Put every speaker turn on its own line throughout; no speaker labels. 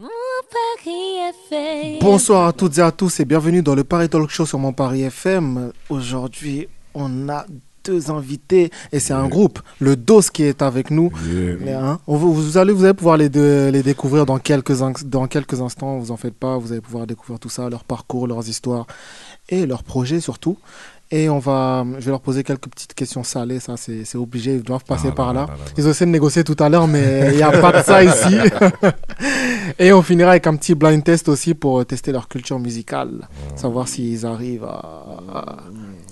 Mon Paris FM.
Bonsoir à toutes et à tous et bienvenue dans le Paris Talk Show sur mon Paris FM. Aujourd'hui, on a deux invités et c'est un groupe, le DOS qui est avec nous. Mais, hein, on vous, vous allez, vous allez pouvoir les, deux- les découvrir dans quelques, inc- dans quelques instants, vous en faites pas, vous allez pouvoir découvrir tout ça, leur parcours, leurs histoires et leurs projets surtout. Et on va, je vais leur poser quelques petites questions salées, ça c'est c'est obligé, ils doivent passer
Ah
par là.
là là là
Ils ont essayé de négocier tout à l'heure, mais il n'y a pas de ça ici. Et on finira avec un petit blind test aussi pour tester leur culture musicale, savoir s'ils arrivent à,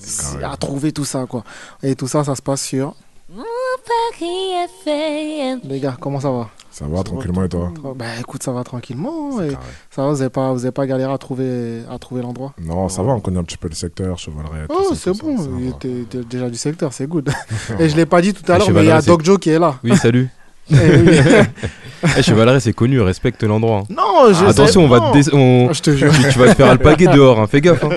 si- à trouver tout ça. quoi. Et tout ça, ça se passe sur...
Paris FM.
Les gars, comment ça va
Ça va tranquillement et toi
Bah écoute, ça va tranquillement. et
carré.
ça va, vous n'avez pas, vous avez pas galéré à trouver, à trouver l'endroit
Non, ça va, on connaît un petit peu le secteur, chevalerie. tout ça,
Oh, c'est
tout ça,
bon,
ça
il
va.
était était déjà du secteur, c'est good. Et je l'ai pas dit tout à
Et
l'heure,
Ah, chez
mais il y a
Valoré,
Doc Joe qui est là.
Oui, salut.
Eh oui.
Eh, Chevalerey, c'est connu, respecte l'endroit. hein.
non, je sais
Attention, on va
pas.
te dé- on-
Ah, Je te jure.
tu, tu vas te faire alpaguer dehors, hein, fais gaffe. hein.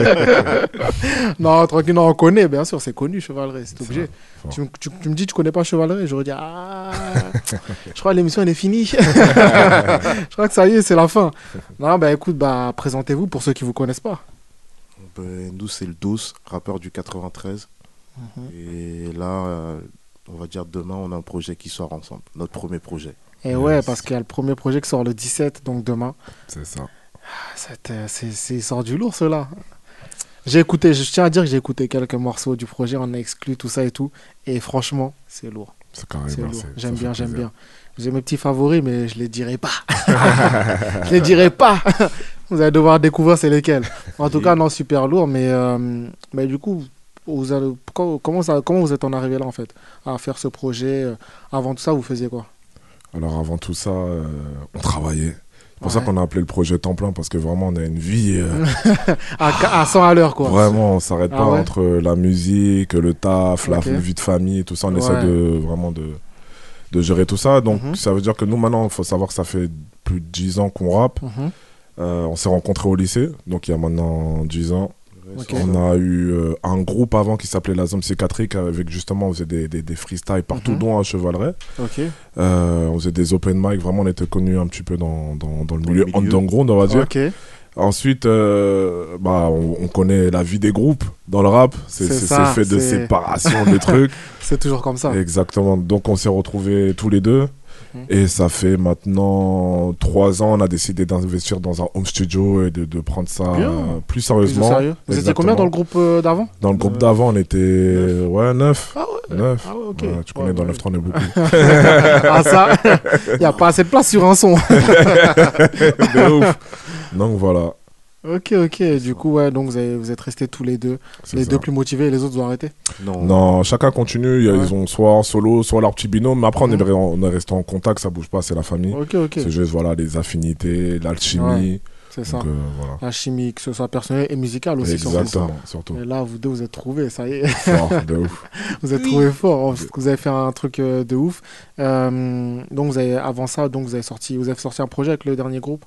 Non, tranquille, non, on connaît, bien sûr, c'est connu, chevalerie, c'est obligé.
fort.
Tu, me- tu- tu me dis, tu connais pas chevalerie, j'aurais dit, ah, je crois que l'émission, elle est finie. je crois que ça y est, c'est la fin. Non, bah écoute, bah présentez-vous pour ceux qui vous connaissent pas.
Ben, nous, c'est le DOS, rappeur du 93.
Mhm.
Et là, euh, on va dire demain, on a un projet qui sort ensemble. Notre premier projet.
Et ouais, parce qu'il y a le premier projet qui sort le 17, donc demain.
C'est ça.
Ah, c'est- euh, C'est c'est- sort du lourd, cela. J'ai écouté, je tiens à dire que j'ai écouté quelques morceaux du projet, on a exclu tout ça et tout. Et franchement, c'est lourd.
bah, C'est carré,
C'est
merci.
lourd.
Ça
J'aime
fait
bien, j'aime
plaisir.
bien. J'ai mes petits favoris, mais je les dirai pas. je les dirai pas. Vous allez devoir découvrir c'est lesquels. En tout cas, non, super lourd. Mais, euh, mais du coup, vous allez- quand- comment, ça, comment vous êtes en arrivé là, en fait, à faire ce projet euh, Avant tout ça, vous faisiez quoi
Alors avant tout ça, euh, on travaillait. C'est pour ça
Ouais.
qu'on a appelé le projet temps plein parce que vraiment on a une vie. euh,
à, ca- à 100 à l'heure, quoi.
vraiment, on s'arrête
Ah
pas
ouais
entre la musique, le taf,
Ok.
la vie de famille, tout ça. On
Ouais.
essaie de vraiment de, de gérer tout ça. Donc
Mhm.
ça veut dire que nous maintenant, il faut savoir que ça fait plus de 10 ans qu'on rappe.
Mhm.
Euh, on s'est rencontrés au lycée, donc il y a maintenant 10 ans.
Ok.
On a eu euh, un groupe avant qui s'appelait la Zone Psychiatrique, avec justement, on faisait des, des, des freestyles partout,
Mhm.
dont à Chevaleret.
Ok.
Euh, on faisait des open mic, vraiment, on était connus un petit peu dans, dans, dans le
Dans le
milieu
milieu.
underground, on va dire.
Ok.
Ensuite, euh, bah, on, on connaît la vie des groupes dans le rap. C'est
C'est
c'est-
ça,
c'est fait de
c'est-
séparation, de trucs.
C'est toujours comme ça.
Exactement. Donc, on s'est retrouvés tous les deux.
Mhm.
Et ça fait maintenant trois ans, on a décidé d'investir dans un home studio et de, de prendre ça
Bien.
euh, plus
Plus de
sérieusement.
sérieux. Vous étiez combien
Exactement.
dans le groupe euh, d'avant
Dans le groupe d'avant, on était ouais, 9.
Ah
Neuf.
Ah ouais, ok.
Ouais, tu connais,
Ouais,
dans
ouais.
9-3, on est beaucoup.
Ah ça, il n'y a pas assez de place sur un son.
De ouf. Donc voilà.
ok, ok. Du coup, ouais, donc vous, avez- vous êtes restés tous les deux.
c'est
Les
ça.
deux plus motivés et les autres vous arrêtez.
Non.
Non, chacun continue. il y a-
Ouais.
Ils ont soit en solo, soit leur petit binôme. Mais après, on,
Mhm.
est, re- on est resté en contact, ça bouge pas, c'est la famille.
Ok, ok.
C'est juste voilà, les affinités, l'alchimie.
C'est ça.
Donc euh, voilà.
La chimie, que ce soit personnelle et musicale aussi. surtout.
Exactement, surtout.
Et là, vous deux, vous êtes trouvés, ça y est.
Fort, de ouf.
Vous êtes trouvés fort. Vous avez fait un truc euh, de ouf. Euh, donc, vous avez, avant ça, donc, vous, avez sorti, vous avez sorti un projet avec le dernier groupe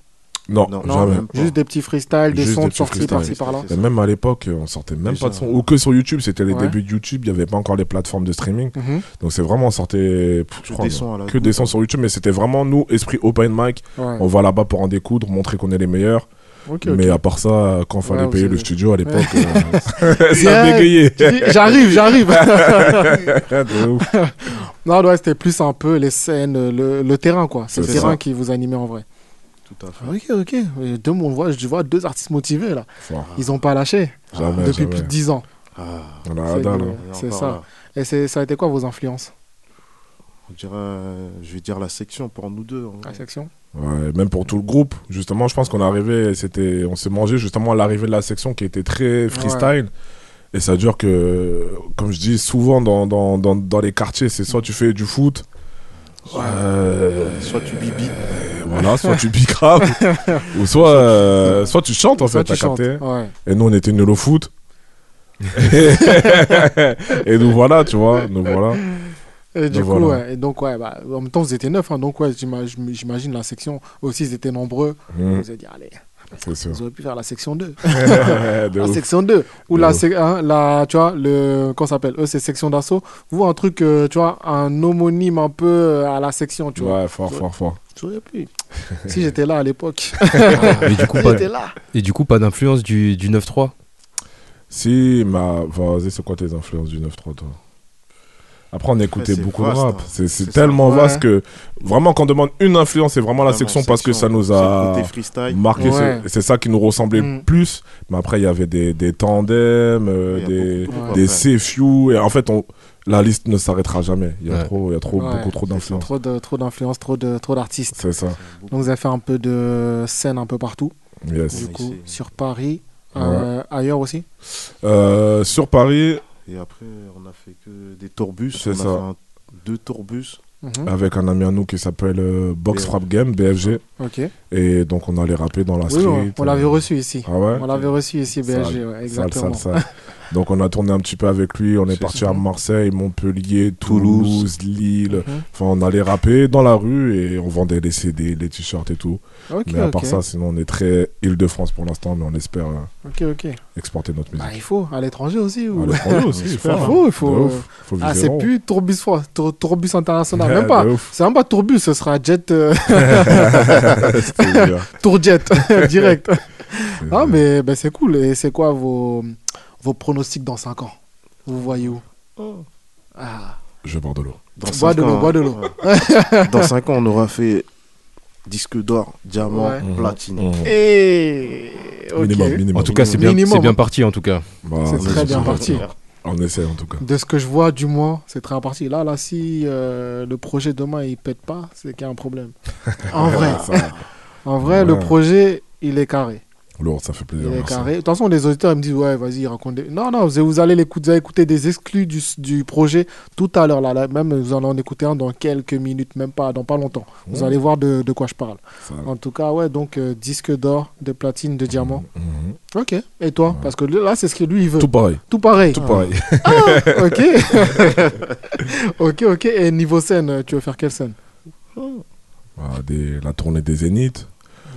Non,
Non,
Non,
jamais.
même pas.
juste des petits freestyles, des
Juste
sons
des
de
petits
sortie
freestyles.
par-ci par-là.
Et même à l'époque, on sortait même
Déjà.
pas de son. Ou que sur YouTube, c'était les
Ouais.
débuts de YouTube, il n'y avait pas encore les plateformes de streaming.
Mhm.
Donc c'est vraiment, on sortait pff, je
Que
crois, euh,
des sons à la
que des
goutte.
sons sur YouTube, mais c'était vraiment nous, esprit open mic,
Ouais.
On va là-bas pour en découdre, montrer qu'on est les meilleurs.
Ok, ok.
Mais à part ça, quand fallait
Ouais, vous
payer le
savez.
studio à l'époque, euh, ça
Ouais.
bégayait.
Tu dis, J'arrive, j'arrive.
De ouf.
non, ouais, c'était plus un peu les scènes, le, le terrain, quoi. C'est le
C'est
terrain
ça.
qui vous animait en vrai. Ah,
Tout
Ah
à fait.
Ok, ok. Et Deux, on voit, je vois deux artistes motivés là.
Fort.
Ils ont pas lâché
Ah. Jamais,
depuis
jamais.
plus de 10 ans.
Ah,
On a la
C'est
dalle,
le-
hein.
on est
C'est
encore
ça.
là.
Et c'est- ça a été quoi vos influences
On dirait, euh, je vais dire la section pour nous deux. hein.
La section
Ouais, même pour tout le groupe, justement, je pense qu'on est arrivé, c'était, on s'est mangé justement à l'arrivée de la section qui était très freestyle. Et ça dure que, comme je dis souvent dans, dans, dans, dans les quartiers, c'est soit tu fais du foot, euh,
Soit tu bibis.
voilà, soit tu piques grave, ou soit, euh, soit tu chantes en
Toi,
fait,
tu
t'as
chantes.
capté.
Ouais.
Et nous, on était nuls au foot. et nous voilà, tu vois, nous voilà.
Et du
Donc,
coup,
voilà.
ouais. Et donc, ouais, bah, en même temps, vous étiez neuf, hein, donc ouais, j'ima- j'im- j'imagine la section aussi, ils étaient nombreux.
Mm,
Vous avez dit, allez,
c'est sûr.
vous auriez pu faire la section 2.
De
la
ouf.
section 2. Ou
De
la,
ouf.
sec- hein, la, tu vois, le, comment ça s'appelle Eux, c'est section d'assaut. Vous, un truc, euh, tu vois, un homonyme un peu euh, à la section, tu vois.
Ouais, fort, fort, fort.
J'aurais pu. si j'étais là à l'époque.
Mais du coup, pas,
j'étais là.
et du coup, pas d'influence du, du 9-3.
Si, ma... vas-y, c'est quoi tes influences du 9-3, toi Après, on écoutait
c'est
beaucoup
vaste,
de rap.
hein.
C'est, c'est
C'est ça.
tellement
Ouais.
vaste que vraiment, quand on demande une influence, c'est vraiment la section parce que ça nous a
Côté freestyle.
marqué.
Ouais.
C'est, c'est ça qui nous ressemblait
Mm.
plus. Mais après, il y avait des, des tandems, euh,
Il y a
des,
beaucoup de
Ouais.
groupes
des
après.
C-Few. Et en fait, on... la liste ne s'arrêtera jamais. Il y a
Ouais.
trop, il y a trop
Ouais,
beaucoup trop d'influences.
Trop de, trop d'influence, trop de, trop d'artistes.
C'est ça.
Donc vous avez fait un peu de scène un peu partout,
Yes.
du
Oui,
coup,
c'est-
sur Paris, euh, ailleurs aussi.
Euh, sur Paris,
Et après, on a fait que des tourbus.
C'est
on
ça.
A fait un- deux tourbus.
Mhm.
avec un ami à nous qui s'appelle euh, Box
BFG.
Rap Game, BFG.
Ok.
Et donc, on allait rapper dans la
Oui,
street.
on, on l'avait
Euh,
reçu ici.
Ah ouais
On l'avait reçu ici,
Sale,
BLG, ouais,
Sale,
exactement.
sale, sale. Donc on a tourné un petit peu avec lui, on est,
C'est
parti
ça.
à Marseille, Montpellier, Toulouse,
Toulouse.
Lille.
Mhm.
Enfin, on allait rapper dans la rue et on vendait les CD, les t-shirts et tout.
Ok,
mais à part
ok.
ça, sinon on est très Île-de-France pour l'instant, mais on espère euh,
ok, ok.
exporter notre
Bah,
musique.
il faut, à l'étranger aussi.
À
Ou...
l'étranger aussi, il faut,
Il faut, il faut,
De ouf, faut
Ah,
viser
c'est
haut.
plus Tourbus France, Tour- Tourbus International,
Ah,
même
De
bah
pas.
ouf.
C'est même pas Tourbus, ce sera Jet, euh,
C'est bien.
Tour Jet, direct.
C'est bien.
Ah, mais ben, c'est cool. Et c'est quoi vos, vos pronostics dans 5 ans Vous voyez où Ah,
Je vais boire de l'eau.
Dans
Bois
cinq
de l'eau,
ans,
bois de
hein.
l'eau.
Ouais. Dans 5 ans, on aura fait disque d'or, diamant, Mm-hmm.
Ouais.
Mhm.
platine.
Mhm.
et. Mm. Eh, Ok.
Minimum, minimum.
En tout cas, c'est bien,
Minimum,
c'est bien
hein.
parti, en tout cas.
Bah,
c'est
on
très
essaie.
bien parti.
On essaie en tout cas.
De ce que je vois, du moins, c'est très bien parti. Là, là, si euh, le projet demain il pète pas, c'est qu'il y a un problème. En vrai,
Ah.
Ça,
en vrai,
Ouais.
le projet il est carré.
lourd, ça fait plaisir.
Il est
merci.
carré. De toute façon, les auditeurs ils me disent ouais, vas-y, racontez. Non, non, vous vous allez l'écouter, vous allez écouter des exclus du, du projet tout à l'heure là, là, Même vous allez en écouter un dans quelques minutes, même pas, dans pas longtemps. Vous
Mmh.
allez voir de, de quoi je parle.
Ça-
En tout cas, ouais, donc euh, disque d'or, de platine, de diamant.
Mhm.
Ok. Et toi, parce que là, c'est ce que lui il veut.
Tout
Tout,
pareil.
pareil.
Tout pareil.
ok. ok, ok. Et niveau scène, euh, tu veux faire quelle scène
Voilà, des- la tournée des Zéniths.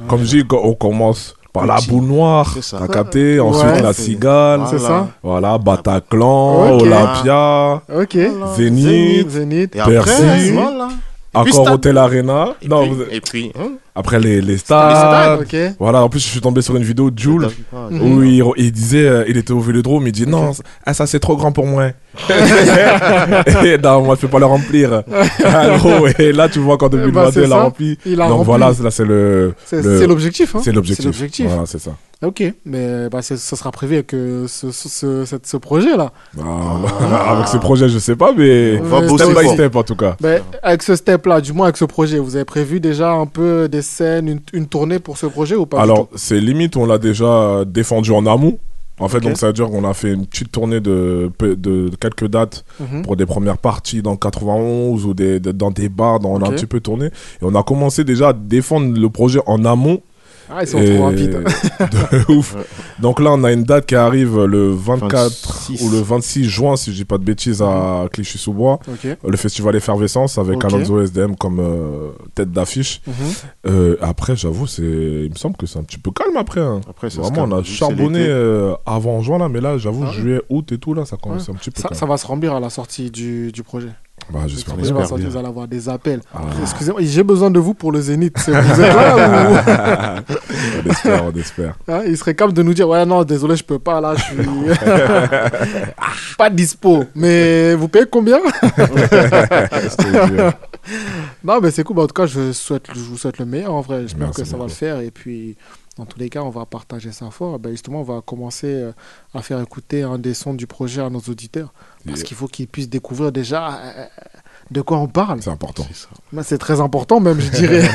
Comme je dis, on commence par la
Petit.
boule noire,
C'est ça.
t'as capté, ensuite
Ouais.
la
C'est-
cigale,
Voilà.
C'est ça
voilà, Bataclan,
Ok.
Olympia,
Ok.
Ah, Zénith,
Zénith.
Et après,
Bercy.
voilà. puis
encore
Stade.
Hôtel Arena,
Et
non,
puis,
Ah, vous-
et puis, hein,
après les, les
Les stades,
stades.
Ah, ok.
Voilà, en plus je suis tombé sur une vidéo de Jules.
Ah,
Mhm.
Où il, il disait, euh, il était au vélodrome, il dit non, ah, ça c'est trop grand pour moi. Et non, moi je peux pas le remplir. Alors, et là tu vois qu'en
bah,
2022
c'est
il a
ça.
rempli.
Il a
Donc
rempli.
voilà, là c'est le,
C'est
le-
c'est l'objectif. hein.
c'est l'objectif.
C'est l'objectif.
Voilà, c'est ça.
Ok, mais bah, c'est- ce sera prévu avec euh, ce, ce, ce- cette- ce projet-là. Ah.
Bah, avec ce projet, je sais pas, mais
On va
Mais
bosser
step
c'est-
by
fort.
step en tout cas.
Bah, avec ce step-là, du moins avec ce projet, vous avez prévu déjà un peu des scènes, une, une tournée pour ce projet ou pas du
Alors,
tout
c'est limite, on l'a déjà euh, défendu en amont. En fait,
Ok.
donc ça veut dire qu'on a fait une petite tournée de, peu- de quelques dates
Mhm.
pour des premières parties dans 91 ou des, de- dans des bars, dans, on a
Ok.
un petit peu tourné. Et on a commencé déjà à défendre le projet en amont.
Ah, ils sont
Et-
trop rapides.
de ouf. Donc là, on a une date qui arrive le 24
26.
ou le 26 juin, si je dis pas de bêtises, à Clichy-sous-Bois.
Ok.
Le festival Effervescence avec
Ok.
Alonso SDM comme euh, tête d'affiche.
Mhm.
Euh, après, j'avoue, c'est. Il me semble que c'est un petit peu calme après. hein.
Après, ça se
Vraiment, on a
calme. C'est
charbonné
l'été.
euh, avant juin là, mais là, j'avoue,
Ah ouais.
juillet, août et tout là, ça commence un petit peu.
Ça,
calme.
ça va se remplir à la sortie du, du projet.
Bah, j'espère.
Le
bien.
projet va
espère
sortir,
bien.
vous allez avoir des appels.
Ah,
Excusez-moi, j'ai besoin de vous pour le Zénith. C'est- Vous êtes là ou...
on espère, on espère.
Hein, il serait capable de nous dire Ouais, non, désolé, je peux pas là, je suis. Ah, pas dispo. Mais vous payez combien
C'était dur.
Non, mais c'est cool. Bah, en tout cas, je, souhaite, je vous souhaite le meilleur en vrai. J'espère
Merci
que ça va
beaucoup.
le faire. Et puis, dans tous les cas, on va partager ça fort. Bah, justement, on va commencer euh, à faire écouter un des sons du projet à nos auditeurs. Parce
Yeah.
qu'il faut qu'ils puissent découvrir déjà euh, de quoi on parle.
C'est important.
C'est ça.
Bah, c'est très important, même, je dirais.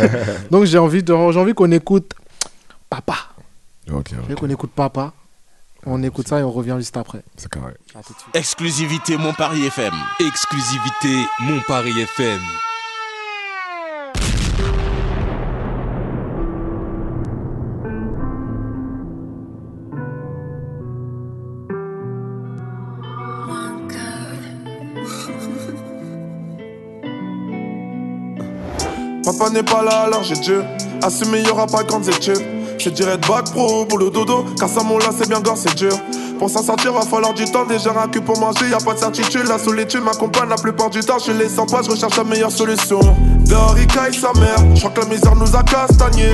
Donc, j'ai envie, de- j'ai envie qu'on écoute Papa.
Ok.
J'ai envie qu'on écoute Papa. On écoute ça et on revient juste après.
C'est carré.
À Ah, tout de suite.
Exclusivité Mon Paris FM.
Exclusivité Mon Paris FM.
Papa n'est pas là alors j'ai Dieu. Assumer y'aura pas de grandes études. Je dirais de bac pro pour le dodo, car ça mon là c'est bien gore, c'est dur. Pour s'en sortir, va falloir du temps. Déjà rien que pour manger, y a pas de certitude. La solitude m'accompagne la plupart du temps. Je les sens pas, je recherche la meilleure solution. Dorica et sa mère, je crois que la misère nous a castagnés.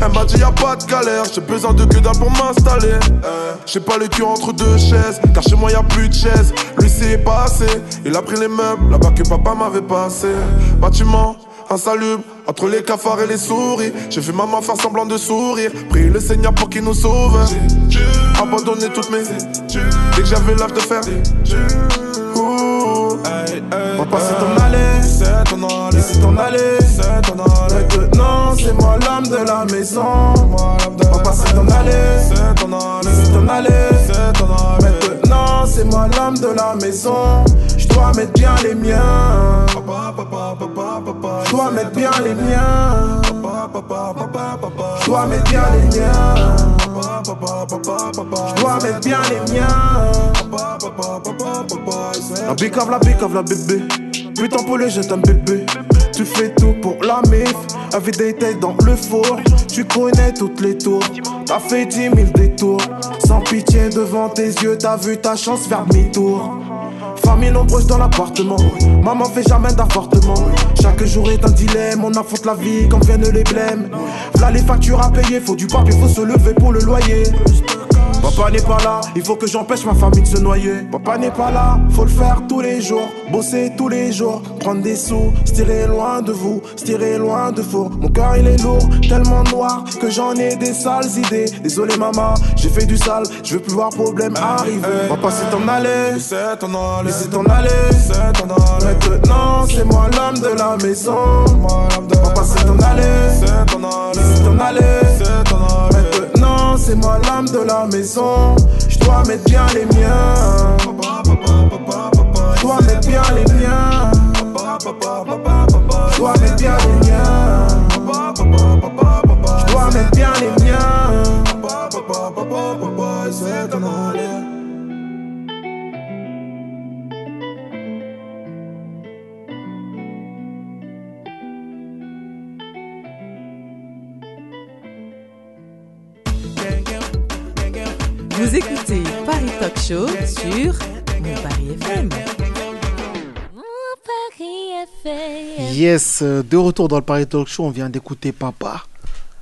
Elle m'a dit y a pas de galère, j'ai besoin de que d'un pour m'installer. Euh, J'ai pas le cul entre deux chaises, car chez moi y a plus de chaises. Lui c'est pas assez, il a pris les meubles là-bas que papa m'avait passé. Bâtiment, insalubre Entre les cafards et les souris J'ai vu maman faire semblant de sourire Prie le Seigneur pour qu'il nous sauve Abandonner toutes mes Dès que j'avais l'âge de faire Ouh. Papa c'est ton aller C'est ton aller C'est ton aller C'est ton aller Maintenant c'est moi l'âme de la maison Papa c'est ton aller C'est ton aller C'est ton aller C'est ton aller Maintenant c'est moi l'âme de la maison Je dois mettre bien les miens je dois mettre bien les miens. Je dois mettre bien les miens. Je dois mettre bien les miens. La big of la big of la bébé. Putain pour les je t'aime bébé. Tu fais tout pour la mif. Everyday t'es dans le four. Tu connais toutes les tours. T'as fait 10 000 détours. Sans pitié devant tes yeux. T'as vu ta chance faire mi-tour. Famille nombreuse dans l'appartement. Maman fait jamais d'appartement. Chaque jour est un dilemme. On affronte la vie quand viennent les blêmes. Là, les factures à payer. Faut du papier, faut se lever pour le loyer. Papa n'est pas là, il faut que j'empêche ma famille de se noyer. Papa n'est pas là, faut le faire tous les jours, bosser tous les jours, prendre des sous, se tirer loin de vous, se tirer loin de faux. Mon cœur il est lourd, tellement noir que j'en ai des sales idées. Désolé maman, j'ai fait du sale, je veux plus voir problème arriver. Papa c'est ton aller, c'est ton aller, c'est ton aller, c'est ton aller. Maintenant c'est moi l'âme de la maison. Papa c'est ton aller, c'est ton aller, c'est ton aller, c'est ton aller. Maintenant c'est moi l'âme de la maison. Je dois mettre bien les miens. Je dois mettre bien les miens. Je dois mettre bien les miens. Je dois mettre bien les miens.
Vous écoutez Paris Talk Show sur Mon Paris FM.
Mon Paris FM.
Yes, euh, de retour dans le Paris Talk Show, on vient d'écouter Papa.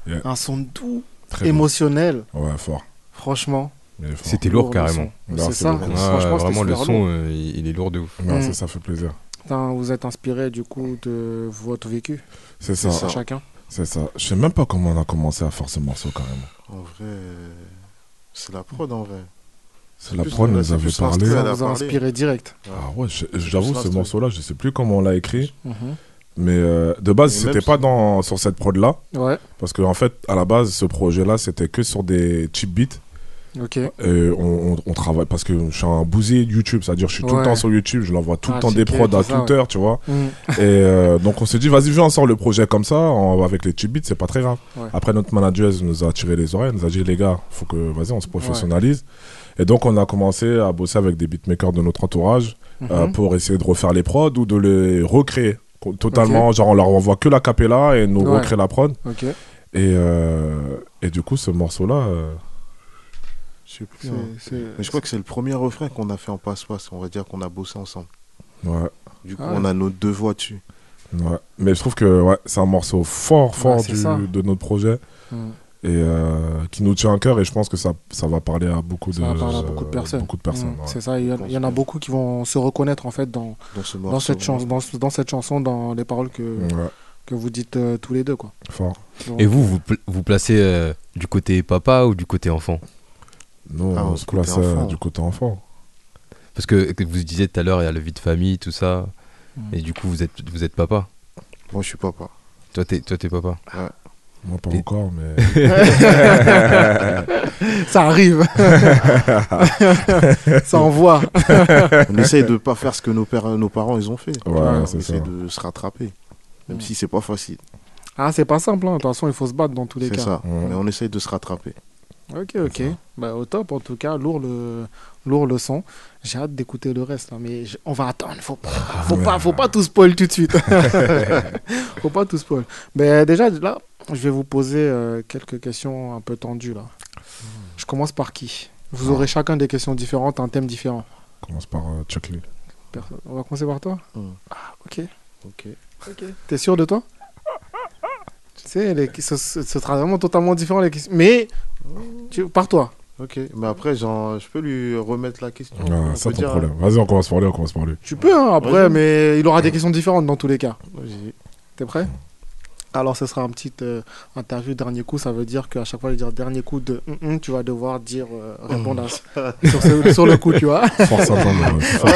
Yeah.
Un son doux,
Très beau.
émotionnel,
Ouais, fort.
franchement.
Il est fort.
C'était lourd
le
carrément.
son.
Non,
C'est
c'est
ça,
lourd.
Ouais,
franchement, c'était
vraiment le
super
son,
lourd.
euh, il il est lourd de ouf.
Non,
Mm.
ça, ça fait plaisir.
Putain, vous êtes inspiré du coup de votre vécu,
C'est ça,
ça.
chacun.
c'est ça. Je sais même pas comment on a commencé à faire ce morceau carrément.
En vrai, euh, c'est la prod en vrai.
C'est la
Plus
prod
on a-
nous
c'est
avait
plus
parlé.
l'instru,
Ça
Elle a
vous a
parlé.
inspiré direct.
Ah ouais, je- j'avoue
ça,
ce
ce
morceau-là, je sais plus comment on l'a écrit,
Mhm.
mais euh, de base
Et même
c'était
si-
pas dans sur cette prod là,
Ouais,
parce qu'en en fait à la base ce projet-là c'était que sur des cheap beats.
ok.
Et on, on- on travaille parce que je suis un bousé YouTube, c'est-à-dire je suis tout le
Ouais.
temps sur YouTube, je l'envoie tout le
Ah,
temps des
checker,
prods à
tout ça,
toute
ouais.
heure, tu vois.
Mhm.
Et euh, donc on s'est dit, vas-y, viens, on sort le projet comme ça, en- avec les cheap beats, c'est pas très grave.
Ouais.
Après, notre manager nous a tiré les oreilles, elle nous a dit, les gars, faut que, vas-y, on se professionnalise. Et donc on a commencé à bosser avec des beatmakers de notre entourage euh,
Mhm.
pour essayer de refaire les prods ou de les recréer co- totalement. Genre, on leur envoie que la capella et nous
Ouais.
recrée la prod.
Ok.
Et, euh, et du coup, ce morceau-là, euh,
Je sais plus.
C'est-
hein.
c'est-
Mais je crois que c'est le premier refrain qu'on a fait en passe-passe. On va dire qu'on a bossé ensemble.
ouais,
Du coup,
Ah ouais.
on a nos deux voix dessus.
ouais. Mais je trouve que ouais, c'est un morceau fort, fort
Ouais, c'est
du-
ça.
de notre projet.
Mhm.
et euh, qui nous tient à cœur et je pense que ça, ça va parler à beaucoup,
Ça
de,
va parler à beaucoup de personnes.
beaucoup de personnes,
Mm,
ouais.
C'est ça, il y, en- il y en a beaucoup qui vont se reconnaître en fait dans,
Dans ce
dans,
morceau.
cette, chans- dans, ce- dans cette chanson, dans les paroles que,
Ouais,
que vous dites euh, tous les deux. Quoi.
fort.
Donc,
Et vous, vous, pl- vous placez euh, du côté papa ou du côté enfant
Nous,
Ah,
on
au
se
côté
place euh,
enfant.
du côté enfant.
Parce que, que vous disiez tout à l'heure, il y a le vie de famille, tout ça.
Mm.
Et du coup, vous êtes, vous êtes papa.
Moi, je suis papa.
Toi, t'es, toi, t'es papa.
Moi, pas encore, mais.
Ça arrive. Ça envoie.
On essaye de pas faire ce que nos, pères- nos parents ils ont fait.
Ouais,
on
c'est
essaie
ça.
de se rattraper.
Mm.
Même si c'est pas facile.
Ah, c'est pas simple, hein. de toute façon, il faut se battre dans tous les
C'est
cas.
ça. Mais on essaye de se rattraper.
Ok, ok. Bah, au top, en tout cas, lourd le, lourd le son. J'ai hâte d'écouter le reste, là, mais je- on va attendre. Faut pas,
Ah,
faut pas, faut pas tout spoil tout de suite. faut pas tout spoil. Mais déjà, là, je vais vous poser euh, quelques questions un peu tendues, là.
Hmm.
Je commence par qui
Ah.
Vous aurez chacun des questions différentes, un thème différent.
Commence par euh, Chuck Lee.
Perso- On va commencer par toi
Hmm.
Ah, ok.
Ok.
T'es sûr de toi Tu sais, les- ce, ce- ce sera vraiment totalement différent, les questions. Mais,
Oh.
tu- par toi.
Ok. Mais après, genre, je peux lui remettre la question.
Ah,
On
ça,
peut
ton
dire, euh,
problème. Vas-y, on commence par lui, on commence par lui.
Tu peux, hein, après,
Vas-y.
mais il aura des questions différentes dans tous les cas.
euh, vas-y.
T'es prêt Alors, ce sera un petit euh, interview dernier coup. Ça veut dire qu'à chaque fois, je vais dire dernier coup de hum, hum tu vas devoir dire euh, répondre à ce- sur, ce- sur le coup, tu vois.
Force à prendre,
euh,
ouais, c'est fort.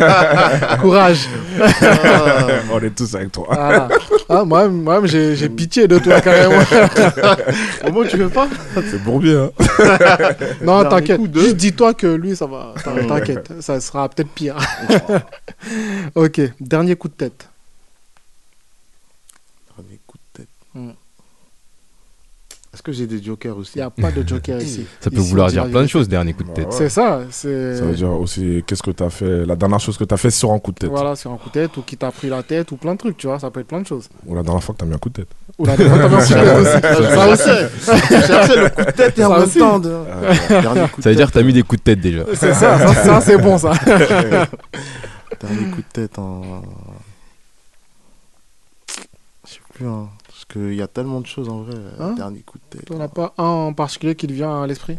Ah.
Courage.
On est tous avec toi.
Voilà. Ah, moi, moi j'ai j'ai pitié de toi carrément.
Ah
Au moins, tu veux pas
C'est pour bien. hein.
Non,
Dernier
t'inquiète.
coup de-
Juste dis-toi que lui, ça va. t'in- T'inquiète, ça sera peut-être pire. ok, dernier coup de tête.
Dernier ah, coup de tête.
Hmm.
Est-ce que j'ai des jokers aussi
Il n'y a pas de joker ici.
Ça peut
Ici, on
vouloir
dit la
dire plein de
vérité.
choses, dernier coup de tête.
C'est ça. c'est-
Ça veut dire aussi, qu'est-ce que t'as fait La dernière chose que t'as fait sur un coup de tête.
Voilà, sur un coup de tête, ou qui t'a pris la tête, ou plein de trucs, tu vois, ça peut être plein de choses.
Ou la dernière fois que t'as mis un coup de tête.
Ou la défense aussi. Ça aussi.
Je cherchais le coup de tête et en
Ça
même
aussi.
temps. de- Dernier coup de
Ça veut dire que
tête.
t'as mis
euh.
des coups de tête déjà.
C'est ça, ça, ça, c'est bon ça.
Dernier coup de tête en. Je sais plus, hein. Parce qu'il y a tellement de choses en vrai.
Hein
Dernier coup de tête.
T'en as pas un en particulier qui te vient à l'esprit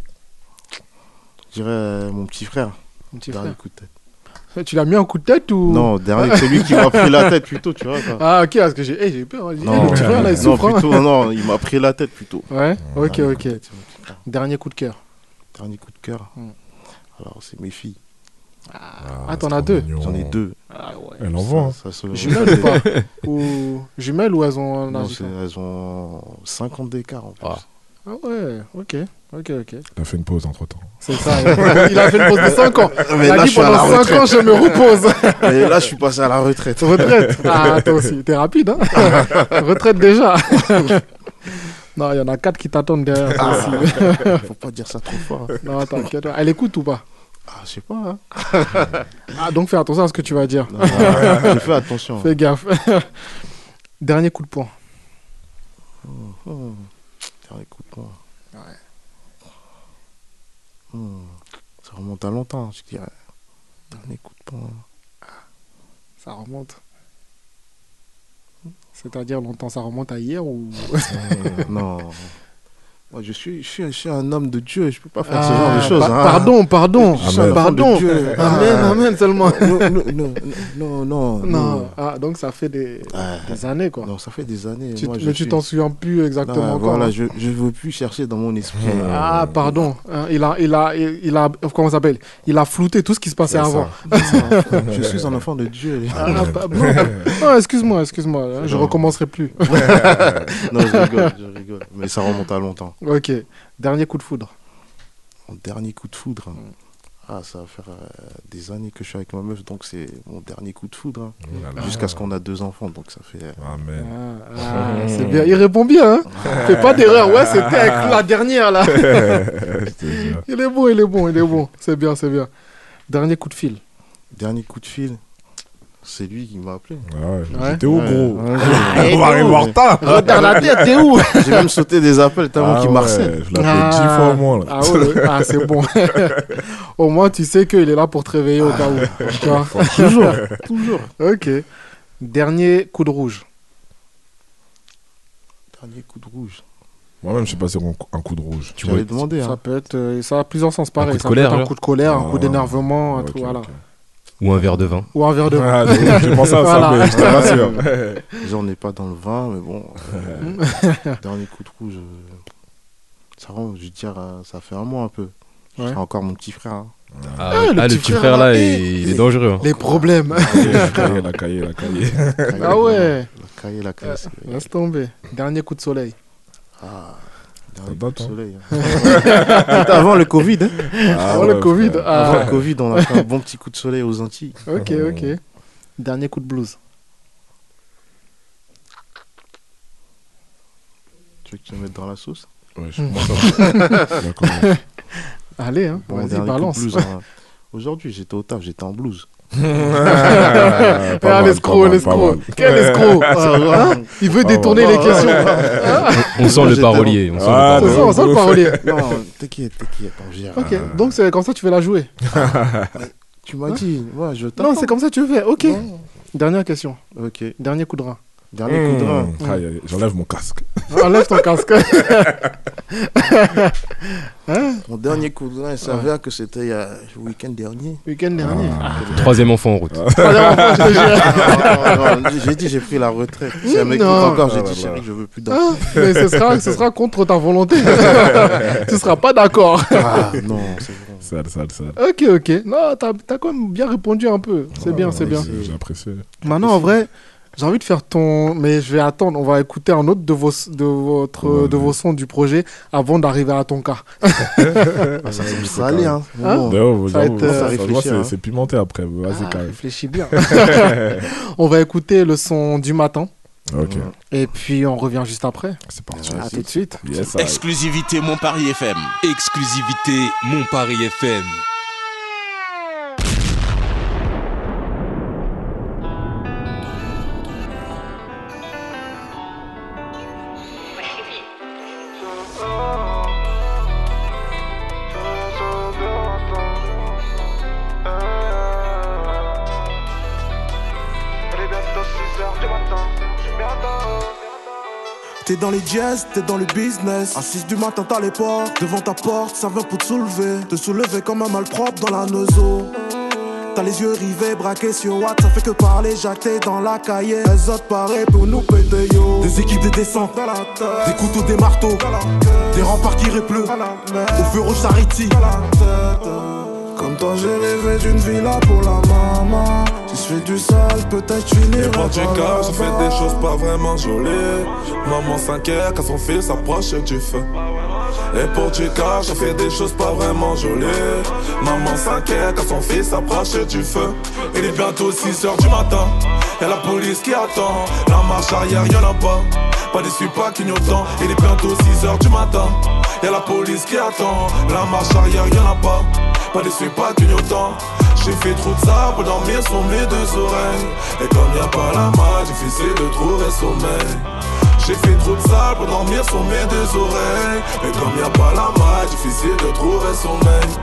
Je dirais euh, mon petit frère.
Mon petit
dernier
frère.
coup de tête.
Tu l'as mis en coup de tête ou
Bah, Non, dernier, c'est lui qui m'a pris la tête plutôt, tu vois. quoi.
Ah, ok, parce que j'ai eh, j'ai eu peur. hein. J'ai dit, eh,
Non,
le petit frère là, il
non,
souffre. hein.
plutôt, non, il m'a pris la tête plutôt.
Ouais, ok,
Dernier coup
ok.
de tête, c'est mon petit frère.
Dernier coup de cœur.
Dernier coup de cœur.
Hmm.
Alors, c'est mes filles.
Ah, t'en as deux
J'en ai deux.
Elle envoie. hein.
Ça, ça se-
Jumelles ou pas Ou jumelles ou elles ont un
Non,
âge
c'est-
différent
elles ont 50 d'écart en plus.
Ah.
Ah ouais, ok, ok, ok.
T'as fait une pause entre temps.
C'est ça, il a fait une pause de 5 ans.
Ah, Mais
Il a
là,
dit
je suis à la
pendant 5 ans, je me repose.
Et là, je suis passé à la retraite.
Retraite. Ah, toi aussi, t'es rapide, hein Retraite déjà. non, il y en a quatre qui t'attendent derrière. toi aussi.
Faut pas dire ça trop Ah. fort.
Non, t'inquiète. Elle écoute ou pas
Ah, je sais pas. hein.
Ah, donc fais attention à ce que tu vas dire.
Non, non, je fais attention. hein.
Fais gaffe. Dernier coup de poing.
Hmm. Tiens, écoute-moi. Hmm. Ça remonte à longtemps, je dirais. Dernier coup de poing.
Ça remonte. C'est-à-dire longtemps, ça remonte à hier ou.
Euh, non. Moi, je suis, je, suis, je suis un homme de Dieu, je peux pas faire
Ah,
ce genre de choses.
pa-
hein.
Pardon, pardon,
Je suis un enfant
pardon.
de Dieu. Ah,
Amen, amen seulement.
Non, non, non, non, non,
Non. Ah, donc ça fait des,
Ah,
des années quoi.
non, ça fait des années.
Tu-
Moi, je
mais tu
suis-
t'en souviens plus
Non,
exactement encore.
voilà, euh,
hein.
je, je veux plus chercher dans mon esprit.
Ah, pardon. Hein, Il a, il a, il il a, comment ça s'appelle Il a flouté tout ce qui se passait avant.
je suis un enfant de Dieu.
Ah, bah, non, non, excuse-moi, excuse-moi. hein, Je recommencerai plus. Ah.
non, je rigole, je rigole. Mais ça remonte à longtemps.
ok. Dernier coup de foudre.
Mon dernier coup de foudre. hein. Ah, ça va faire euh, des années que je suis avec ma meuf, donc c'est mon dernier coup de foudre. hein.
Oh là là.
Jusqu'à ce qu'on a deux enfants, donc ça fait. euh,
Ah,
Amen.
ah, c'est bien. Il répond bien. Hein Fais pas d'erreur. Ouais, c'était avec la dernière là.
Je te jure.
Il est bon, il est bon, il est bon. C'est bien, c'est bien. Dernier coup de fil.
Dernier coup de fil, c'est lui qui m'a appelé.
Ah ouais,
Ouais.
J'étais où, gros
Ouais,
Ah,
ouais.
On va arriver en retard.
Ah,
Regarde la tête, t'es où
J'ai même sauté des appels tellement
Ah
qu'il
ouais,
marchait.
Je l'ai fait dix fois au moins. là.
Ah, ouais, ah, c'est bon. au moins, tu sais qu'il est là pour te réveiller au cas où. Tu vois toujours, toujours. Ok. Dernier coup de rouge.
Dernier coup de rouge.
Moi-même, je suis passé un coup- un coup de rouge.
Tu m'avais demandé.
Ça
Hein.
peut être, euh, ça a plusieurs sens pareil.
coup de
ça
colère,
peut être un
genre.
coup de colère, un
Ah,
coup d'énervement, un
Ok,
truc, voilà.
ok.
Ou un verre de vin.
Ou un verre de vin.
Ah, j'ai j'ai pensé à ça,
Voilà.
mais je te rassure.
hein.
J'en ai pas dans le vin, mais bon. euh, dernier coup de rouge. euh, Ça rend, je veux dire, euh, ça fait un mois un peu.
Ouais.
C'est encore mon petit frère. hein.
Ah,
Ah, le
ah, le
petit
petit
frère,
frère
là,
là,
eh,
il il est dangereux. hein.
Les problèmes.
La cahier, la cahier, la cahier.
Le cahier,
Ah ouais.
Le cahier, la classe.
Laisse tomber. Dernier coup de soleil.
Ah,
Ça date, hein.
soleil. hein. C'était avant le Covid. hein.
Ah
Avant Oh, le
ouais,
Covid.
frère.
ah.
Avant le Covid, on a fait un bon petit coup de soleil aux Antilles.
Ok, ok. Dernier coup de blues.
Tu veux que tu me mettes dans la sauce
Ouais, je moi, ça va. D'accord.
Allez, hein,
Bon,
vas-y,
dernier coup de
balance.
blues, hein. Aujourd'hui, j'étais au taf, j'étais en blouse.
Ah, pas
Ah,
mal, pas
l'escroc,
mal, pas
l'escroc.
mal.
Quel escroc Ah,
Non,
Il veut
Pas
détourner les
mal.
questions.
On sent le
J'étais
parolier. On sent le
Ah,
On
parolier.
ouais.
sent- on sent le parolier.
t'inquiète, t'inquiète, on gère.
Ok, donc c'est comme ça tu veux la jouer.
Tu m'as dit, moi je t'attends.
Non, c'est comme ça tu le fais. Ok. Dernière question.
Ok,
Dernier coup Ah, de rein. Mmh.
dernier coup de rein.
Mmh. Aïe, aïe, J'enlève mon casque.
Enlève ton casque.
Mon dernier coup de rein, il s'avère que c'était il y a- le week-end dernier.
Week-end
Ah.
dernier.
Ah.
Troisième enfant en route.
Troisième enfant, je te jure.
Non, non, non, j'ai dit, j'ai pris la retraite. Si elle m'écoute
Non.
encore, j'ai
Ah,
dit,
bah, bah.
chérie, je veux plus d'enfants.
Ah, Mais ce sera, ce sera contre ta volonté. tu seras pas d'accord.
Ah non, c'est bon.
Sale, sale, sale.
Ok, ok. Non, t'as as quand même bien répondu un peu.
Ah,
C'est
bah
bien, c'est bien.
J'ai apprécié.
Maintenant, Bah en vrai, j'ai envie de faire ton. Mais je vais attendre. On va écouter un autre de vos, de votre, de vos sons du projet avant d'arriver à ton cas.
Ah, ça semble salé, hein.
Hein
Bon.
D'ailleurs,
Ça va
j'avoue,
être,
ça-
euh,
ça se voit,
réfléchir,
c'est
hein.
c'est pimenté après. Vas-y,
Ah,
carré.
réfléchis bien. on va écouter le son du matin.
Ok,
Et puis on revient juste après.
c'est parti.
À tout de suite.
Yes, aïe.
Exclusivité Montparis FM.
Exclusivité Mon Paris FM.
T'es dans les jazz, t'es dans le business. À 6 du matin, t'as les portes. Devant ta porte, ça vient pour te soulever. Te soulever comme un malpropre dans la nozo. T'as les yeux rivés, braqués sur Watt. Ça fait que parler, jacté dans la cahier. Les autres paraissent pour nous péter, yo. Des équipes de descente, des couteaux, des marteaux. Des remparts qui répleux, au feu rouge, ça rétille. Comme toi j'ai rêvé d'une villa pour la maman Si je fais du sale peut-être je finirai
Et quand tu
par
caches,
là-bas.
tu fais des choses pas vraiment jolies. Maman s'inquiète quand son fils s'approche du feu. Et pour du cash, on fait des choses pas vraiment jolies. Maman s'inquiète quand son fils s'approche du feu. Il est bientôt 6 heures du matin. Y'a la police qui attend. La marche arrière, y'en a pas. Pas des pas clignotants. Il est bientôt 6 heures du matin. Y'a la police qui attend. La marche arrière, y'en a pas. Pas des pas clignotants. J'ai fait trop de ça pour dormir sur mes deux oreilles. Et comme y a pas la main, difficile de trouver sommeil. J'ai fait trop de sale pour dormir sur mes deux oreilles Et comme y a pas la maille, difficile de trouver sommeil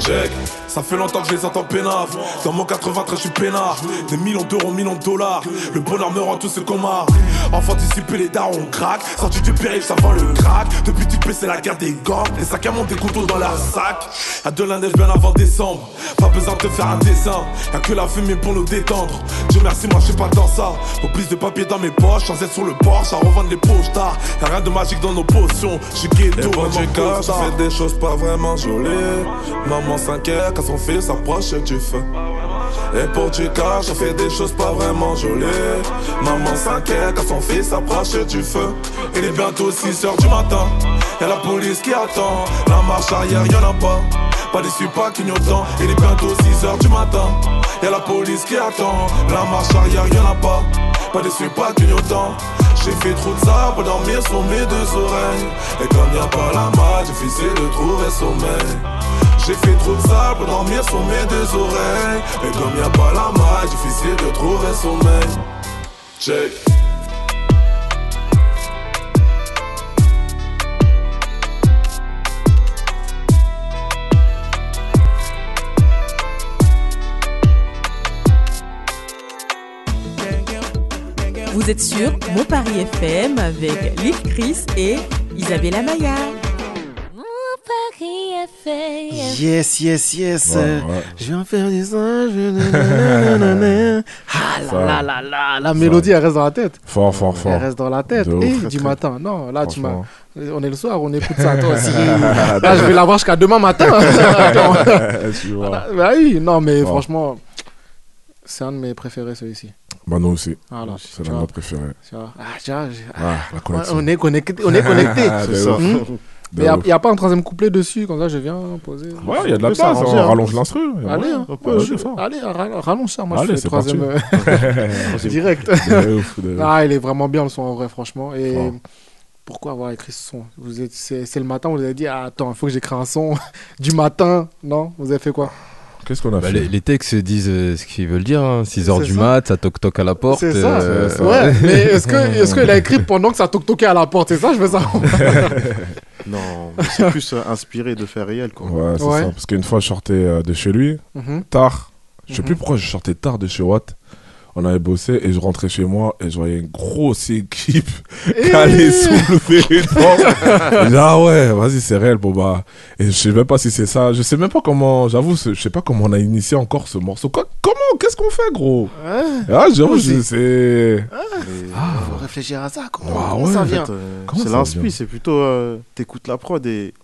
Check, ça fait longtemps que je les entends peinards Dans mon 93 je suis peinard Des millions d'euros, millions de dollars Le bonheur me rend tout ce qu'on m'a Enfant dissipé, les darons craque Sorti du périph', ça vend le crack Depuis tu peux c'est la guerre des gangs Les sacs à monter, des couteaux dans la sac À de la neige bien avant décembre Pas besoin de te faire un dessin Y'a que la fumée pour nous détendre Dieu merci, moi je suis pas dans ça Au plus de papier dans mes poches, sans être sur le porche À revendre les poches tard Y'a rien de magique dans nos potions Je suis Et ghetto, bon même Dieu, en quand je costard. fais des choses pas vraiment jolies Maman s'inquiète quand son fils s'approche du feu Et pour du cash, je fais des choses pas vraiment jolies Maman s'inquiète quand son fils s'approche du feu Il est bientôt 6 heures du matin Y'a la police qui attend La marche arrière, y'en a pas Pas des pas clignotants Il est bientôt 6 heures du matin Y'a la police qui attend La marche arrière, y'en a pas Pas des pas clignotants j'ai fait trop de ça pour dormir sur mes deux oreilles Et comme y a pas la main, difficile de trouver sommeil J'ai fait trop de ça pour dormir sur mes deux oreilles Et comme y a pas la main, difficile de trouver sommeil Check
Vous êtes sur Mon Paris FM avec Lil Chris et Isabella Maya.
Paris FM.
Yes, yes, yes.
Ouais, ouais.
Je viens faire des singes. nanana. Ah
Ça.
là là là là. La mélodie, elle reste dans la tête.
Fort, fort, fort.
Elle reste dans la tête.
De ouf.
Et
Très,
du
très.
matin. Non, là, tu m'as.
Franchement. Ah,
On est le soir, on écoute ça. Toi aussi. là, je vais l'avoir jusqu'à demain matin. Attends.
Tu vois.
bah oui, non, mais
Bon.
franchement, c'est un de mes préférés, celui-ci.
Bah, nous aussi.
Voilà.
C'est
Tu
la
vois.
nôtre préférée.
Tu vois. Ah, tu vois, j'ai-
Ah, la connexion.
On est connecté. On est connecté.
Ah,
De ouf.
Hmm.
De
Mais il
ouf.
n'y a, pas un troisième couplet dessus, comme ça je viens poser.
Ouais, y a de la place, hein, on rallonge l'instru, y a
Allez,
moyen.
hein.
On peut,
Ouais,
je-
allez, ra- rallonge ça. Moi,
Allez,
je fais
c'est
le troisième
parti.
euh, direct.
De ouf, de ouf.
Ah, il est vraiment bien le son en vrai, franchement. Et
Fort.
pourquoi avoir écrit ce son Vous êtes, c'est, c'est le matin, on vous avez dit ah, attends, il faut que j'écris un son du matin. Non Vous avez fait quoi
Qu'est-ce qu'on a
Bah, les, les textes disent euh, ce qu'ils veulent dire. 6h
C'est
du
ça.
mat, ça toque-toque à la porte.
C'est ça.
euh,
Ouais, mais est-ce, que, est-ce qu'il a écrit pendant que ça toque-toquait à la porte C'est ça, je veux savoir.
Non, mais c'est plus euh, inspiré de faits réels. Quoi.
Ouais, c'est
Ouais.
ça. Parce qu'une fois, je sortais euh, de chez lui,
Mhm.
tard. Je sais
Mhm.
plus pourquoi je sortais tard de chez Watt. On avait bossé et je rentrais chez moi et je voyais une grosse équipe
Eh
qui allait soulever une porte. Et j'ai dit, ah ouais, vas-y, c'est réel, bon bah. Et je sais même pas si c'est ça. Je sais même pas comment, j'avoue, c'est- je sais pas comment on a initié encore ce morceau. Quoi- comment Qu'est-ce qu'on fait, gros Ah, j'avoue, c'est- c'est.
Faut réfléchir à ça. Comment,
Ah
comment
ouais,
ça
en
vient
fait, euh,
Comment
C'est
ça vient
l'inspi, c'est plutôt euh, t'écoutes la prod et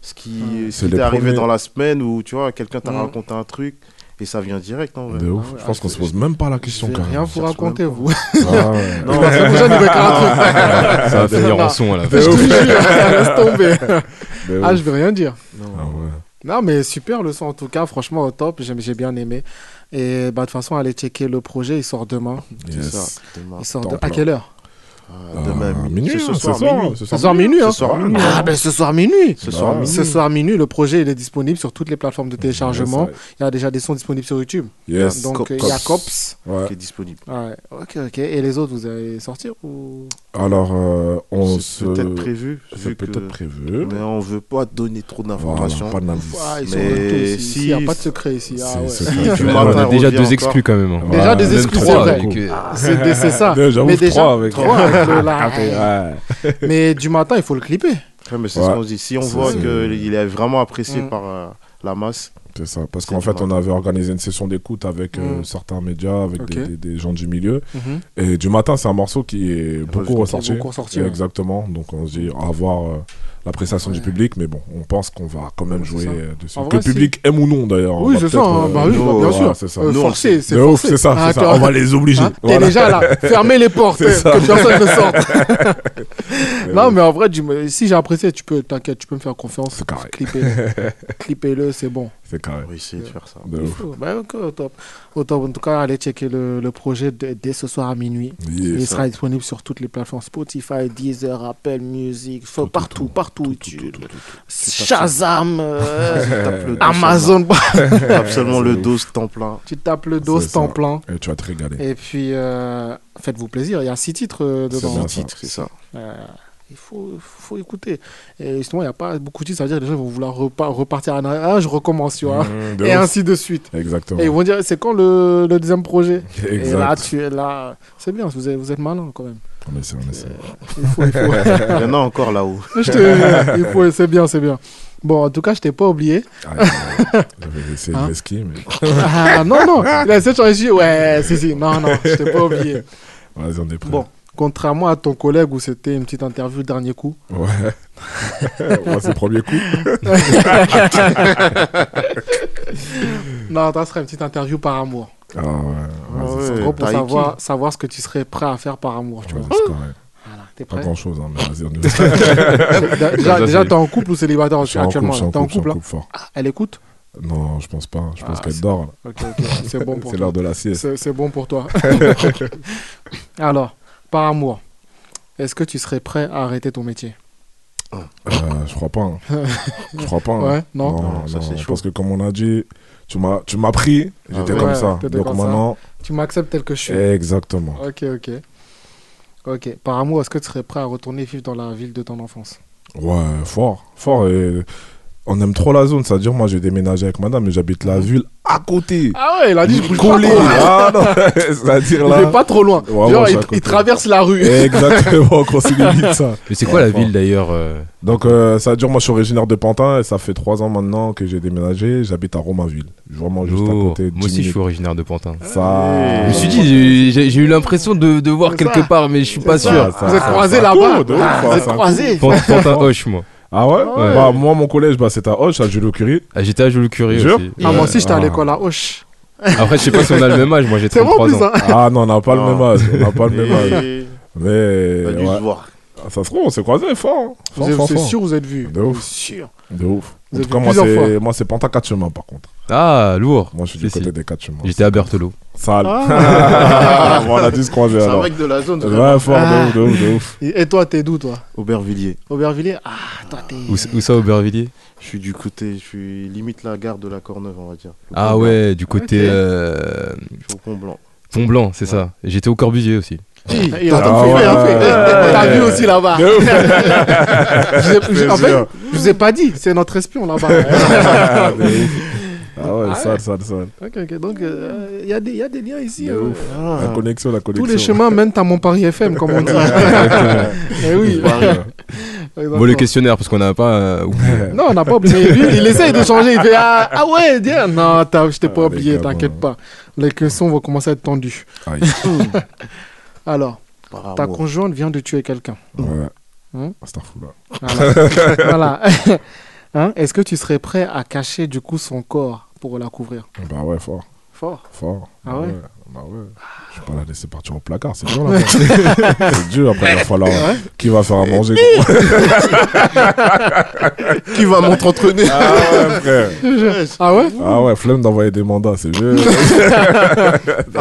ce qui, ce
C'est
qui
les
t'est arrivé
premiers.
dans la semaine où tu vois quelqu'un t'a
Mm.
raconté un truc et ça vient direct.
Ah,
Non,
De ouf. je pense qu'on se pose même pas la question, quand
Rien
même.
vous raconter, vous.
Ah euh, ouais.
Non, la semaine prochaine, il va écrire un truc.
Ça va finir
Non.
en son à la
Je te
fin.
jure, laisse tomber.
De
Ah,
ouf.
je vais rien dire.
Ah ouais.
Non, mais super le son en tout cas, franchement au top, j'ai j'ai bien aimé. Et bah, de toute façon, allez checker le projet, il sort demain.
Yes.
ça. Demain.
Il sort
Temps
de... à
plein.
quelle heure
Ah, demain,
Ah, minuit,
minuit. C'est ce
hein,
soir,
ce soir,
minuit.
ce
Ce soir minuit, hein
Ce soir, minuit.
Ah, ben ce soir minuit
Ce
Bah,
soir, minuit.
Ce soir minuit, le projet il est disponible sur toutes les plateformes de téléchargement.
Yes,
Il y a déjà des sons disponibles sur YouTube.
Yes.
Donc
Cops.
euh, il y a Cops.
Ouais.
qui est disponible.
Ouais. Ok, ok. Et les autres, vous allez sortir ou...
Alors, euh, on se.
C'est peut-être prévu.
C'est
vu que-
peut-être prévu.
Mais on veut pas donner trop d'informations.
Voilà, pas de
Ah,
l'indice.
ils sont
Mais
honnêtes tous ici.
si-
Il n'y a pas de secret ici. Ah,
C'est
ouais.
secret.
Si du
Ouais,
matin
on a déjà
revient
deux
encore-
exclus quand même. hein.
Déjà des
même
exclus,
trois
c'est vrai.
avec, euh,
Ah, C'est c'est ça.
Deux, j'avoue,
Mais déjà,
trois avec- Ah,
trois avec le live.
Ouais.
Mais du matin, il faut le clipper.
Ouais, mais c'est
Ouais.
ce qu'on se dit. Si on
C'est-
voit
c'est-
qu'il est vraiment apprécié
Mm.
par euh, la masse,
C'est ça. Parce
C'est
qu'en fait,
dommage.
on avait organisé une session d'écoute avec euh,
Mm.
certains médias, avec des-
Ok.
des, des gens du milieu. Et du matin, c'est un morceau qui est beaucoup
qui est
ressorti.
beaucoup ressorti,
Et
ouais.
Exactement. Donc, on se dit, on va voir euh, l'appréciation du public. Mais bon, on pense qu'on va quand même
Ouais,
jouer
c'est ça.
euh, dessus.
En
que
vrai,
le public aime ou non, d'ailleurs. on
Oui,
va
c'est ça.
peut-être,
hein.
euh,
bah oui,
nous,
bah, bien
voilà,
sûr.
C'est ça.
Euh,
Nous, on-
forcé, c'est
de ouf,
forcé.
c'est ça,
Ah,
c'est ça.
toi,
On va les obliger.
hein, T'es
Voilà.
déjà là. Fermez les portes. hein,
C'est ça.
Que personne ne sorte.
Ouais,
non,
ouais.
mais en vrai, du- si j'ai apprécié, tu peux, t'inquiète, tu peux me faire confiance.
C'est carré.
Clipper. Clippez-le, c'est bon.
C'est carré.
on va essayer de faire ça.
De
Il
ouf.
faut. Bah, ok, au top. Au top. En tout cas, allez checker le, le projet de- dès ce soir à minuit.
Yes.
Il sera disponible sur toutes les plateformes Spotify, Deezer, Apple Music, faut-
tout,
partout,
tout,
partout.
tout,
tu-
tout, tout, tout,
Shazam, euh,
Tape le dos sur
Amazon,
la- Tape seulement le dos temps plein.
tu tapes le dos
C'est
temps
ça.
plein.
Et Eh, tu vas te régaler.
Et puis, euh, faites-vous plaisir, il y a six titres euh,
C'est
dedans.
bien
Le
ça.
titre, c'est ça.
Euh, il faut, faut écouter. Et justement, il n'y a pas beaucoup de titres, ça veut dire que les gens vont vouloir repa- repartir en arrière. Ah, je recommence, tu vois.
Mm, de
Et
ouf.
ainsi de suite.
Exactement.
Et ils vont dire, c'est quand le, le deuxième projet
exact.
Et là, tu es là. C'est bien, vous êtes, vous êtes malin quand même.
On essaie, on
Euh.
essaie.
Il faut, il faut.
Il y en a encore là-haut.
Je te- il faut- c'est bien, c'est bien. Bon, en tout cas, je t'ai pas oublié.
Ah, euh, J'avais essayé
Hein
de l'esquiver, mais
Ah, non, non, il a essayé de changer. Ouais, si, si, non, non, je t'ai pas oublié.
vas-y, on est prêt.
Bon, contrairement à ton collègue où c'était une petite interview le dernier coup,
Ouais. Moi, c'est le premier coup.
non, ça serait une petite interview par amour.
Ah ouais. ouais,
Ah
c'est
ouais,
En gros, pour
Taiki.
savoir, savoir ce que tu serais prêt à faire par amour, tu
Euh, Ouais,
vois.
c'est carré.
Voilà, t'es
Pas
prêt
grand chose, hein, mais vas-y, on y va.
Déjà-
Déjà,
Déjà,
j'ai-
t'es en couple ou célibataire
Je suis en couple,
actuellement
je suis en
T'es en
couple, je suis
couple,
en
hein
couple fort.
Ah, Elle écoute
Non, je pense pas. Je pense
Ah,
qu'elle
c'est-
dort. là.
Ok, ok, c'est bon pour
C'est
toi.
l'heure de la sieste.
C'est c'est bon pour toi. Alors, par amour, est-ce que tu serais prêt à arrêter ton métier
Euh, je crois pas. hein. Je crois pas. hein.
Ouais, non
Non,
Non, ça,
non,
c'est chaud.
Parce que comme on a dit, tu m'as, tu m'as pris, j'étais
ouais,
comme ça.
Ah t'étais
Donc
comme ça.
maintenant,
Tu m'acceptes tel que je suis.
exactement.
Ok, ok. Ok, par amour, est-ce que tu serais prêt à retourner vivre dans la ville de ton enfance
Ouais, fort, fort. Et on aime trop la zone, c'est-à-dire moi j'ai déménagé avec madame, mais j'habite la ville à côté.
Mhm. Ah ouais, il a dit je bouge
collé, ah
pas.
non, c'est-à-dire
Il est
là.
pas trop loin.
Vraiment,
Genre,
c'est
il,
à côté. Eh,
il traverse la rue.
Exactement, gros, c'est limite ça.
Mais c'est quoi
Ouais,
la
fort.
ville d'ailleurs euh,
Donc euh, ça dure, moi je suis originaire de Pantin et ça fait trois ans maintenant que j'ai déménagé, j'habite à Romainville, vraiment juste à
oh,
côté.
Moi aussi, je suis originaire de Pantin.
Ça...
Je me suis dit, j'ai- j'ai eu l'impression de, de voir
C'est
quelque
ça.
part, mais je suis pas
C'est
sûr.
ça. Vous êtes croisés là-bas.
cool, de ouf,
Ah,
ça,
Vous êtes
ça.
croisés.
Pan- Pantin Hoche, moi.
Ah ouais,
Ouais.
Bah moi mon collège, bah, c'était à Hoche, à Jules Curie.
Ah, J'étais à Joliot Curie
Jure
aussi.
Ah, moi aussi, j'étais à
Ah.
l'école à Hoche.
Après, je sais pas si on a le même âge, moi j'ai
C'est vrai, en
33
plus,
ans.
hein.
Ah non, on n'a pas le
Non.
même âge. On n'a pas le même
Mais-
âge. Mais.
On a dû se voir.
Ah, Ça se trouve, on s'est croisés fort. hein.
Vous
Fort,
avez-
fort,
C'est
fort.
sûr, vous êtes vu.
De ouf.
Sûr.
De ouf.
Vous
En
avez
tout cas,
vu
moi,
plusieurs
c'est-
fois.
moi, c'est Panta 4 chemins, par contre.
Ah, lourd.
Moi, je suis du
Si,
côté
si.
des 4 chemins.
J'étais à Berthelot.
Sale.
Ah.
Bon, on a dû se croiser
C'est un
alors.
mec de la zone,
Ouais,
vraiment.
fort,
Ah.
de ouf, de ouf, de ouf.
Et et toi, t'es d'où, toi
Aubervilliers.
Aubervilliers Ah, toi, t'es.
Où, ça- où ça, Aubervilliers
Je suis du côté, je suis limite la gare de la Corneuve, on va dire. Le Pont
Ah
Blanc.
ouais, du côté
Ok.
euh,
Je suis au Pont Blanc.
Pont Blanc, c'est ça. J'étais au Corbusier aussi.
Hi,
Ah
Il a
ouais.
tout fait, hein, fait. T'as vu aussi là-bas.
De ouf.
Je vous ai- je- En fait,
Plaisir.
je vous ai pas dit, c'est notre espion là-bas.
Ah, de ouf. Ah ouais, sale, sale, sale.
Ok, ok, donc euh, il y, a des- y a des liens ici.
De
euh.
ouf.
Ah.
La connexion, la
Tous
connexion.
les chemins mènent à Montparis FM, comme on dit. Eh oui. Exactement.
Bon, le questionnaire, parce qu'on n'a pas euh, oublié.
Non, on n'a pas oublié. Lui, il essaye de changer. Il fait Ah, ah ouais, bien. Non, t'as- je t'ai pas
Ah, les
oublié,
gars,
t'inquiète pas. Les questions vont commencer à être tendues.
Aïe.
Alors,
Ah,
Par
ta
amour.
conjointe vient de tuer quelqu'un.
Ouais.
Hmm.
Astaghfirullah.
Voilà. Voilà. Hein, Est-ce que tu serais prêt à cacher du coup son corps pour la couvrir
Bah ouais, fort.
Fort.
Fort.
Ah
Bah
ouais
Bah ouais. Je vais pas la laisser partir au placard, c'est dur là. c'est dur, après il va falloir. Qui va faire à manger gros
Qui va m'entretenir
Ah ouais, frère.
Ah ouais
Ah ouais, flemme d'envoyer des mandats, c'est vieux.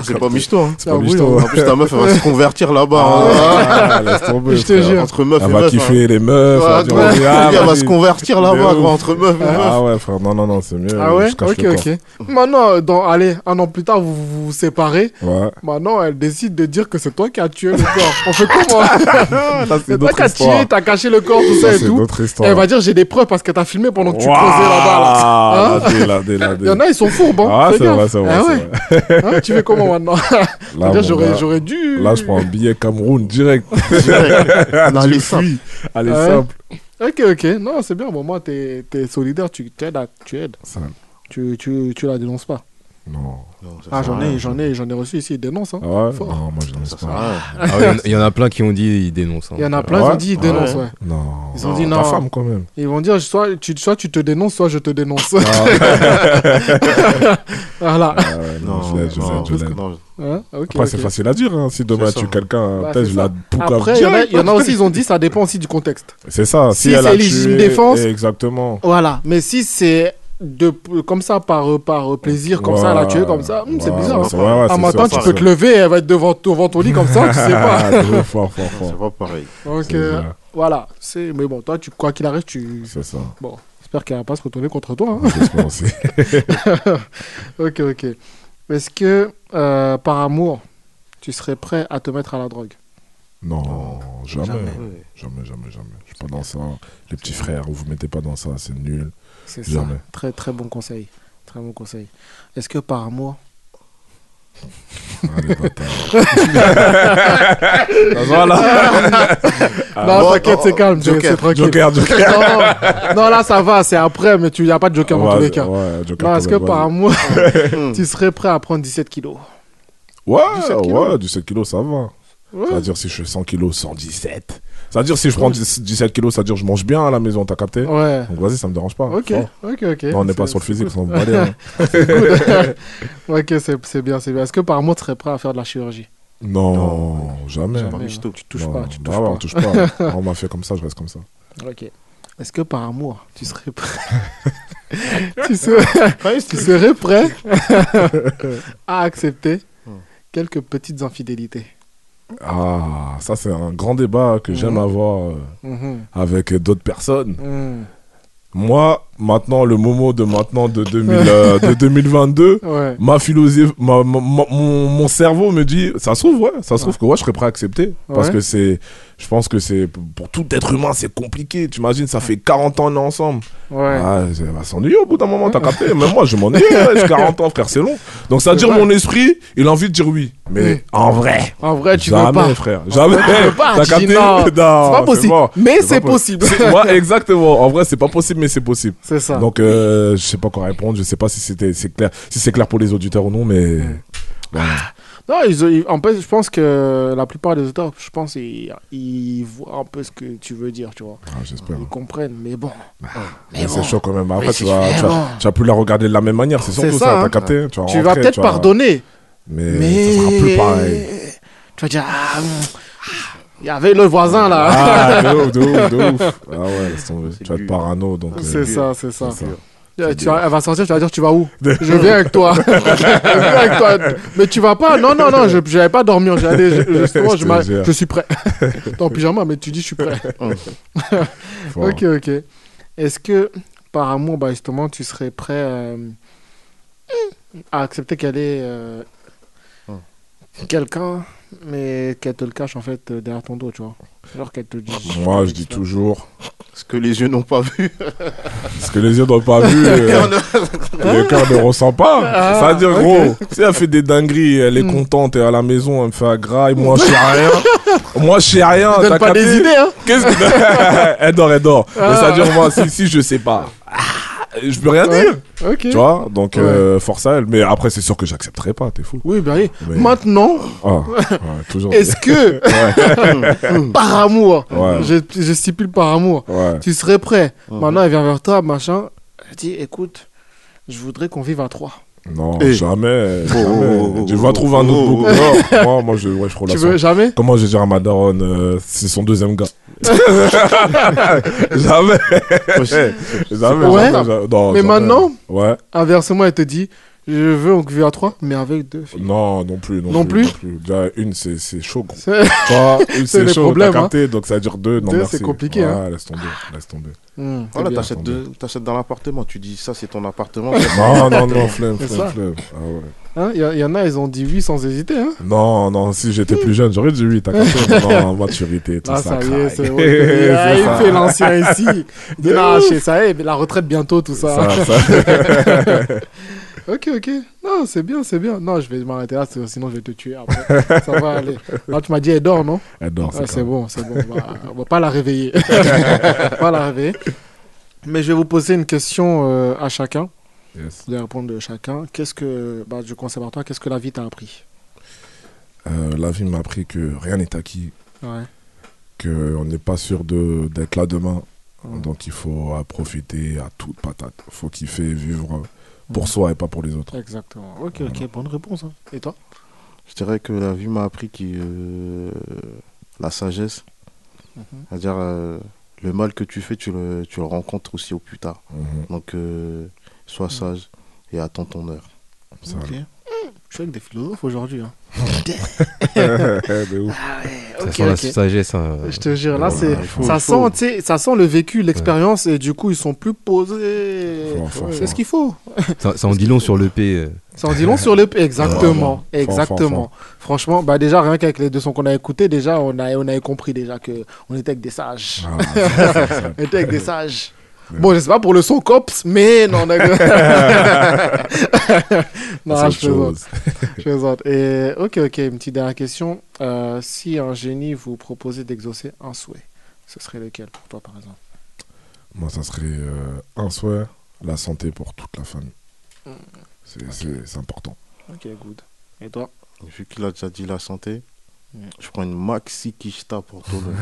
C'est pas Michto. hein.
C'est pas
Ah oui,
misto.
En plus, ta meuf, elle va se convertir là-bas. hein.
Ah, laisse tomber.
Je te
frère.
jure.
Entre meufs et
Elle va
meufs. hein.
kiffer les meufs.
Ouais,
va dire,
ouais.
ah,
Elle
bah,
va
vas-y.
se convertir
De
là-bas,
ouf.
quoi, entre meufs et meufs.
Ah ouais, frère, non, non, non, c'est mieux.
Ah ouais
Je cache
Ok,
le corps.
ok. Maintenant, dans, allez, un an plus tard, vous vous, vous séparez.
Ouais.
Maintenant, elle décide de dire que c'est toi qui as tué le corps. On fait comment
Là, c'est
Ah, C'est toi qui
d'autres
as tué,
histoires.
t'as caché le corps, tout ça,
Ça,
et
c'est
tout. Eh,
d'autres
Et elle
histoires.
va dire j'ai des preuves parce que t'as filmé pendant que Oh, tu
Waouh,
posais là-bas.
là,
Hein
dès, là, dès, là,
Il
dès.
y en a, ils sont fourbes. Hein.
Ah,
Fais
c'est
gaffe.
vrai, c'est vrai.
Ah
c'est
ouais.
vrai.
Hein, tu fais comment maintenant
Là, bon,
Dire, j'aurais,
là-
j'aurais dû.
Là, je prends un billet Cameroun direct.
ah,
Ah,
Non,
Tu
les simples.
fuis. Allez,
Ouais.
simple.
Ok, ok. Non, c'est bien. Bon, moi, t'es, t'es solidaire. Tu tu aides. à- Tu, aides.
Simple.
Tu, tu, tu la dénonces pas.
Non.
Non, ça
Ah,
sert à
j'en
rien.
ai, j'en ai, j'en ai reçu ici. Ils dénoncent. Hein.
Ah ouais
Fort.
Non, moi, je ne sais
Ça sert
pas.
à rien.
Ah ouais, il y en- il y en a plein qui ont dit ils dénoncent. hein.
Il y en a plein, ils
Ouais.
ont dit ils
Ah
dénoncent.
ouais.
ouais.
Non.
Ils ont dit
Ta
non.
femme, quand même.
Ils vont dire soit tu, soit tu te dénonces, soit je te dénonce. voilà.
Ah ouais, non,
Non,
je l'aide, je
non,
l'aide, je l'aide.
non.
Hein ok,
Après, c'est
ok.
facile à dire. hein. Si demain,
C'est ça.
tu es quelqu'un,
Bah,
peut-être
c'est
je la
ça.
boucle à
Après, il y, en a- il y en a aussi, ils ont dit ça dépend aussi du contexte.
C'est ça.
Si
Si elle a
c'est légitime
tué.
défense-
Exactement.
Voilà, mais si c'est de comme ça par par euh, plaisir, comme ça, la tuer comme ça, hum, c'est
Ouais,
bizarre.
ouais, c'est- ouais, ouais,
un
c'est
matin,
sûr,
tu
c'est
peux
sûr.
te lever, elle va être devant, devant ton lit comme ça, tu sais pas.
Ah, de ouf, fort, fort,
C'est
fort.
pas pareil.
Donc
C'est
euh,
ça.
voilà, c'est mais bon, toi, tu quoi qu'il arrive, tu
C'est ça.
bon, j'espère qu'elle va pas se retourner contre toi. hein.
J'espère aussi.
ok, ok. Est-ce que euh, par amour, tu serais prêt à te mettre à la drogue
Non, jamais.
Jamais.
Jamais, jamais, jamais. Je suis pas dans ça. Les petits frères, vous vous mettez pas dans ça, c'est nul.
C'est ça.
Jamais.
Très très bon conseil, très bon conseil. Est-ce que par amour,
Ah, les bâtards. Ah, voilà.
non,
bon,
t'inquiète,
oh,
c'est calme, c'est-
Joker,
c'est tranquille.
Ah, Joker, Joker.
Non, non, non, là ça va, c'est après, mais tu n'y a pas de joker dans
Ouais,
tous les cas.
ouais, Joker.
Non, est-ce que
quand même,
par
vas-y.
amour,
Hum.
tu serais prêt à prendre 17 kilos
Ouais,
17 kilos.
ouais, 17 kilos, ça va. C'est-à-dire si je fais 100 kilos, 117. C'est-à-dire si je prends 10 17 kilos, c'est-à-dire je mange bien à la maison, t'as capté
Ouais.
Donc vas-y, ça me dérange pas.
Ok,
Fort.
ok, ok.
Non, on n'est pas
C'est-
sur le physique, ça on va dire.
Ok, c'est c'est bien, c'est bien. Est-ce que par amour, tu serais prêt à faire de la chirurgie
Non, jamais.
Jamais,
pas
hein.
misto.
Tu touches
Non,
pas, tu touches
bah ouais, on touche pas. on m'a fait comme ça, je reste comme ça.
pas. Ok. Est-ce que par amour, tu serais prêt tu, serais... tu serais prêt à accepter quelques petites infidélités
Ah, ça c'est un grand débat que j'aime avoir euh,
Mhm.
avec d'autres personnes.
Mhm.
Moi, maintenant, le Momo de maintenant, de, 2000, euh, de 2022,
Ouais.
ma philosophie, ma- ma- ma- mon, mon cerveau me dit, ça se trouve, ouais, ça se trouve que ouais, je serais prêt à accepter. Parce
Ouais.
que c'est, je pense que c'est, pour tout être humain, c'est compliqué. Tu imagines, ça fait 40 ans, on est ensemble.
Ouais.
Ah, ça va s'ennuyer au bout d'un moment, t'as capté. Même moi, je m'ennuie, ouais, j'ai 40 ans, frère, c'est long. Donc, ça veut dire,
vrai.
mon esprit, il a envie de dire oui.
Mm.
Mais en vrai.
En vrai, tu
jamais,
veux pas.
frère. Jamais.
tu veux pas,
T'as
tu
capté
dis non.
Non,
C'est pas possible.
Oh, mort.
Mais c'est
pas
possible.
C'est- ouais, exactement. En vrai, c'est pas possible, mais c'est possible.
C'est ça.
Donc, euh, je sais pas quoi répondre. Je sais pas si c'était, c'est clair, si c'est clair pour les auditeurs ou non, mais. Voilà.
Non, ils, ont- ils- en fait, je pense que la plupart des auteurs, je pense, ils, ils voient un peu ce que tu veux dire, tu vois.
ah, j'espère.
Ils comprennent, mais bon.
Bah, Mais c'est chaud quand même. Après,
Mais
tu
c'est
vas, tu, vas-
vraiment-
tu vas plus la regarder de la même manière. C'est
C'est
surtout ça,
ça, hein.
t'as capté. Tu vas,
Tu vas
rentrer,
peut-être pardonner,
Mais, ça sera plus pareil.
Tu vas dire, ah, hum, il y avait le voisin là.
Ah, de ouf, de ouf, de ouf. Ah ouais, laisse tomber. Tu vas être parano. donc,
C'est
euh,
ça, c'est ça.
C'est
Euh, tu
dur.
vas- elle va sortir, tu vas dire tu vas où Je viens avec toi. je viens avec toi. Mais tu vas pas Non, non, non, je n'allais pas dormir. J'allais, je, justement,
Je
je,
te
m'a-
jure.
je suis prêt. T'es en pyjama, mais tu dis je suis prêt.
Fort.
ok, ok. Est-ce que, par amour, bah, justement, tu serais prêt euh, à accepter qu'elle est euh,
Oh.
quelqu'un, mais qu'elle te le cache en fait euh, derrière ton dos, tu vois Alors qu'elle te dit.
Moi, je dis toujours.
Ce que les yeux n'ont pas vu.
Ce que les yeux n'ont pas vu,
Le
euh,
cœur ne-
le cœur ne ressent pas.
Ah,
C'est-à-dire,
ok.
gros, si elle fait des dingueries, elle
Hmm.
est contente et à la maison, elle me fait un graille. Moi, je sais rien. Moi, je sais rien.
Donne
Ah, t'as
pas
capté
des idées, hein
Qu'est-ce que. elle dort, elle dort. Mais
Ah.
c'est-à-dire, moi, si, si je sais pas, ah, je peux rien dire.
Ok.
Tu vois Donc,
Hmm. Ouais.
euh, force à elle. Mais après, c'est sûr que j'accepterai pas, t'es fou.
Oui, bah oui.
Mais-
Maintenant,
Ah, ouais, toujours.
Est-ce que,
Ouais.
par amour,
Ouais.
je, je stipule par amour,
Ouais.
tu serais prêt Maintenant, elle vient vers toi, machin. Elle dit écoute, je voudrais qu'on vive à trois.
Non,
Eh.
jamais.
Oh,
jamais.
oh, oh,
je vais
oh,
trouver un
oh,
autre
oh,
bouc.
oh.
Non, moi, moi, je, ouais, je trouve
Tu
la
veux
sorte.
jamais
Comment je gère à ma daronne euh, C'est son deuxième gars. jamais. jamais. Jamais.
Ouais.
jamais. Non,
Mais
Oh, jamais.
maintenant,
Ouais.
inversement, elle te dit je veux qu'on vive à trois, mais avec deux filles.
Non, non plus. Non,
Non
plus,
plus
Déjà, une, c'est c'est chaud, gros.
C'est-
Tu vois, une,
C'est
c'est
le
chaud.
problème,
t'as capté, donc ça dure deux. Non,
Deux,
merci.
c'est compliqué,
Ouais,
hein.
laisse tomber. Laisse tomber.
Hmm,
voilà,
c'est bien.
Oh t'achètes deux- t'achètes dans l'appartement, tu dis ça c'est ton appartement.
Non, non, non, flemme,
C'est
flemme,
ça.
flemme. Ah ouais.
Il Hein, y, a- y en a, ils ont dit oui sans hésiter. Hein
Non, non, si j'étais plus jeune, j'aurais dit oui, t'as capté. Non, maturité, tout
Ah,
ça.
ça y est,
craque.
c'est ouais, ah, il
ça.
fait l'ancien ici. Il dit,
De
non,
ouf.
chez ça, y est, mais la retraite bientôt, tout ça.
Ça, ça.
ok, ok. Non, c'est bien, c'est bien. Non, je vais m'arrêter là, parce que sinon je vais te tuer après. ça va aller. Là, tu m'as dit, elle dort, non
Elle dort,
Ouais,
c'est
Ah, C'est
clair.
bon, c'est bon. On va, on va pas la réveiller. On va pas la réveiller. Mais je vais vous poser une question euh, à chacun.
Yes.
Vous allez répondre de chacun. Qu'est-ce que, bah, je commence par toi, qu'est-ce que la vie t'a appris
Euh, la vie m'a appris que rien n'est acquis,
Ouais.
qu'on n'est pas sûr de- d'être là demain. Donc il faut euh, profiter à toute patate. Il faut kiffer, vivre pour soi et pas pour les autres.
Exactement. Ok, ok, bonne réponse. hein. Et toi
Je dirais que la vie m'a appris que euh, la sagesse,
Mhm.
c'est-à-dire euh, le mal que tu fais, tu le, tu le rencontres aussi au plus tard.
Mhm,
Donc euh,
Mm.
sois sage et attends ton heure.
Ok. Mmh, Je suis avec des philosophes aujourd'hui. Hein.
De ouf.
Ah ouais,
Ça
ok,
sent la
ok.
sagesse, hein.
Je te jure, là,
Ouais,
c'est,
il faut-
ça,
il
sent,
faut.
tu sais, ça sent le vécu, l'expérience, et du coup, ils sont plus posés.
Fort, fort,
C'est
fort.
ce qu'il faut.
Ça, ça en dit long sur le P. euh.
Ça en dit long sur le P. Exactement.
Vraiment.
Exactement.
Fort, fort,
Franchement, bah déjà, rien qu'avec les deux sons qu'on a écoutés, déjà, on, a, on avait compris déjà que on était avec des sages.
Ah,
on était avec des sages. Bon, je sais pas pour le son COPS, mais non, on a...
C'est
non,
autre
je plaisante.
chose.
Je plaisante. Et, ok, ok, une petite dernière question. Euh, si un génie vous proposait d'exaucer un souhait, ce serait lequel pour toi, par exemple
Moi, ça serait euh, un souhait, la santé pour toute la famille. C'est c'est- c'est important.
Ok, good. Et toi
Vu qu'il a déjà dit la santé,
Mm.
je prends une maxi quicheta pour tout le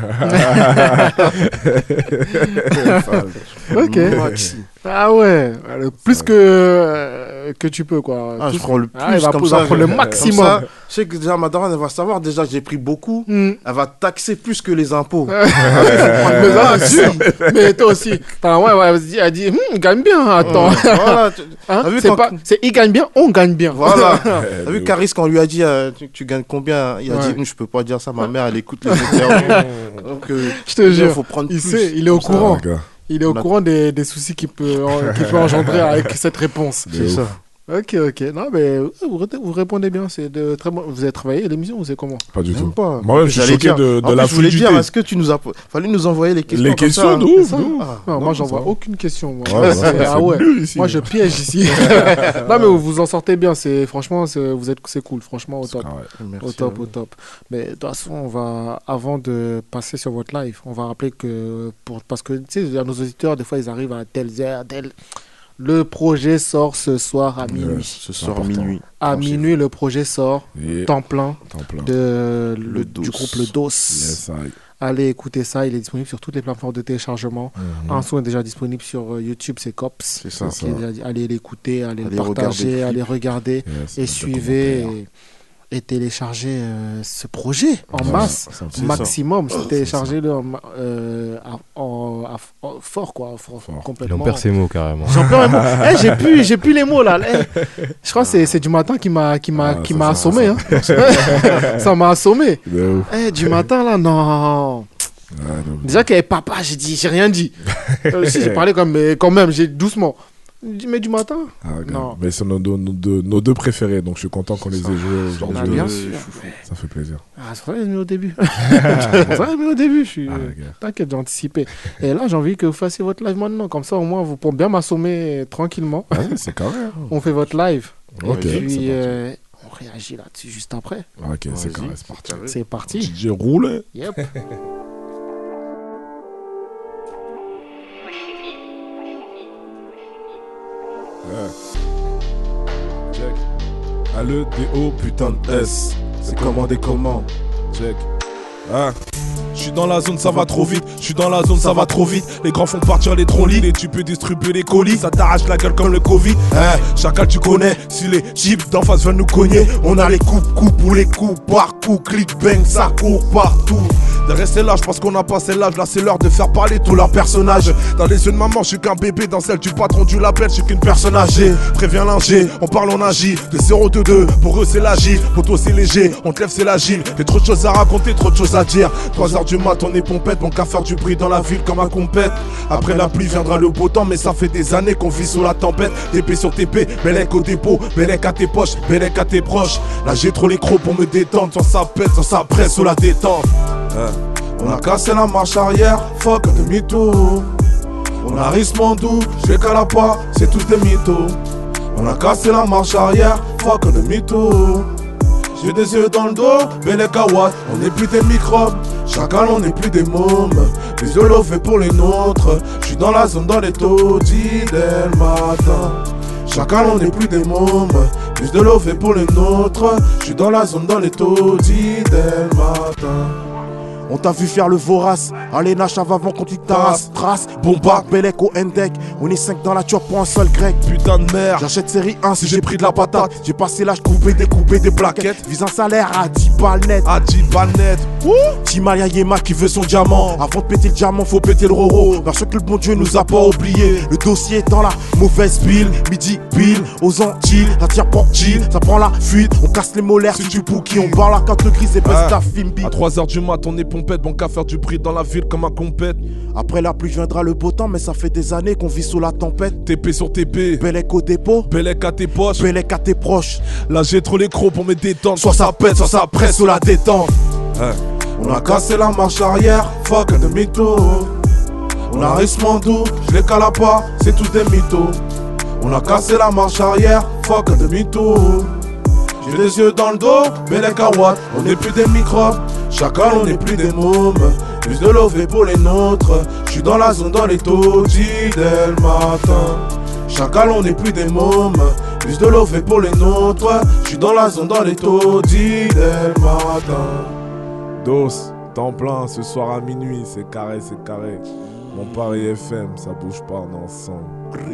monde.
ok.
Maxi.
Ah ouais, le plus que, euh, que tu peux quoi.
Ah,
Tout-
je prends le plus,
Ah, il va
comme
prendre-
ça,
va prendre le
comme
maximum.
ça, je sais que déjà, ma daronne, elle va savoir, déjà, j'ai pris beaucoup.
Hmm.
Elle va taxer plus que les impôts. Ah ouais, faut prendre
mais,
le
ça,
max.
c'est sûr. mais toi aussi. Attends, ouais, ouais, elle se dit- elle dit, Hum, on gagne bien, attends.
Ouais, voilà, tu-
Hein,
t'as vu
c'est
quand-
pas, c'est il gagne bien, on gagne bien.
Voilà.
Eh,
T'as vu Caris quand on lui a dit euh, tu, tu gagnes combien Il a
Ouais.
dit Hum, je peux pas dire ça, ma mère elle écoute les interviews. Donc euh,
Je te jure,
il faut prendre
il
plus.
sait, il est au
Comme ça,
courant.
le gars.
Il est au
Ah, On a-
courant des, des soucis qu'il peut, en- qu'il peut engendrer avec cette réponse.
C'est ça.
Ok, ok. Non, mais vous, ré- vous répondez bien. C'est de très bon. Vous avez travaillé l'émission ou c'est comment
Pas du
Même
tout.
pas.
Moi, je suis
J'allais
choqué
dire-
de,
en
de la
plus, Je voulais
fluidité.
dire, est-ce que tu nous as. Fallait nous envoyer les questions.
Les
comme
questions,
ça.
de ouf,
Ça,
de ouf.
ah,
Non, moi
non,
j'en
ça
vois
va.
aucune question. Moi,
Ouais, ouais,
C'est-
c'est
ah ouais.
nul ici.
moi je piège ici. non, mais vous vous en sortez bien. C'est franchement, c'est- vous êtes, c'est cool. Franchement, au
Ah
top,
Merci, hein.
au top,
hein.
ouais.
au top. Mais de toute façon, on va avant de passer sur votre live, on va rappeler que pour parce que tu sais, à nos auditeurs, des fois, ils arrivent à telle heure, telle. Le projet sort ce soir à minuit.
Ce soir à minuit.
À minuit, le projet sort.
Yeah.
Temps plein.
Temps plein.
De,
Le
le-
DOS.
du groupe Le DOS.
Yes, I.
Allez écouter ça. Il est disponible sur toutes les plateformes de téléchargement.
Mhm.
Un son est déjà disponible sur euh, YouTube, c'est COPS. C'est
ça. C'est ça.
Allez l'écouter, allez,
Allez
le
regarder le
partager,
clip.
allez regarder
Yes,
et
le
suivez. Et, et téléchargez euh, ce projet en
Ouais,
masse,
ça me fait
au
ça.
maximum.
C'est ça.
Téléchargez-le en ma- euh, à- en- à- en- fort, quoi. Fort, complètement.
Il en perd ses mots, carrément.
J'en perds mes mots. Eh, j'ai plus, j'ai plus les mots là. Eh, je crois que c'est- c'est du matin qui m'a qui
Ah,
m'a qui m'a assommé. hein. ça m'a assommé.
De ouf.
Eh, du matin là, non.
Ah,
Déjà qu'il y avait papa, j'ai dit, j'ai rien dit. Euh, si, j'ai parlé comme, mais quand même, j'ai doucement. Mais du matin
Ah, grave.
Non.
Mais c'est nos, deux- nos deux, nos deux préférés, donc je suis content qu'on les ait joués aujourd'hui.
Bah, bien sûr.
Ça fait plaisir.
Ah, c'est vrai, j'ai mis au début. c'est vrai, j'ai mis au début. Je suis...
Ah, regarde.
T'inquiète, j'ai anticipé. Et là, j'ai envie que vous fassiez votre live maintenant. Comme ça, au moins, vous pourrez bien m'assommer tranquillement.
Ouais, c'est carré, hein.
On fait votre live.
Ok,
Et
c'est
puis,
parti.
euh, on réagit là-dessus juste après.
Ah, ok, c'est carré, c'est parti.
C'est parti.
J'ai roulé.
Yep.
Ouais. Check. Ah, le DO, putain de S. C'est commandé comment Check. Hein
Je suis dans la zone, ça va trop vite. Je suis dans la zone, ça va trop vite. Les grands font partir les trolleys. Et tu peux distribuer les colis. Ça t'arrache la gueule comme le Covid. Hein, chacal, tu connais. Si les chips d'en face veulent nous cogner, on a les coups, coups pour les coups par coup. Click, bang, ça court partout. De rester là, je pense qu'on a passé l'âge. Là, c'est l'heure de faire parler tous leurs personnages. Dans les yeux de maman, je suis qu'un bébé. Dans celle du patron, tu l'appelles, je suis qu'une personne âgée. Préviens l'ingé, on parle, on agit. De 0-2-2, pour eux, c'est l'agile. Pour toi, c'est léger. On te lève, c'est l'agile. J'ai trop de choses à raconter, trop de choses à dire. 3 heures du mat, on est pompette. Mon qu'à faire du bruit dans la ville comme un compète. Après la pluie viendra le beau temps, mais ça fait des années qu'on vit sous la tempête. TP sur TP, Bellec au dépôt, Bellec à tes poches, Bellec à tes proches. Là, j'ai trop les crocs pour me détendre. Sans ça pète, sans ça presse ou la détente. Hein. On a cassé la marche arrière, fuck un demi-tour. On a risque doux, je vais qu'à la part, c'est tout des mythos. On a cassé la marche arrière, fuck un demi-tour. J'ai des yeux dans le dos, mais les kawas, on n'est plus des microbes. Chacal, on n'est plus des mômes. Les yolo fait pour les nôtres. J'suis dans la zone, dans les taudis dès le matin. Chacal, on n'est plus des mômes. Plus de l'eau fait pour les nôtres. J'suis dans la zone, dans les taudis dès le matin.
On t'a vu faire le vorace. Allez, Nash, avant qu'on t'y tasse. Trace, bomba, Belek au Endek. On est 5 dans la tueur pour un seul grec.
Putain de merde.
J'achète série 1 si Ah. j'ai pris de la patate. J'ai passé l'âge coupé, découpé des plaquettes. Vise un salaire à 10 balles net.
À 10 balles net.
Timaya Yema qui veut son diamant. Avant de péter le diamant, faut péter le roro. Parce que le bon Dieu nous a pas oublié. Le dossier est dans la mauvaise pile. Midi pile, aux Antilles. La tire portile, ça prend la fuite. On casse les molaires si tu qui On parle à 4 grises et baisse
Ah.
ta fimbi.
À 3h du mat, on est pompette, bon qu'à faire du bruit dans la ville comme un compète.
Après la pluie viendra le beau temps, mais ça fait des années qu'on vit sous la tempête.
TP sur TP,
Bellec au dépôt,
Bellec à tes poches,
Bellec à tes proches.
Là j'ai trop les crocs pour me détendre, soit ça pète, soit ça presse ou la détente. Hein. On a cassé la marche arrière, fuck un demi-tour. On a risque doux, je les cala pas, c'est tout des mythos. On a cassé la marche arrière, fuck un demi-tour. J'ai les yeux dans le dos, mais les kawatt, on n'est plus des microbes. Chacal, on n'est plus des mômes. Plus de l'eau fait pour les nôtres. J'suis dans la zone, dans les taudis dès le matin. Chacal, on n'est plus des mômes. Plus de l'eau fait pour les nôtres. J'suis dans la zone, dans les taudis dès le matin.
Dos, temps plein, ce soir à minuit, c'est carré, c'est carré. Mon Paris FM, ça bouge pas en ensemble.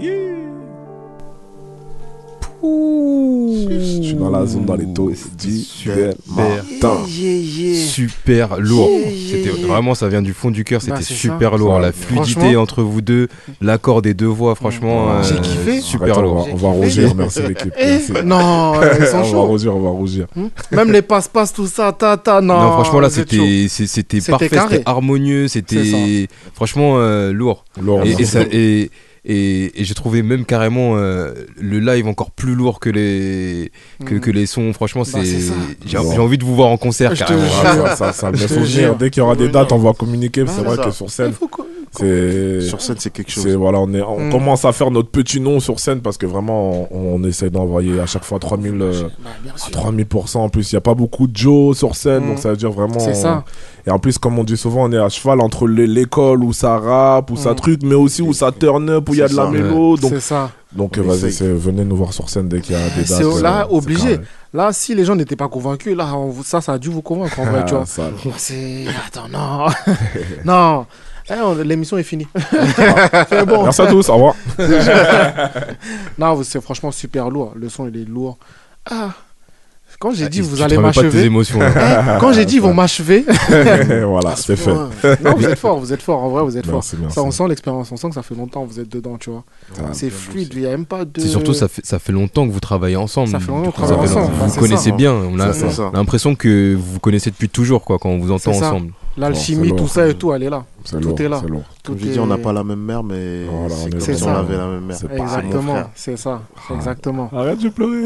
Je suis dans la zone, dans les taux. Super.
Martin. Super lourd. C'était vraiment, ça vient du fond du cœur. C'était
Bah, c'est
super
ça.
lourd. La
Franchement-
fluidité entre vous deux, l'accord des deux voix, franchement,
J'ai
euh,
kiffé.
Super
Arrête, on
lourd.
va- on va rougir, merci l'équipe,
Eh, merci. non, ils sont
on va
chauds. Hmm?
rougir, on va rougir.
Même les passe-passe, tout ça, tata, non.
Non, franchement, là,
vous êtes
c'était
chaud.
c'est- c'était
C'était
parfait,
carré.
c'était harmonieux,
C'est
c'était franchement euh, lourd.
Lourd,
et,
lourd.
et ça- et- et- et j'ai trouvé même carrément euh, le live encore plus lourd que les, que, que les sons. Franchement,
Bah,
c'est
c'est ça.
j'ai
Lourd.
j'ai envie de vous voir en concert
Je te
carrément.
jure. Ça- ça- ça me Je te fait souvenir. jure. Dès qu'il y aura des dates, on va communiquer. C'est vrai que sur scène,
C'est-
Sur scène, c'est quelque chose.
c'est- voilà, on, est, on
Mm.
commence à faire notre petit nom sur scène parce que vraiment, on, on essaie d'envoyer à chaque fois 3000 euh, à 3000%. En plus, il n'y a pas beaucoup de Joe sur scène,
Mm.
donc ça veut dire vraiment.
C'est ça.
Et en plus, comme on dit souvent, on est à cheval entre les- l'école où ça rappe, où ça
Mm.
truc, mais aussi où ça turn up, où il y a
C'est
de la
ça.
mélo.
Ouais.
Donc,
C'est ça.
donc
On
euh, vas-y,
essaye.
c'est- venez nous voir sur scène dès qu'il y a des dates.
C'est
euh,
là,
c'est
obligé.
carré.
Là, si les gens n'étaient pas convaincus, là, on vous- ça, ça a dû vous convaincre en vrai, tu vois.
Ça.
C'est. Attends, non. non. Eh, on- L'émission est finie. C'est bon.
Merci à tous, au revoir.
non, vous- c'est franchement super lourd. Le son, il est lourd. Ah. Quand j'ai
Ah,
dit,
il-
vous
tu
allez
te remets pas de tes Ah,
m'achever.
émotions, hein.
là.
Eh, Quand j'ai dit, ils vont m'achever.
Voilà, c'est fait.
ah.
Non, vous êtes fort, vous êtes fort. En vrai, vous êtes
Merci,
fort.
merci.
Ça, on sent l'expérience. On sent que ça fait longtemps que vous êtes dedans, tu vois.
Ah,
c'est fluide. Il n'y a même pas de.
C'est surtout ça fait, ça fait longtemps que vous travaillez ensemble.
Ça fait longtemps
Du
qu'on
coup,
travaille
ça fait
ensemble,
longtemps.
bah,
Vous
c'est
connaissez
ça.
bien. On a
C'est ça.
l'impression que vous vous connaissez depuis toujours quoi quand on vous entend
C'est ça.
ensemble.
L'alchimie, tout ça et tout, elle est là. Tout est là. Tout
Comme je dis,
est-
on n'a pas la même mère, mais c'est comme
C'est
si
ça.
on avait la même mère.
Exactement, c'est ça.
Ah.
Exactement. Ah, eh,
Arrête de pleurer.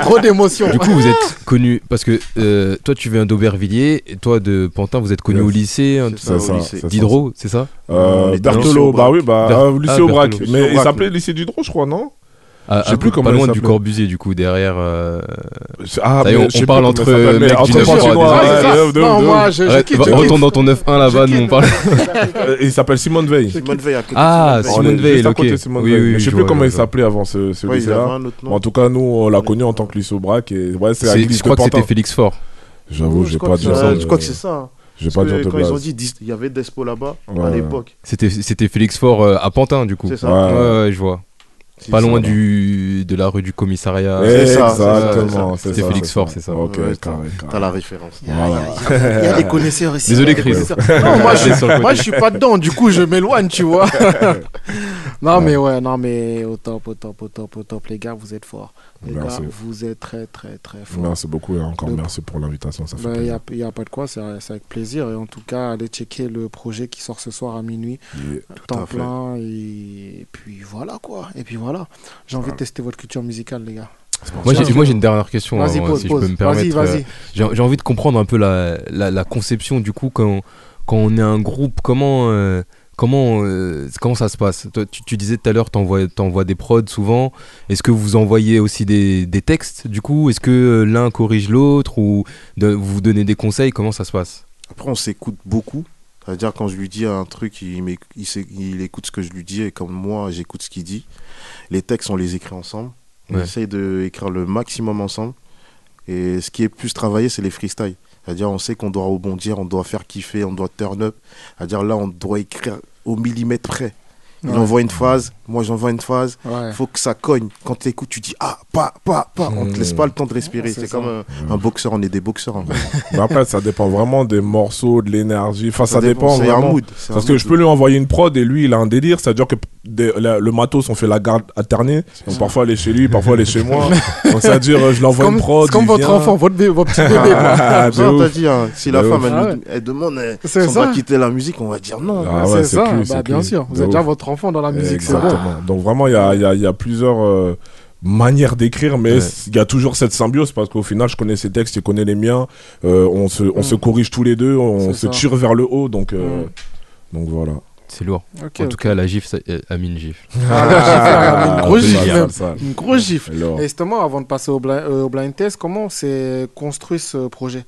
trop d'émotions.
Du coup, vous êtes connus parce que euh, toi tu viens d'Aubervilliers et toi de Pantin, vous êtes connus
Yes.
au lycée, hein,
C'est
tout
ça, au lycée.
C'est Diderot, c'est ça
Euh, Berthelot, bah oui, bah, euh, lycée Aubrac. Mais il s'appelait lycée Diderot, je crois, non
Ah,
Je sais
ah,
plus comment
pas
il
loin du
s'appelait.
Corbusier du coup derrière. euh,
Ah,
ça y est,
mais
on,
je sais
on parle
plus
entre
comment ça s'appelle,
euh,
mais
mecs du
entre
9
Chinois,
droit,
ouais,
ouais,
de ouf, de
Ah, Non,
ouf.
moi, je- je
Arrête,
kiffe,
va-
je kiffe.
Retourne dans ton 9-1 là-bas, nous on parle.
Euh, Il s'appelle Simone Veil.
Simone Veil à côté de
Ah,
On
Simone Veil.
est
Simone Veil,
juste à
ok.
côté de Simone
Oui,
Veil.
oui,
Mais je sais
je
plus
vois,
comment
je
il
vois.
s'appelait avant ce, ce
Ouais, il
lycée-là.
avait un autre nom.
En tout cas, nous, on l'a connu en tant que lycée Aubrac. Et ouais, c'est la
C'est-
glisse
Je crois
de
que c'était
Pantin.
Félix Fort.
J'avoue, j'ai pas
que
dire
c'est-
ça.
je crois que c'est ça. hein.
J'ai
Parce
pas
que
dire de
Quand ils ont
blague.
dit, dis- il y avait Despo là-bas à
Ouais.
l'époque.
C'était c'était Félix Fort euh, à Pantin du coup.
C'est ça.
Ah.
Ouais,
Ouais.
ouais, je vois.
C'est
Pas
ça,
loin
là.
du de la rue du commissariat.
C'est ça,
C'est
exactement, c'est
C'était
ça,
Félix
c'est
Fort,
ça.
c'est ça.
Ok,
Ouais,
carré, carré.
T'as la référence.
Voilà.
Il y a des connaisseurs ici.
Désolé,
il y a des
Chris.
connaisseurs. Non, moi,
Désolé sur le
je,
côté.
moi, je suis pas dedans. Du coup, je m'éloigne, tu vois. non, mais ouais, non, mais au top, au top, au top, au top. Les gars, vous êtes forts. Les
Merci.
gars, vous êtes très, très, très forts.
Merci beaucoup et encore
Le-
merci pour l'invitation. Ça fait
Il n'y
plaisir.
a, y a pas de quoi, c'est c'est avec plaisir. Et en tout cas, allez checker le projet qui sort ce soir à minuit.
Yeah.
temps
à fait.
plein. Et... puis voilà quoi. Et puis voilà. J'ai envie de tester votre culture musicale, les gars.
Moi
Tiens.
j'ai moi, j'ai une dernière question
Vas-y,
avant,
pose,
si
pose.
je peux me
Vas-y,
permettre. euh,
vas-y.
J'ai j'ai envie de comprendre un peu la, la, la conception du coup quand, quand on est un groupe, comment, euh, comment, euh, comment ça se passe Toi, tu, tu disais tout à l'heure, t'envoies envoies des prods souvent. Est-ce que vous envoyez aussi des, des textes du coup Est-ce que euh, l'un corrige l'autre ou de- vous vous donnez des conseils Comment ça se passe
Après, on s'écoute beaucoup. C'est-à-dire, quand je lui dis un truc, il, m'éc- il, s'é- il écoute ce que je lui dis et comme moi, j'écoute ce qu'il dit. Les textes, on les écrit ensemble. On
Ouais.
essaye d'écrire le maximum ensemble. Et ce qui est plus travaillé, c'est les freestyles. C'est-à-dire, on sait qu'on doit rebondir, on doit faire kiffer, on doit turn up. C'est-à-dire, là, on doit écrire au millimètre près. Il
Ouais.
envoie une phase, moi j'envoie une phase.
euh,
Ouais.
Faut que ça cogne. Quand tu écoutes, tu dis ah, pas, pas, pas. On te laisse pas le temps de respirer.
c'est
C'est
ça.
comme un, un boxeur, on est des boxeurs. en fait.
Mais après, ça dépend vraiment des morceaux, de l'énergie. Enfin, ça,
Ça
dépend,
dépend, c'est
vraiment.
un mood, c'est
Parce
un
que
mood.
je peux lui envoyer une prod et lui, il a un délire. C'est-à-dire que des- la- le matos, on fait la garde alternée. Donc parfois, elle est chez lui, parfois, elle est chez moi. Donc, c'est-à-dire, euh, je l'envoie
Comme,
une prod.
c'est comme
il
votre
vient.
enfant, votre, bé- votre petit bébé. quoi.
Ah, de
Ça, on t'a
ouf.
dit, hein, si la
De
femme,
ouf.
elle,
Ah
nous-
ouais.
elle demande euh,
C'est
si on
ça.
doit quitter la musique, on va dire non.
Ah ouais,
c'est ça,
clé,
bah,
c'est
bien
clé.
sûr.
De
Vous êtes déjà
ouf.
votre enfant dans la musique, c'est bon.
Exactement. Donc vraiment, il y a, il y a- il y a plusieurs euh, manières d'écrire, mais
Ouais.
il y a toujours cette symbiose parce qu'au final, je connais ses textes, il connaît les miens. Euh, on se, on
Mm.
se corrige tous les deux, on
C'est
se
ça.
tire vers le haut. Donc, euh,
Mm.
donc voilà.
C'est lourd.
Ok,
en
ok.
tout cas, la gifle, ça- euh, Amine gifle.
Ah, une grosse
c'est
gifle,
sale,
même.
sale.
Une grosse gifle.
Alors.
Et justement, avant de passer au, bli- euh, au blind test, comment s'est construit ce projet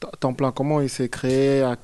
T- Temps plein, comment il s'est créé à-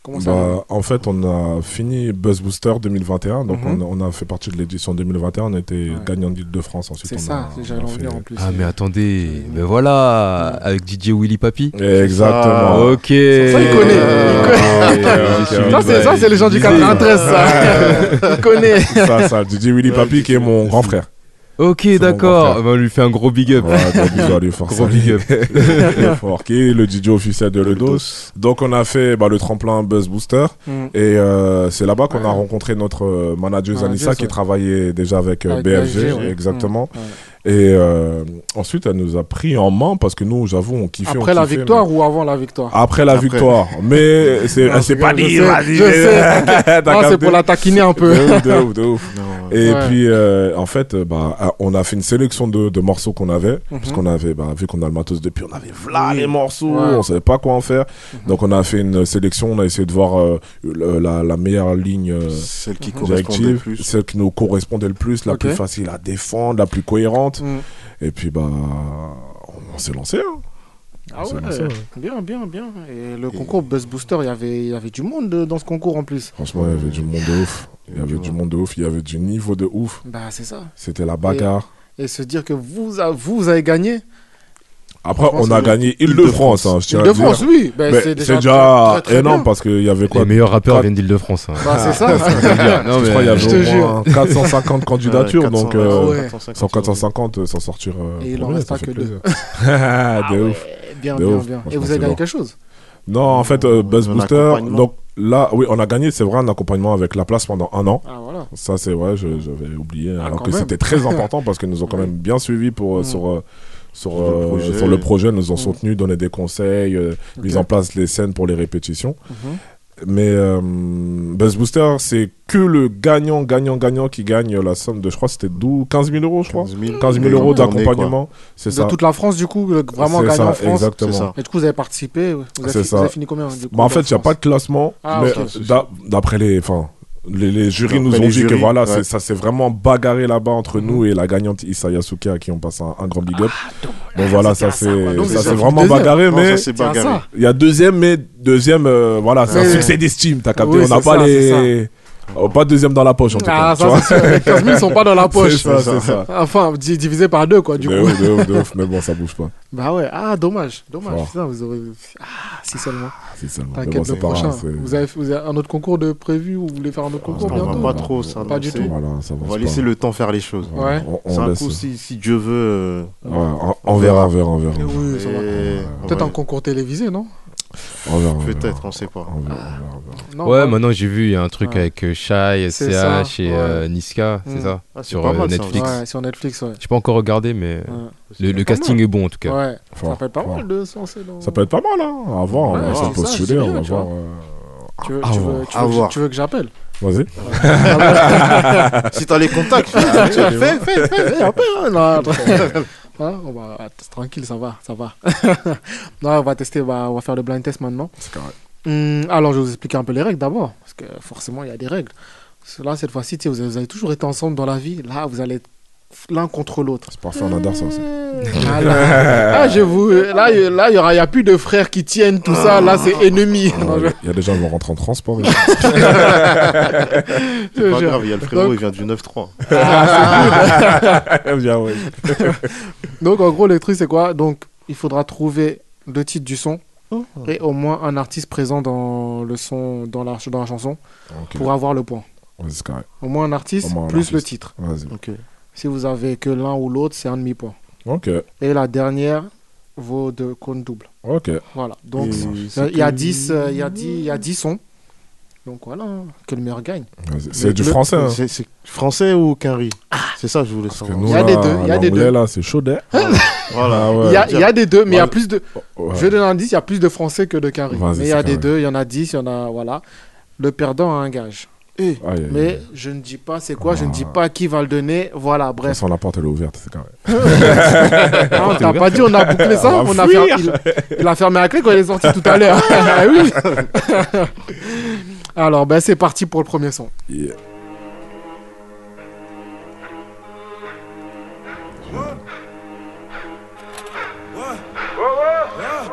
Comment ça
Bah, en fait, on a fini Buzz Booster 2021, donc
Mhm.
on, on a fait partie de l'édition 2021, on était
Ouais.
gagnant d'île de France ensuite.
C'est
on
ça,
a-
c'est-
on
j'allais
a
en
fait-
venir en plus.
Ah mais attendez, mais voilà, avec DJ Willy Papi.
Exactement. euh,
Ah,
Ok. Euh. Ça il
connaît.
Il connaît.
Ça, c'est, ça, c'est les gens du 93, ça. Il connaît.
ça, ça, DJ Willy Papi qui est mon grand frère.
Ok,
mon grand
d'accord.
frère.
Eh ben, on lui fait un gros big up.
Voilà, gros bisous à lui, force
Gros
à lui.
big up.
Il est fort, qui est le DJ officiel de Le Dos. Donc on a fait bah, le tremplin Buzz Booster
Mm.
et euh, c'est là-bas qu'on a
Ouais.
rencontré notre euh, manager
Manager,
Anissa qui
ouais.
travaillait déjà avec, euh,
Avec
BFG,
BFG, ouais.
exactement.
Mm.
Et euh, ensuite, elle nous a pris en main parce que nous, j'avoue, on kiffait. on
Après la
kiffait,
victoire ou avant la victoire
mais- Ah, Après la victoire. Mais c'est,
Non,
elle s'est
je
pas
rigole,
dit,
je sais,
vas-y.
je sais.
T'as
Non, Ah, c'est
capté
pour la taquiner un peu.
De ouf, de ouf, de ouf. Et
Ouais.
puis, euh, en fait, euh, bah, on a fait une sélection de, de morceaux qu'on avait. Parce
Mhm.
qu'on avait, bah, vu qu'on a le matos depuis, on avait
V'là les
morceaux.
Ouais.
on savait pas quoi en faire.
Mhm.
Donc on a fait une sélection, on a essayé de voir euh, le- la, la meilleure ligne euh,
Celle qui
directive,
correspondait le plus.
celle qui nous correspondait le plus, la
Ok.
plus facile à défendre, la plus cohérente.
Mm.
Et puis bah on, on s'est lancé. hein.
Ah
On s'est
ouais,
lancé, ouais.
bien, bien, bien. Et le concours Buzz Booster, il y avait- il y avait du monde euh, dans ce concours en plus.
Franchement, il y avait du monde de ouf. Il y avait du monde de ouf. Il y avait du niveau de ouf.
Bah, c'est ça.
C'était la bagarre.
Et, et se dire que vous, a- vous avez gagné.
Après,
Franchement,
on a
c'est-
gagné Île-de-France. hein, je tiens à le dire.
Île-de-France, oui. Ben,
Mais
c'est
c'est
déjà
déjà,
très, très
énorme
bien.
parce qu'il y avait quoi
Les meilleurs rappeurs
Quatre-
viennent d'Île-de-France. hein.
Bah, c'est ça.
Ah, c'est ce que je veux dire. Parce
Non,
que je
mais-
crois qu'il y
je
avait
te
au moins
jure.
450 candidatures,
Ouais,
donc
400,
euh,
ouais.
sans 450 euh, s'en sortir. euh,
Et il en
premier,
reste
ça
pas
fait
que
plaisir.
deux.
Ah,
Ah
de
ouais,
ouf.
bien,
De
bien,
ouf.
bien. Et
Franchement,
vous avez
c'est
gagné
lourd.
quelque chose
Non, en fait, euh, Buzz
un
Booster,
accompagnement.
donc là, oui, on a gagné, c'est vrai, un accompagnement avec la place pendant un an.
Ah, voilà.
Ça, c'est vrai, je- j'avais oublié, alors
Ah, quand
que
même.
c'était très important parce qu'ils nous ont quand même bien suivis pour, euh,
Mm.
sur. euh, sur,
Sur le
euh,
projet.
sur le projet, ils nous ont
Mm.
soutenus, donné des conseils, euh,
Ok.
mis en place les scènes pour les répétitions.
Mhm.
Mais euh, Buzz Booster, c'est que le gagnant, gagnant, gagnant qui gagne la somme de, je crois, c'était 12 15 000 euros, je crois. 15 000, euros
Tournée,
d'accompagnement. C'est
de
ça.
toute la France, du coup, le- vraiment
C'est
gagné
ça,
en France.
exactement. C'est ça.
Et du coup, vous avez participé. Vous avez,
C'est
fi-
ça.
vous avez fini combien du coup,
Bah, en fait,
dans
il n'y a
France
pas de classement.
Ah,
mais
ok.
d'a- d'après les. Enfin, les, les jurys
D'après
nous ont
les
dit que
jurys,
voilà,
ouais. Mhm.
c'est- ça s'est vraiment bagarré là-bas entre nous et la gagnante Issa Yasuke à qui on passe un, un grand big up. Ah, donc voilà, ça c'est
Donc,
ça
c'est
s'est
ça,
vraiment
deuxième.
bagarré,
Non,
mais
ça, c'est Tiens, bagarré. ça.
il y a deuxième, mais deuxième, euh, voilà, c'est
Ouais.
un succès d'estime, t'as capté.
Oui,
on n'a
c'est
pas
ça,
les. oh, pas deuxième dans la poche en tout cas.
Ah,
tu vois.
ça, c'est sûr. Les 15 000 sont pas dans la poche.
C'est ça, c'est ça.
Enfin, di- divisé par deux, quoi, du
De
coup.
ouf, de ouf, de ouf, mais bon, ça bouge pas.
Bah ouais, ah dommage, dommage.
Fort.
Putain, vous aurez... Ah, si seulement.
si seulement. Mais
T'inquiète,
bon,
le
c'est pas
prochain.
grave, c'est- Ah,
vous, avez, vous avez un autre concours de prévu ou vous voulez faire un autre concours
On
bientôt
va pas trop ça.
Pas du tout.
on va laisser le temps faire les choses.
Ouais.
On- on
C'est un
laisse.
coup, si, si Dieu veut. euh,
Ouais, on- on verra, on verra, on verra.
Oui, ça va.
Et-
Peut-être
on
un concours télévisé, non
On verra, on verra.
Peut-être, on sait pas.
Non,
ouais,
pas-
maintenant j'ai vu, il y a un truc avec euh, Shai,
C'est ça,
SCH et euh, Niska, c'est
Mm.
ça
Ah, c'est
Sur
pas
euh,
mal, ça,
hein.
Netflix.
ouais. Ouais, sur Netflix, ouais.
J'ai pas encore regardé, mais le, le
pas
casting
mal.
est bon en tout cas.
Euh, Ouais,
Fort,
ça peut être pas
fort.
mal de se lancer dans.
Ça peut être pas mal, hein. À voir,
Ouais,
on va
c'est
se
ça, c'est
postuler,
bien,
on va
tu vois.
voir. euh,
Tu veux,
à
tu,
voir.
veux, tu,
À
veux, que-
voir.
tu veux que j'appelle Ah, bah,
Vas-y. Ah,
Si t'as les contacts,
fais,
tu
fais,
les
fais,
vois.
fais, fais, appelle, hein, non, attends. Hein, on va- attends, tranquille, ça va, ça va. non, on va tester, bah, on va faire le blind test maintenant.
C'est correct.
Hum, alors, je vais vous expliquer un peu les règles d'abord, parce que forcément, il y a des règles. Parce que Là, cette fois-ci, tu sais, vous, avez- vous avez toujours été ensemble dans la vie. Là, vous allez être l'un contre l'autre.
C'est parfait, on adore ça aussi.
Ah, là, là, je vous, là, il là, il y aura, il y a plus de frères qui tiennent tout ça. Là, c'est ennemi. Non, Ah, je-
Il y a des gens qui vont rentrer en transport.
Je
C'est pas
jure.
grave, il y a le frérot,
Donc-
il vient du 9-3.
Ah, c'est cool.
Bien, ouais.
Donc en gros le truc c'est quoi Donc il faudra trouver le titre du son
Oh.
et au moins un artiste présent dans le son dans la, dans la chanson
Ok.
pour avoir le point.
Vas-y, c'est correct.
Au moins un artiste
Au moins un
plus le
artiste.
titre.
Vas-y.
euh,
Si vous avez que l'un ou l'autre, c'est un demi point.
Ok.
Et la dernière vaut deux comptes doubles.
Ok.
Voilà. Donc
Et
il
c'est
y a
que-
10 euh, il y a 10 il y a 10 sons. Donc voilà, hein, que le meilleur gagne.
Vas-y.
Mais
C'est du
le-
français. hein.
C'est c'est français ou qu'un riz
Ah.
C'est ça Oh que je voulais
Parce
savoir.
que nous, là, l'anglais, là, c'est chaud d'air.
Voilà.
Ah ouais.
Il y, a, il y a des deux, mais il y a
Ouais.
plus de.
Ouais.
Je vais donner un indice, il y a plus de Français que de Carré.
Vas-y,
Mais il y
c'est
a des
carré.
deux, il y en a dix, il y en a. Voilà. Le perdant a un gage. Eh,
Aïe, aïe,
mais
aïe.
je ne dis pas c'est quoi, je ne dis
Ah.
pas qui va le donner. Voilà,
De toute
bref.
façon, la porte, elle est ouverte, c'est correct.
non, t'as pas dit, on a bouclé ça.
On va
On a fer-
fuir.
il, il a fermé la clé quand il est sorti tout à l'heure. Ah oui. Alors, ben, c'est parti pour le premier son.
Yeah.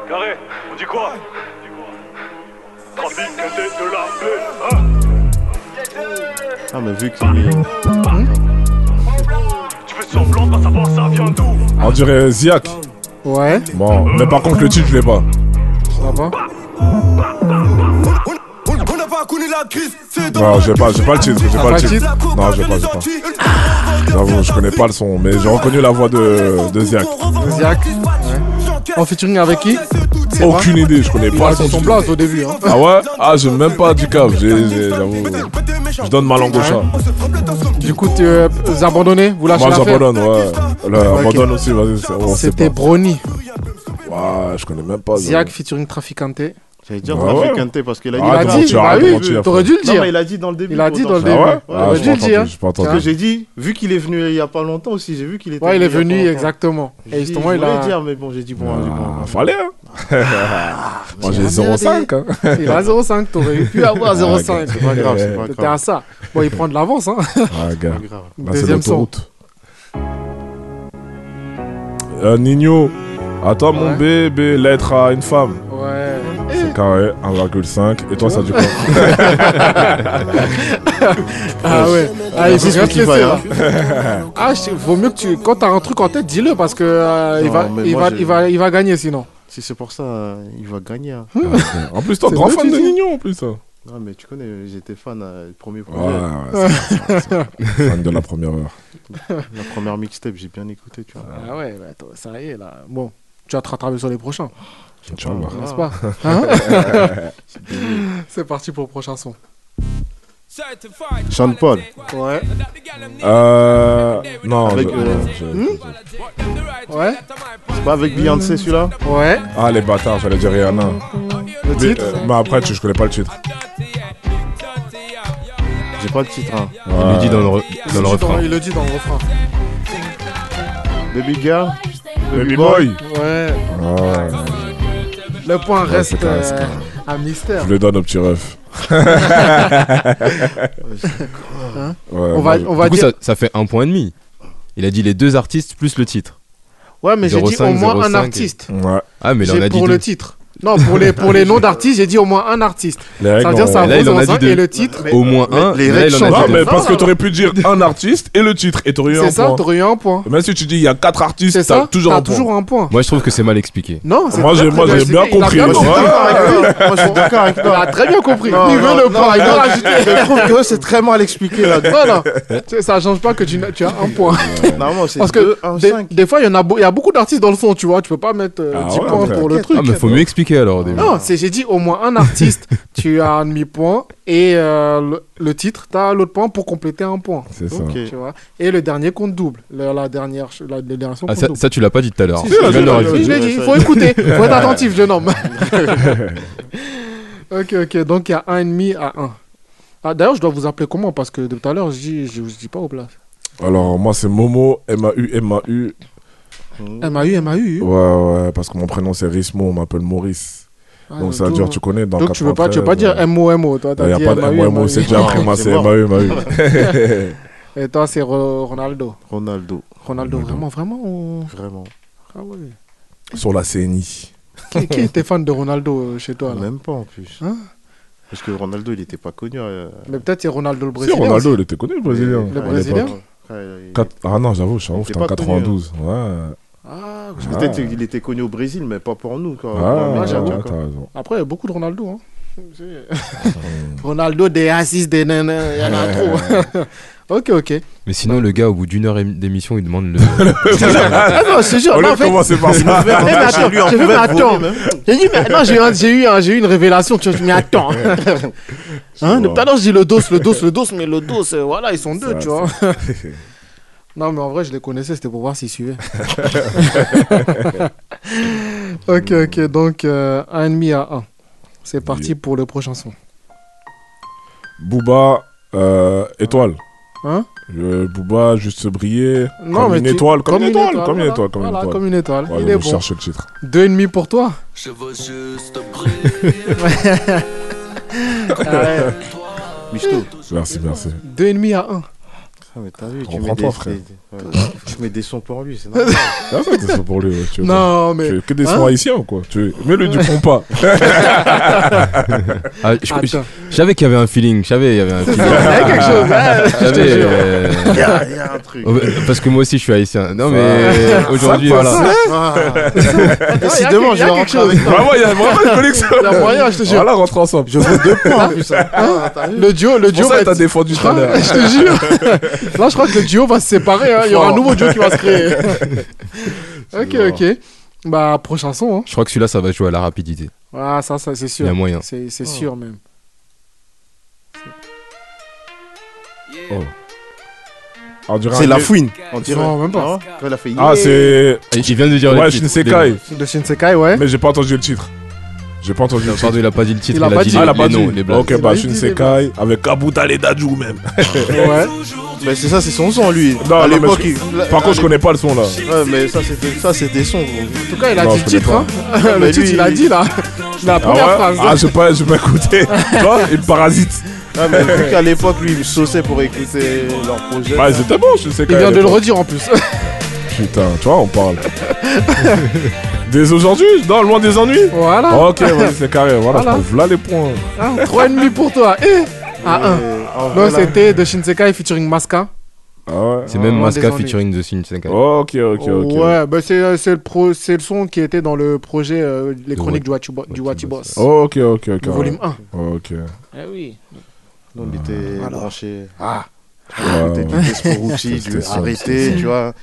Carré, on dit quoi Trafic de tête de la blé, hein
Ah, mais vu
Hmm?
que.
Tu fais semblant de pas savoir ça vient d'où
On dirait Ziak.
Ouais.
Bon, mais par contre, le titre, je l'ai pas.
Ça va
On n'a pas connu la crise, c'est
Non, Bah, j'ai pas, j'ai pas le titre, j'ai
T'as
pas le titre. Non, j'ai pas, j'ai pas. J'avoue, je connais pas le son, mais j'ai reconnu la voix de, de Ziak.
Ziak. En featuring avec qui
Aucune idée, je connais
Il
pas
a
le son. Ah,
son
du
blase au début. hein.
tout. Ah ouais Ah, j'ai même pas du cap, j'ai- j'ai- j'avoue. Je donne ma langue au chat.
Du coup, tu, euh, vous abandonnez Vous lâchez
Moi,
l'affaire
j'abandonne, ouais. Là,
Ok.
abandonne aussi, vas-y. c'est- on sait
C'était
pas. Oh
Brony.
Ouais, je connais même pas.
Ziak featuring Traficante.
J'allais
dire Ouais, ouais.
Traficante parce qu'il a
Il
dit-
a
Bah Ah,
dit,
tu as
bah
raison, tu
oui,
as
t'aurais dû le
Non,
dire.
mais il a dit dans le début.
Il a dit
autant
Ah
dans le
faire.
début.
Ouais,
T'aurais
ouais,
dû le
je
dire. hein.
j'ai pas entendu.
Parce que j'ai dit, vu qu'il est venu il y a pas longtemps aussi, j'ai vu qu'il était.
Ouais, il est
y a pas
venu,
longtemps.
exactement.
J'ai
Et
dit,
justement,
je
il a-
voulais dire, mais bon, j'ai dit bon, allez, bon.
Ah, fallait, hein. Moi, j'ai 0,5. hein.
Il a 0,5, t'aurais pu avoir
Ah,
0,5.
c'est pas grave, c'est pas
T'étais
grave.
à ça. Bon, il prend de l'avance, hein.
Ah, gars. Là,
Bah,
c'est
Deuxième son.
l'autoroute. Euh, Nino, à toi, mon
Ouais.
bébé, lettre à une femme.
Ouais.
C'est carré, 1,5. Et toi, ça a du quoi
Ah ouais. Ah, il
C'est
faut
ce
bien
qui
te
va,
laisser,
hein.
là. Ah, je- vaut mieux que tu. Quand t'as un truc en tête, dis-le parce que euh, il
Non,
va-
mais
il
moi,
va-
j'ai-
il va- il va gagner sinon.
Si c'est pour ça, euh, il va gagner. hein.
Ah, En plus, toi,
C'est
grand
vrai,
fan
tu
de
dis.
Nino, en plus. hein.
Non, mais tu connais, j'étais fan euh, du premier
Ouais,
projet.
ouais, c'est- c'est- fan de la première heure.
La première mixtape, j'ai bien écouté, tu vois.
Ah ouais, bah, attends, ça y est là. Bon, tu vas te rattraper sur les prochains.
Tu vas voir.
N'est-ce pas Hein C'est parti pour le prochain son.
Sean Paul.
Ouais.
Euh. Non,
Avec,
je-
euh,
je-
Hmm Ouais.
C'est pas avec Beyoncé celui-là
Ouais.
Ah, les bâtards, j'allais dire Rihanna.
Le
Mais,
titre
euh, Mais après, tu- je connais pas le titre.
J'ai pas le titre. Hein.
Ouais.
le dit dans le re- dans le refrain.
Il le dit dans le refrain.
Baby Girl.
Baby Boy.
Ouais.
Ah,
Le point
Ouais,
reste
c'est un-
euh,
c'est
hein.
un-
un mystère.
je le donne au petit ref.
Hein
Ouais,
on
moi,
va,
je-
on va
euh, du coup,
dire.
ça, ça fait un point et demi. Il a dit les deux artistes plus le titre.
Ouais, mais j'ai dit au
05,
moins
05,
un
et-
artiste.
Ouais.
Ah, mais il en
J'ai
a dit
pour
deux.
le titre. Non, pour les, pour les noms d'artistes, j'ai dit au moins un artiste.
Les
ça veut
règles
dire
ont-
ça
Et là, il
vaut
en a
05
dit
et
deux.
le titre.
Au moins un.
les
là, il en
règles
a
Non,
dit
mais
deux.
parce que
non.
t'aurais pu dire un artiste et le titre et t'aurais eu un
C'est ça,
point.
t'aurais eu un point.
Même si tu dis il y a quatre artistes,
C'est
t'as
ça
toujours
t'as
un point.
toujours un point.
Moi, je trouve que c'est mal expliqué.
Non, c'est
Moi,
très,
j'ai-
très
moi, j'ai bien
expliqué. Il a
compris, moi,
compris.
c'est-
Moi, je suis d'accord avec
Il
toi.
a très bien compris.
Non,
il
non,
veut le
non,
point, il veut
non.
rajouter.
Je trouve que c'est très mal expliqué là.
Voilà. Tu sais, Ça change pas que tu, n'as- tu as un point.
Normalement, c'est
Parce
2,
que
1,
des,
5.
des fois, il y, en a beau- il y a beaucoup d'artistes dans le fond, tu vois. Tu peux pas mettre euh,
Ah
10
ouais,
points
ouais.
pour le truc. euh, Ah,
Ah, mais faut mieux expliquer alors au début.
Non, c'est j'ai dit au moins un artiste, tu as un demi-point. Et euh, le, le titre, tu as l'autre point pour compléter un point.
C'est ça.
Ok.
Tu vois. Et le dernier compte double. La, la dernière, ch- la, le dernier son
Ah,
compte
ça,
double.
ça, tu l'as pas dit tout à l'heure.
Si,
Tu
si,
viens
je
de le
l'ai
répéter.
dit, je l'ai dit, il faut écouter, il faut être attentif, jeune homme. ok, ok, donc il y a 1,5 à 1. Ah, D'ailleurs, je dois vous appeler comment Parce que de tout à l'heure, je dis- je vous dis pas au plat.
Alors, moi, c'est Momo, M-A-U, M-A-U.
MAU, MAU.
Ouais, ouais, parce que mon prénom, c'est Rismo, on m'appelle Maurice.
Ah,
Donc, ça veut dire, tu connais, dans
Donc tu veux pas, tu veux pas dire MOMO, toi,
Il
t'as
n'y
dit
a pas de
MAU,
MOMO, c'est déjà
Non,
pris, moi,
c'est
c'est
mort.
MAU, MAU.
Et toi, c'est Ro- Ronaldo.
Ronaldo,
Ronaldo, vraiment, vraiment ou-
vraiment.
Ah ouais.
Sur la CNI.
Qui, qui était fan de Ronaldo euh, chez toi là
Même pas en plus.
Hein
Parce que Ronaldo, il était pas connu. euh,
Mais peut-être c'est Ronaldo le
Si,
Brésilien.
Ronaldo, il était connu, le Brésilien.
et-
Le
à
Brésilien
l'époque. Ouais, il-
Quatre- Ah non, j'avoue, je suis un ouf,
Il
t'es
était
en
pas
hein.
connu,
92. Ouais.
Ah,
Peut-être
Ah.
qu'il était connu au Brésil, mais pas pour nous. Quoi. Pour
Ah,
un
ouais,
Américain,
Oh, j'avoue,
ouais,
quoi.
t'as raison.
Après, il y a beaucoup de Ronaldo. Hein. Ronaldo des assises, des nanas, il y en a trop. ok, ok.
Mais sinon, le gars, au bout d'une heure et- d'émission, il demande le.
Ah non, je te jure,
Au
non,
lieu
en
de
fait,
commencer par ça.
Eh, mais attends,
Chez lui, on
j'ai fait, mais
pouvait
attends.
voler,
J'ai dit, mais non, j'ai eu, un- j'ai eu, un- j'ai eu une révélation, tu vois, je me dis, mais attends. hein,
vois.
tout à l'heure, je dis le dos, le dos, le dos, mais le dos, euh, voilà, ils sont deux,
Ça,
tu vois. non, mais en vrai, je les connaissais, c'était pour voir s'ils suivaient. ok, ok, donc euh, 1,5 à 1. C'est parti pour le prochain son.
Booba, euh, étoile.
Hein
Euh, Booba, juste briller.
Non,
comme,
mais
une
tu-
étoile, comme, une étoile, comme une
voilà,
étoile, comme une
voilà,
étoile.
comme une étoile.
Ouais,
Il est
je
bon.
cherche le titre.
Deux et demi pour toi.
Je veux juste briller.
Ah
Michto.
Merci, merci.
Euh, Deux et demi à 1.
Ah, mais t'as vu, tu mets,
Reprends-toi,
des,
frère.
des- des- ouais, tu mets des sons pour lui, c'est normal.
Ah, ça, c'est ça pour lui. ouais, tu veux pas.
Non,
Tu
mais.
veux que des
Hein
sons haïtiens ou quoi tu veux... Mets-le du compas.
Ah, je- je
Attends.
je savais qu'il y avait un feeling. Je savais, il y avait un feeling.
Il y a quelque chose. hein,
Je
Ah,
savais,
jure.
euh,
Il y, a il y a un
Oh,
truc.
euh, Parce que moi aussi, je suis haïtien. Non,
Ça-
mais aujourd'hui, voilà.
Ah.
Décidément,
je vais
quelque
rentrer
chose.
Vraiment, Ah il y a vraiment une connexion.
Il y a moyen, je te jure.
Voilà, rentre ensemble. Je
Ah,
Le duo, le
C'est
duo
pour
va
ça que t'as
être...
défendu tout à l'heure.
Je te jure. Là, je crois que le duo va se séparer. hein. Il y aura un nouveau duo qui va se créer. ok, ok. Bah, prochain son. Hein.
Je crois que celui-là, ça va jouer à la rapidité.
Ah, ça, ça c'est
Il y
Oh.
a
sûr.
moyen.
C'est c'est sûr, même.
On dirait
C'est
un
la
gay-
fouine. On dirait.
Non, même pas.
Quand il a fait
Ah, c'est.
Il vient de dire le
Ouais,
titre,
Shinsekai.
De Shinsekai, ouais.
Mais j'ai pas entendu le titre. J'ai pas entendu le titre.
Pardon, il a pas dit le titre,
Il a pas dit.
les-
Ah, il a pas
les noms,
dit.
les blagues.
Ok,
Il
bah
a dit les
Shinsekai avec Kabuta les Daju même.
Ouais. Mais Bah, c'est ça, c'est son son, lui.
Non,
à
non, mais
l'époque.
je-
il-
par contre, je connais pas le son, là.
Ouais, mais ça, c'était ça, c'était son. En
tout cas, il a dit le titre, hein. le titre, il a dit, là. La
Ah ouais
première phrase.
Ah,
j'ai pas, j'ai pas écouté. Toi, il me parasite.
Ah, mais vu qu'à l'époque, lui, il me saussait pour écouter leur projet.
Bah, c'était bon, Shinsekai.
Il vient
à
de le
l'époque.
redire en plus.
Putain, tu vois, on parle. Dès aujourd'hui Non, loin des ennuis
Voilà.
Ok, vas-y, c'est carré. Voilà,
Ah. Voilà.
je trouve là les points.
Ah, 3,5 pour toi. Et
Ah,
à 1.
en
Non,
vrai, là-
c'était de Shinsekai featuring Maska.
C'est même
Ah,
Masca
désolé.
featuring The Shinsekai.
ah Ok, ok,
Ouais, bah c'est euh, c'est le, pro- c'est le son qui était dans le projet euh, Les
Du
Chroniques du Wachi Bo- du Wati Boss.
Ok, ok, ok.
Le volume 1.
Ok.
Eh oui.
Nous, on était
Alors.
branchés.
Ah.
On était
Ouais.
du Desporucci,
C'était
du
ça, c'était
arrêté,
ça.
tu vois.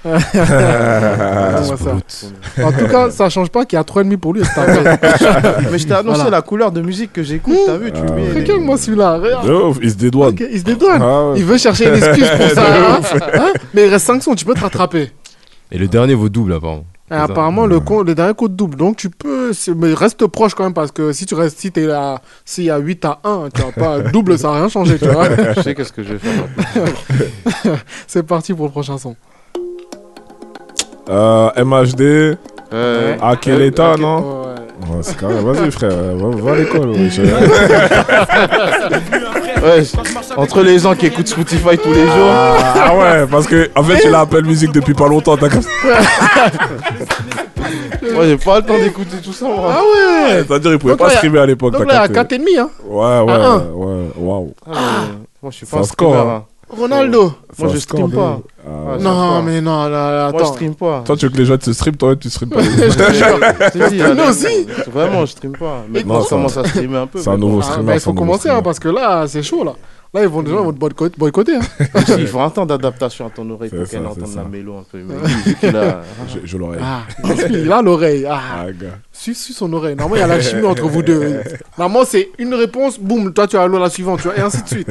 Comment ça En tout cas, ça change pas qu'il y a 3,5 pour lui.
Mais je t'ai annoncé la couleur de musique que j'écoute, t'as vu, tu
Ah
mets.
Regarde moi celui-là, regarde.
De ouf, il se dédouane.
Il se dédouane.
Ah ouais.
Il veut chercher une excuse pour
De
ça. hein.
ouf.
Hein Mais il reste 5 sons, tu peux te rattraper.
Et le dernier vaut double, apparemment.
Et Ah, apparemment, le, co- le dernier code double. Donc, tu peux. c'est- Mais reste proche quand même, parce que si tu restes. Si t'es là. S'il y a 8 à 1, tu vas pas. Double, ça n'a rien changé, tu vois.
Je sais qu'est-ce que je vais faire.
C'est parti pour le prochain son.
Euh, MHD.
Euh,
à quel
euh,
état,
à quel-
non Ouais, c'est carré. Vas-y, frère, euh, va, va à l'école. wesh.
Ouais, entre les gens qui écoutent Spotify tous les jours.
Ah ouais, parce que en fait, tu l'appelles musique depuis pas longtemps. T'as comme
Moi, j'ai pas le temps d'écouter tout ça, moi.
Ah ouais
C'est-à-dire, il pouvait
Donc
pas
là,
streamer à l'époque.
Donc
t'as
là, il y a
capté.
4,5. Hein.
Ouais, ouais,
À un.
ouais. Waouh.
Ah, mais Moi, je suis
Ça
pas un
score,
streamer.
hein.
hein.
Ronaldo.
Moi,
Ça
je
score,
stream
de
pas.
ouf. Ah
Ouais,
ouais.
je
Non,
stream pas.
mais non, là, là,
Moi, je
attends.
stream pas.
Toi, tu veux que les gens te streament, toi, tu streames pas.
Je te jure.
Je te dis,
Nous
là,
aussi.
Vraiment, je stream pas. Mais
Non,
on
ça-
commence à streamer un peu.
C'est un
mais bon.
nouveau
Ah,
streamer.
bah, il
c'est un
faut
nouveau
commencer, hein,
streamer.
parce que là, c'est chaud, là. Là, ils vont, déjà, ils vont te boycotter. boycotter, hein.
Il faut un temps d'adaptation à ton oreille
C'est
pour
ça,
qu'elle
c'est
entende
ça.
la mélo un peu. Mais lui, il a-
Je- Je l'aurais.
Ah, il a l'oreille. Ah.
Ah, gars.
Suis, suis son oreille. Normalement, il y a la chimie entre vous deux. Normalement, c'est une réponse, boum, toi, tu as la suivante, tu vois, et ainsi de suite.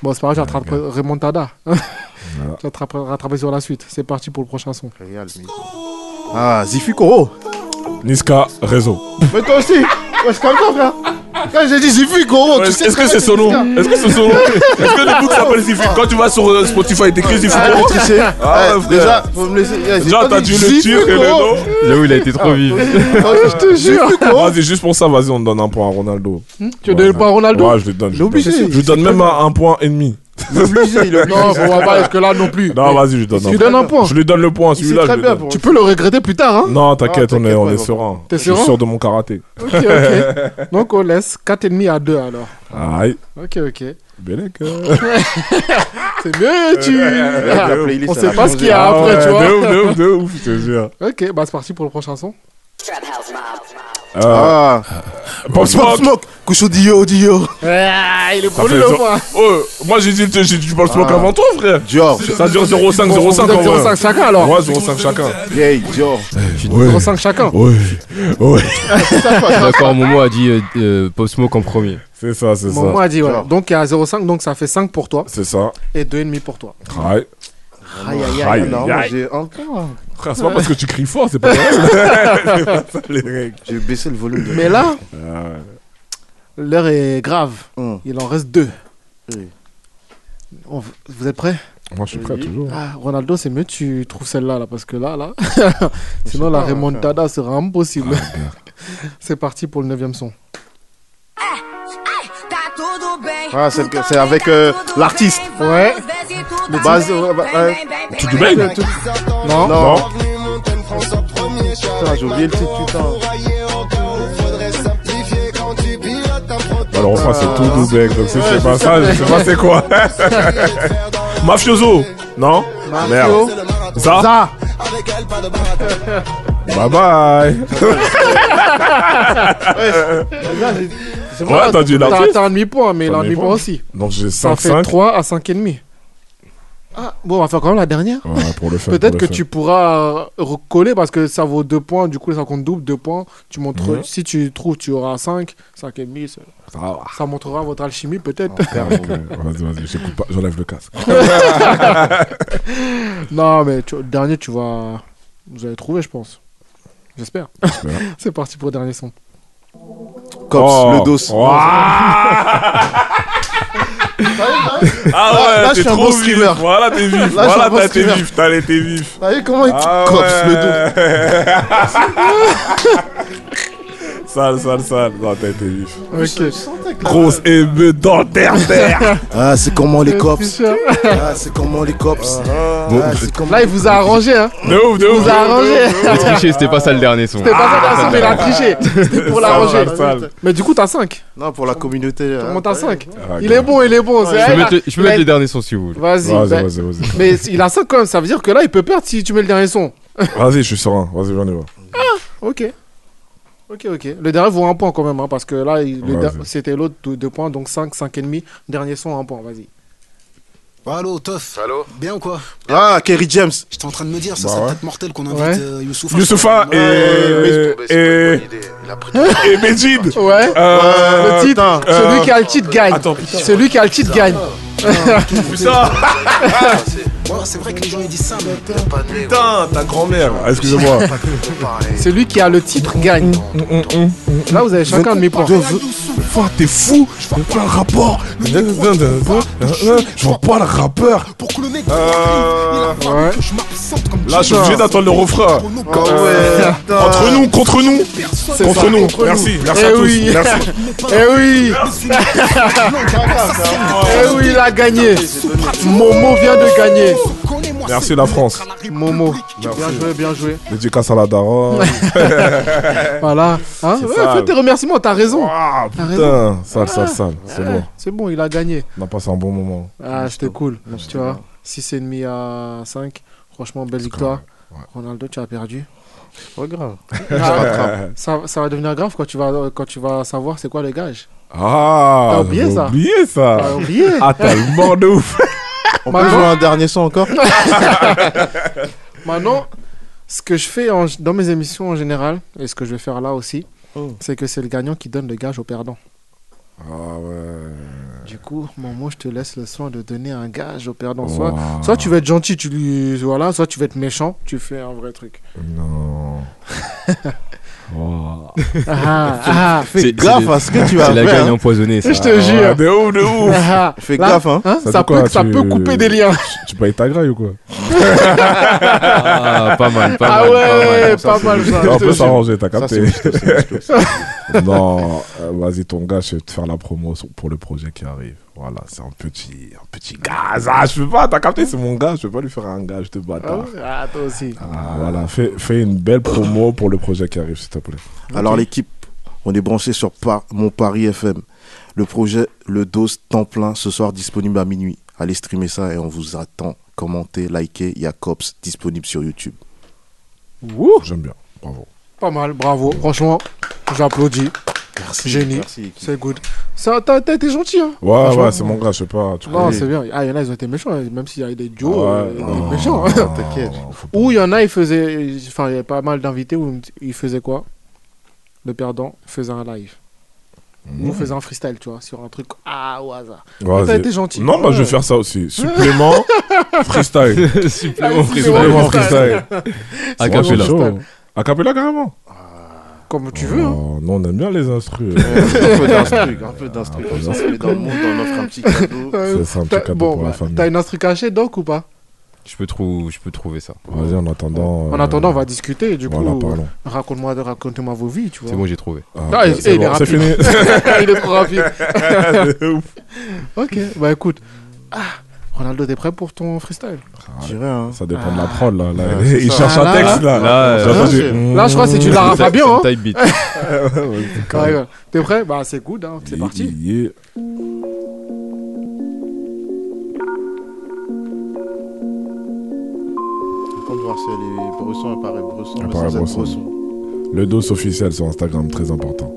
Bon, c'est pas grave, tu rattrapes Remontada. Tu rattrapes- rattrapé sur la suite. C'est parti pour le prochain son.
Real, mais- Ah, Zifi Koro.
Niska, réseau.
Mais toi aussi. Ouais, c'est comme toi, frère. Quand j'ai dit Zifi Koro, Oh, tu sais.
Est-ce que c'est son nom Est-ce que c'est son nom Est-ce que les books s'appellent Zifi Quand tu vas sur euh, Spotify, t'écris Zifi
Ah,
Koro.
j'ai triché.
Ah,
Ouais,
frère.
Déjà, faut me laisser. Ouais, j'ai
Déjà,
pas
t'as
dit
dû le
Zifi
titre et le
Koro.
nom.
J'avoue, il a été trop vif.
Ah,
je te jure.
Vas-y, juste pour ça, vas-y, on donne un point à Ronaldo.
Tu veux donner le point à Ronaldo
Ouais, je lui donne.
Il est obligé.
Je lui donne même un, un point et demi.
Obligé, il est obligé.
Non, on va pas jusque là non plus.
Non, vas-y, je lui donne
Tu lui
un
donnes un point.
point. Je lui donne le point,
Il sait
celui-là. je
très
lui
bien
donne.
pour
Tu peux le regretter plus tard. Hein
Non, t'inquiète,
Ah,
on est,
t'inquiète
on
pas,
est
il va
serein.
T'es
Je suis
serein
sûr de mon karaté.
ok, ok. Donc, on laisse 4,5 à 2 alors.
Aïe,
Ok, ok.
Belek.
C'est mieux, tu.
Ah, la playlist,
on
elle
sait
a hein.
pas ce qu'il y a
Ah ouais,
après, tu vois.
De ouf, de ouf, de ouf, je te jure.
Ok, bah c'est parti pour le prochain son.
Euh,
Ah,
Pop Smoke.
Smoke, Kusho Dio, Dio.
Ah, il est
Ça
pour
fait
lui le
zo-
point.
Oh, Moi, j'ai dit, j'ai dit du Pop Smoke avant toi, frère.
Dior.
Ça dure 0,5,
Bon,
0,5
vous êtes
en
0,5
vrai.
chacun alors.
Ouais, 0,5 chacun.
Yay, Dior.
Ouais,
0,5 chacun.
ouais, ouais.
D'accord, Momo a dit euh, euh, Pop Smoke en premier.
C'est ça, c'est
Bon,
ça.
moi, elle dit voilà.
Genre.
Donc, il y a 0,5, donc ça fait 5 pour toi
C'est ça.
et 2,5 pour toi.
Aïe.
Aïe,
Aïe,
aïe,
aïe,
aïe. Non,
aïe.
j'ai un point.
Frère, c'est pas parce que tu cries fort, c'est pas vrai. C'est pas ça, les règles.
J'ai baissé le volume de.
Mais là,
Ah,
l'heure est grave.
Hum.
Il en reste 2.
Oui.
Vous êtes prêts
Moi, je suis prêt, toujours.
ah, Ronaldo, c'est mieux tu trouves celle-là, là, parce que là, là. Sinon, la
pas,
remontada sera impossible.
Ah,
c'est parti pour le 9 son.
Ah, c'est c'est avec euh, l'artiste.
Ouais.
Le base. euh, bah, euh,
Tu te baignes
Non.
Non.
Non.
Putain, j'ai oublié le titre, putain.
Bah Alors, enfin, c'est tout double, donc c'est- je sais
Ouais,
pas
c'est
ça, je sais pas c'est quoi. Mafioso Non Merde. Ça
Ça
Bye bye Ouais, t'as dit
T'as
l'artiste
t'as un demi-point, mais il
T'as un
a un demi-point
demi-point.
aussi.
Donc j'ai
Ça fait
5-5.
3 à 5,5. Ah, bon, on va faire quand même la dernière.
Ouais, pour le fun,
Peut-être
pour
que
le
tu
fun.
pourras euh, recoller parce que ça vaut 2 points. Du coup, ça compte double, 2 points. Tu montres,
Ouais.
Si tu trouves, tu auras 5, 5 et demi. Ça,
Ah.
ça montrera votre alchimie, peut-être.
Donc, euh, Vas-y, vas-y, j'écoute pas, j'enlève le casque.
non, mais tu- le dernier, tu vas. Vous allez trouver, je pense. J'espère.
J'espère.
C'est parti pour le dernier son.
Cops,
Oh.
le dos.
Ah ouais,
Là, je
t'es
suis un
trop
bon
vif.
streamer.
Voilà, t'es
Là,
vif.
je suis
voilà,
un bon
t'as- t'es
streamer.
vif. T'as les Ah t'es vif.
T'as vu comment il
Ah
cops
le dos. sale, sale, sale. Non, t'as été vif.
Ok.
Grosse émeute dans terre
Ah, c'est comment les
C'est
cops
sûr.
Ah, c'est comment les cops
Bon.
Ah, c'est comment
Là, il vous a arrangé, hein.
De ouf, de
Il
ouf.
vous a arrangé.
Ah,
Triché, c'était pas ça le dernier son.
C'était pas ça, Vincent, mais il a triché. C'était pour
Ah,
Ça
l'arranger.
va, ça va.
Mais du coup, t'as 5.
Non, pour la communauté.
On
hein.
monte à 5.
Ah,
Il est bon, il est bon.
Je
c'est- il
peux
a-
mettre, le- je peux
il a-
mettre le dernier son si vous voulez.
Vas-y.
Vas-y,
ben-
vas-y, vas-y.
Mais il a 5 quand même, ça veut dire que là, il peut perdre si tu mets le dernier son.
Vas-y, je suis serein. Vas-y, viens, on y va.
Ok. Ok, ok. Le dernier vaut un point quand même, hein, parce que là, il- le
Vas-y.
der- c'était l'autre, deux, deux points, donc 5, 5,5. Dernier son, un point, vas-y.
Allô, Toff. Allô Bien ou quoi
Ah, Kerry James.
J'étais en train de me dire, ça
Bah
serait
ouais.
peut-être mortel qu'on invite
Ouais.
euh, Youssoufa.
Youssoufa
Ouais,
et.
ouais, ouais.
Et. Et Medjid.
Ouais.
Euh,
le titre, celui qui a le titre gagne.
Attends, putain.
celui qui a le titre gagne.
Putain,
Ouais, c'est vrai que les gens ils disent ça, mais.
putain, ta grand-mère. Ah, Excusez-moi.
Celui qui a le titre gagne. Là, vous avez chacun de mes points.
Enfin, t'es fou. Je vois pas le rapport. Je vois pas le rappeur.
Pour que le mec
Euh,
Ouais.
que je m'absente comme
Là, je suis obligé d'attendre le refrain.
Pour nous,
Ah
comme-
ouais.
Contre nous, contre nous.
C'est
Contre
ça,
nous.
contre
Merci, merci
Eh
à tous.
oui.
Merci.
Eh oui, eh
Eh
oui, il a gagné. Momo vient de gagner.
Ah,
Merci, la France.
Momo,
Merci.
bien joué, bien joué.
Dédicace à la daronne.
Voilà. Hein
C'est
ouais,
ça.
fais tes remerciements, t'as raison.
Ah,
T'as raison. Ah.
putain. Sale, sale, sale. C'est
Ouais,
bon.
C'est bon, il a gagné.
On a passé un bon moment.
Ah, c'était cool. Tu vois, 6,5 à 5. Franchement, belle victoire. Ronaldo, tu as perdu.
Pas grave.
Ah, ça, ça va devenir grave quand tu vas, quand tu vas savoir c'est quoi le gage.
Ah,
T'as oublié
j'ai
ça
oublié
T'as
ça.
oublié
Ah, t'as le mort de ouf.
On peut
Maman
jouer un dernier son encore
Maintenant, ce que je fais en- dans mes émissions en général, et ce que je vais faire là aussi,
Oh.
c'est que c'est le gagnant qui donne le gage au perdant.
Ah ouais.
Du coup, Maman, je te laisse le soin de donner un gage au perdant. Soit,
Wow.
soit tu vas être gentil, tu lui, voilà, soit tu vas être méchant, tu fais un vrai truc.
Non. Wow.
Ah, ah,
Oh. C'est-
Fais
c'est
gaffe
le-
à ce que tu vas
C'est la
faire.
gagne
hein.
empoisonnée, ça.
je te jure.
Ah, De ouf, de ouf.
Ah,
Fais
là,
gaffe, hein.
hein,
Ça
ça,
dit
peut,
quoi,
ça
tu-
peut couper des liens.
Tu payes ta graille ou quoi
Ah, pas mal, pas
Ah
mal.
ouais,
ça,
pas
c'est
mal
juste.
ça. Ah
Non,
je
On
te
peut
jure.
s'arranger, t'as
Ça, c'est
capté.
juste, c'est juste, c'est
non, euh, vas-y, ton gars, je vais te faire la promo sur- pour le projet qui arrive. Voilà, c'est un petit, un petit gaz. Ah, je peux pas, t'as capté, c'est mon gars, je peux pas lui faire un gage de
Ah
bâtard.
ouais, ah, toi aussi.
Ah, voilà, fais, fais une belle promo pour le projet qui arrive, s'il te plaît.
Alors l'équipe, on est branché sur Par- Mon Paris FM. Le projet Le Dos temps plein ce soir disponible à minuit. Allez streamer ça et on vous attend. Commentez, likez, il y a Cops disponible sur YouTube.
Wouh,
J'aime bien, bravo.
pas mal, bravo. Franchement, j'applaudis. Merci. Génie.
Merci équipe.
C'est good. Ça, t'as t'as été gentil, hein.
Ouais,
Franchement,
ouais, c'est mon gars, je sais pas. Tu
Non,
connais.
c'est bien. Ah, il y en a, ils ont été méchants, hein, même s'il y a eu des duos,
Ah ouais,
euh,
non,
des méchants. hein.
non,
T'inquiète.
non, faut pas.
Ou il y en a, ils faisaient. Enfin, il y avait pas mal d'invités où ils faisaient quoi Le perdant faisait un live. Ou faisait un freestyle, tu vois, sur un truc ah, au hasard.
Mmh. Vas-y.
T'as été gentil.
Non, bah, je vais faire ça aussi. Supplément, freestyle.
Supplément Ah,
Supplément
Ah,
freestyle.
Supplément
freestyle.
A
Ouais,
cappella.
c'est chaud. A cappella, carrément.
Comme tu veux. hein.
Oh, Non, on aime bien les instrus.
un peu d'instru, un peu d'instru. Comme ça, on est dans le monde, on offre un petit cadeau.
Euh,
c'est un petit
t'as-
cadeau
bon,
pour la
bah,
famille.
t'as une instru cachée, donc ou pas
Je peux, trou- je peux trouver ça.
Vas-y, en attendant.
En
euh,
attendant, on va discuter. Du
voilà,
coup,
parlons.
raconte-moi, racontez-moi vos vies, tu vois.
C'est bon, j'ai trouvé.
Ah,
ok,
il-
c'est
il est
bon, c'est fini.
rapide. il est trop rapide.
C'est ouf.
Ok, bah écoute. Ah, Ronaldo, t'es prêt pour ton freestyle
Je dirais, hein.
Ça dépend de la prod là. là.
Ouais, c'est
il
ça.
cherche un
Ah, là,
texte là.
là,
J'ai
euh,
entendu.
Là, je crois que c'est du Lara Fabian. Hein.
Type beat.
Ouais, ouais. T'es prêt Bah c'est good, hein. c'est
Yeah,
parti.
yeah.
Attends de voir si elle est Bresson, elle paraît Bresson.
Elle
mais
paraît
sans être
Bresson. Le dos officiel sur Instagram, très important.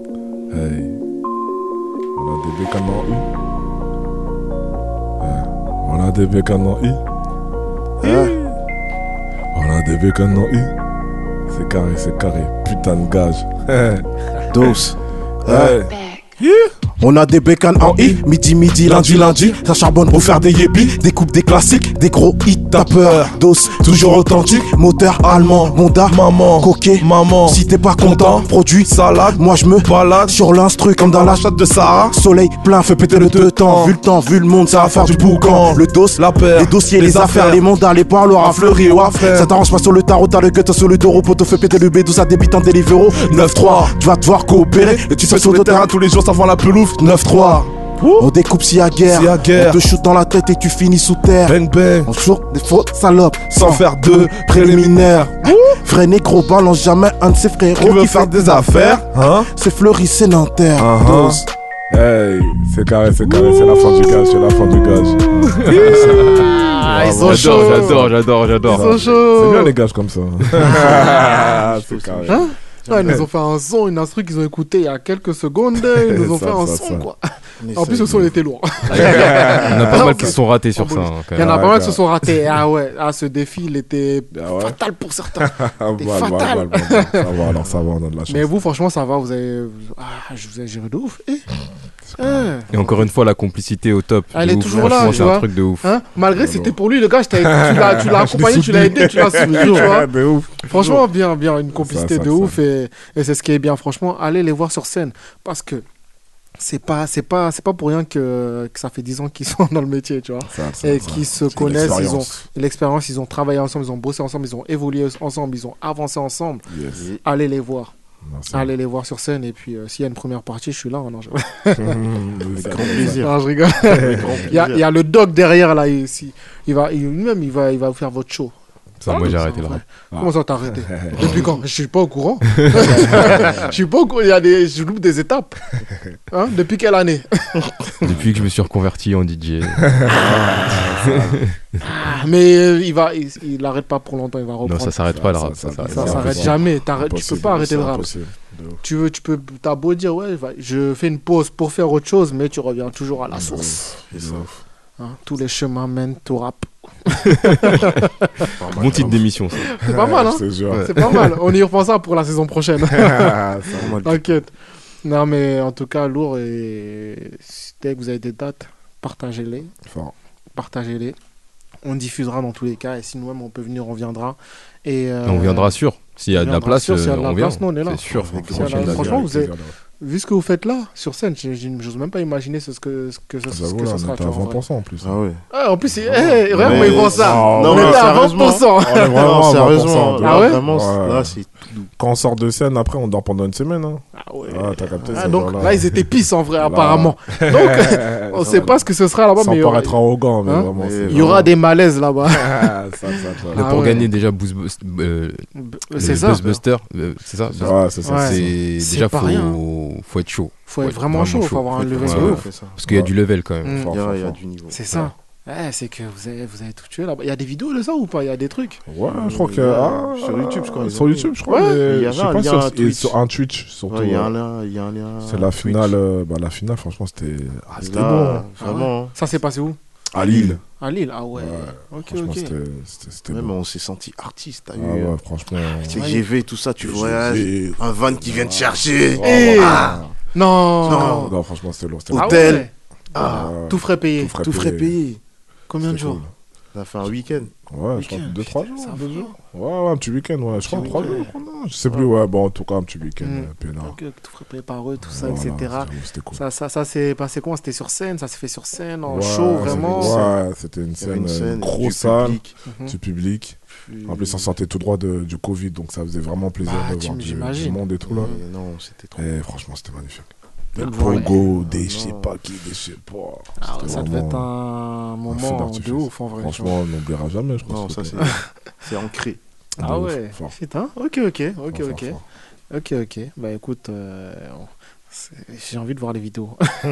Hey. On a des bécanes en I. Ouais. On a des bécanes en I. Ah, des bécanes dans I C'est carré, c'est carré. Putain de gage.
Dos.
Ouais.
On a des bécanes en I, midi, midi, lundi, lundi. Ça charbonne pour faire des yébis, des coupes, des classiques, des gros hits tapeurs. Dos, toujours authentique, moteur allemand, Honda, maman, coquet, maman. Si t'es pas content, produit, salade, moi je me balade sur l'instru comme dans la chatte de Sarah. Soleil plein, fait péter le deux temps. Vu le temps, vu le monde, ça va faire du boucan. Le dos, la peur, les dossiers, les,
les
affaires,
affaires.
les mandats, les parloirs
Ah,
à fleurir ou à faire.
Affaires.
Ça t'arrange pas sur le tarot, t'as le gueule, t'as sur le doro, poteau fait péter le B12, ça débite en délivero. 9-3, tu vas devoir coopérer et tu sais sur le terrain tous les jours, ça vend la pelouse. 9-3. On découpe si à guerre,
S'il y a guerre.
on te shoot dans la tête et tu finis sous terre.
Bang bang,
On joue des fausses salopes,
sans faire deux préliminaires.
Vrai négro balance jamais un de ses frérots
Qui veut faire des affaires, hein
C'est Fleury, c'est Nanterre.
Uh-huh.
Dose.
Hey, c'est carré, c'est carré, c'est la fin du gage, c'est la fin du gage.
Ah, ils sont Bravo. chauds.
J'adore, j'adore, j'adore.
Ils sont chauds.
Ah, C'est bien les gages comme ça. Ah, c'est carré.
Hein Ouais, ils nous ont fait un son, une instru qu'ils ont écouté il y a quelques secondes. Ils nous ont
Ça,
fait un
ça,
son,
ça.
quoi.
Mais
En
ça,
plus, le son il était lourd.
Il y en a pas mal qui se sont ratés sur
En
ça,
bonus.
hein, quand
Il y en a
même.
pas
Ouais,
mal qui se
quoi.
sont ratés. Ah ouais, ah, ce défi, il était fatal pour certains.
Ah,
C'était
bah, bah, bah,
fatal.
bah, bah. Ça va, alors ça va, on a de la chance.
Mais vous, franchement, ça va. Vous avez. Ah, je vous ai géré de ouf. Eh. Eh.
Et encore une fois, la complicité au top.
Elle
de
est
ouf.
toujours là,
Franchement,
tu
c'est un
vois.
truc de ouf.
Hein Malgré c'était pour lui, le gars, je t'ai- tu l'as tu l'as
Je l'ai
accompagné, tu l'as
soutenu.
aidé, tu l'as soutenu, tu vois.
De ouf.
Franchement, bien, bien, une complicité
Ça, ça,
de
ça.
ouf et, et c'est ce qui est bien. Franchement, allez les voir sur scène parce que c'est pas, c'est pas, c'est pas pour rien que, que ça fait 10 ans qu'ils sont dans le métier, tu vois,
Ça, ça,
et
ça.
qu'ils se
C'est de
connaissent, ils ont
l'expérience.
l'expérience, ils ont travaillé ensemble, ils ont bossé ensemble, ils ont évolué ensemble, ils ont avancé ensemble.
Yes.
Allez les voir.
Merci.
Allez les voir sur scène et puis euh, s'il y a une première partie, je suis là. hein, non, je...
Avec
grand plaisir.
Non, je rigole.
Avec grand
Il y, a,
plaisir.
il y a le doc derrière là ici. Il va, il- lui-même, il va, il va vous faire votre show.
Ça, moi, j'ai
Ah,
arrêté le
ouais.
rap.
Comment ça t'as arrêté
Ah.
Depuis quand Je suis pas au courant. je suis pas au courant. Il y a des, je loupe des étapes. Hein Depuis quelle année
Depuis que je me suis reconverti en DJ.
Ah, Mais euh, il va, il, il arrête pas pour longtemps. Il va reprendre.
non, ça s'arrête pas le rap. Ça
Ça
s'arrête
s'arrête
pas.
jamais. T'arrêtes- Tu peux
Impossible,
pas arrêter
c'est
le rap.
impossible. De ouf.
Tu veux, tu peux. T'as beau dire ouais, va- je fais une pause pour faire autre chose, mais tu reviens toujours à la source.
De ouf.
Hein, Tous les chemins mènent au rap.
Bon titre d'émission, ça.
C'est hein. pas mal, hein
Je te jure.
C'est pas mal. On y reprendra pour la saison prochaine.
Ah, ça m'a dit.
T'inquiète. Non, mais en tout cas, lourd. Et si- dès que vous avez des dates, partagez-les.
Fort.
Partagez-les. On diffusera dans tous les cas. Et si nous-mêmes on peut venir, on viendra. Et euh,
On viendra sûr. S'il y a
on
de la
viendra
place,
sûr, s'il y a
euh,
de la
on vient.
place, nous, on est là.
C'est sûr.
S'il y a de
Franchement,
la-
franchement,
Franchement, vous
avec
avez-
plaisir,
vu ce que vous faites là sur scène, j'ai- j'ai- j'ose même pas imaginer ce ce que ce que ce,
là.
ce
J'avoue,
que
là,
ça
on
sera.
était
tu
à
vois, en vrai.
20% en plus.
Ah ouais.
Ah, en plus, c'est- hey, regarde comment ils
Mais-
vendent ça.
Non,
on
mais
était à
sérieusement,
20%.
On est vraiment à 20%,
sérieusement,
de
là,
Ah ouais
vraiment,
Ouais.
là, c'est
Quand on sort de scène, après, on dort pendant une semaine. Hein.
Ah ouais.
Ah, t'as capté
Ah,
ces
donc
gens-là.
là, Bah, ils étaient pisses en vrai, apparemment. Donc, on sait pas ce que ce sera là-bas, Ah bah, mais il
Sans
y aura-
paraître arrogant, mais
Hein
vraiment. c'est
il y aura
vraiment-
des malaises là-bas.
Ah, ça, ça, ça.
Là,
Ah
pour
ouais.
gagner déjà Boost Boost- euh, le
C'est ça.
Buzzbuster, euh, c'est ça Buzz-
Ouais, Ah, c'est ça.
Ouais.
C'est
C'est
déjà
pas
faut,
rien.
faut être chaud.
Faut être vraiment chaud, faut avoir un level
Ouais,
de
ouais.
ouf.
fait ça.
Parce qu'il y a du level quand même.
Mm.
Fort,
Il y a,
fort,
il y a
fort.
du niveau.
C'est ça. Ouais, c'est que vous avez, vous avez tout tué là-bas. Il y a des vidéos de ça ou pas Il y a des trucs.
Ouais, je crois que.
Euh,
ah,
sur YouTube, je crois, ils
Sur
ont
YouTube, je crois.
Ouais.
mais
Il y
je
avait
sais
un
pas
lien
sur-
à
et
Twitch.
sur un Twitch, surtout.
Ouais, il y a un
ouais.
lien, il y a un lien.
C'est la
Twitch.
finale. euh, bah, la finale, franchement, c'était. Ah, c'était bon.
Là,
hein.
Vraiment. hein.
Ça s'est passé où
À Lille.
À Lille Ah ouais.
Ouais,
Ok,
Franchement,
ok.
c'était- c'était- c'était
Même
bon.
on s'est senti artiste, t'as
Ah
vu.
ouais, franchement.
C'est GV, tout ça, euh, ah, tu
Le
voyages.
GV.
Un van qui
Ah.
vient te chercher.
Eh
Ah,
non.
Non.
Oh, Non, franchement, c'était lourd. c'était
Ah
lourd.
Hôtel.
ouais.
Ah,
Ouais,
Tout frais payé.
Tout frais
tout frais payé.
Combien de
c'était
jours
cool.
On a fait un week-end.
Ouais, je crois
Week-end,
2-3
putain, ça
jours.
va.
deux jours. Ouais, ouais, un petit week-end, ouais. Je crois
Petit
3
week-end.
jours. non, Je sais plus, ouais. Bon, en tout cas, un petit week-end.
Mm.
euh, peinard.
Ok, Tout frais payé par eux, tout ça,
Voilà,
etc.
c'était- C'était cool.
Ça, ça, ça s'est passé comment C'était sur scène, ça s'est fait sur scène, en
Ouais,
show, vraiment.
c'était- Ouais, c'était une
Il y avait
scène,
une scène.
une
du
grosse salle,
public,
Mhm.
du public.
puis-
En plus, on sortait tout droit de- du Covid, donc ça faisait vraiment plaisir
Bah,
de
tu-
voir du- du,
j'imagine.
monde et tout là. Eh,
Mais Non, c'était trop.
Et franchement, c'était magnifique. Des
Ah ouais.
Pogo, des je sais
non.
pas qui, des je sais pas.
Ah ouais,
C'était
ça devait
vraiment
être un
feu
moment
d'artifice.
de ouf en vrai.
Franchement, on n'oubliera jamais, je crois.
Non,
ce
ça c'est
truc-là.
c'est ancré.
De
Ah
ouf,
ouais.
fort,
Putain, ok, ok, ok,
fort,
ok.
fort,
Ok, ok. Bah écoute, euh, on- c'est- j'ai envie de voir les vidéos.
fort.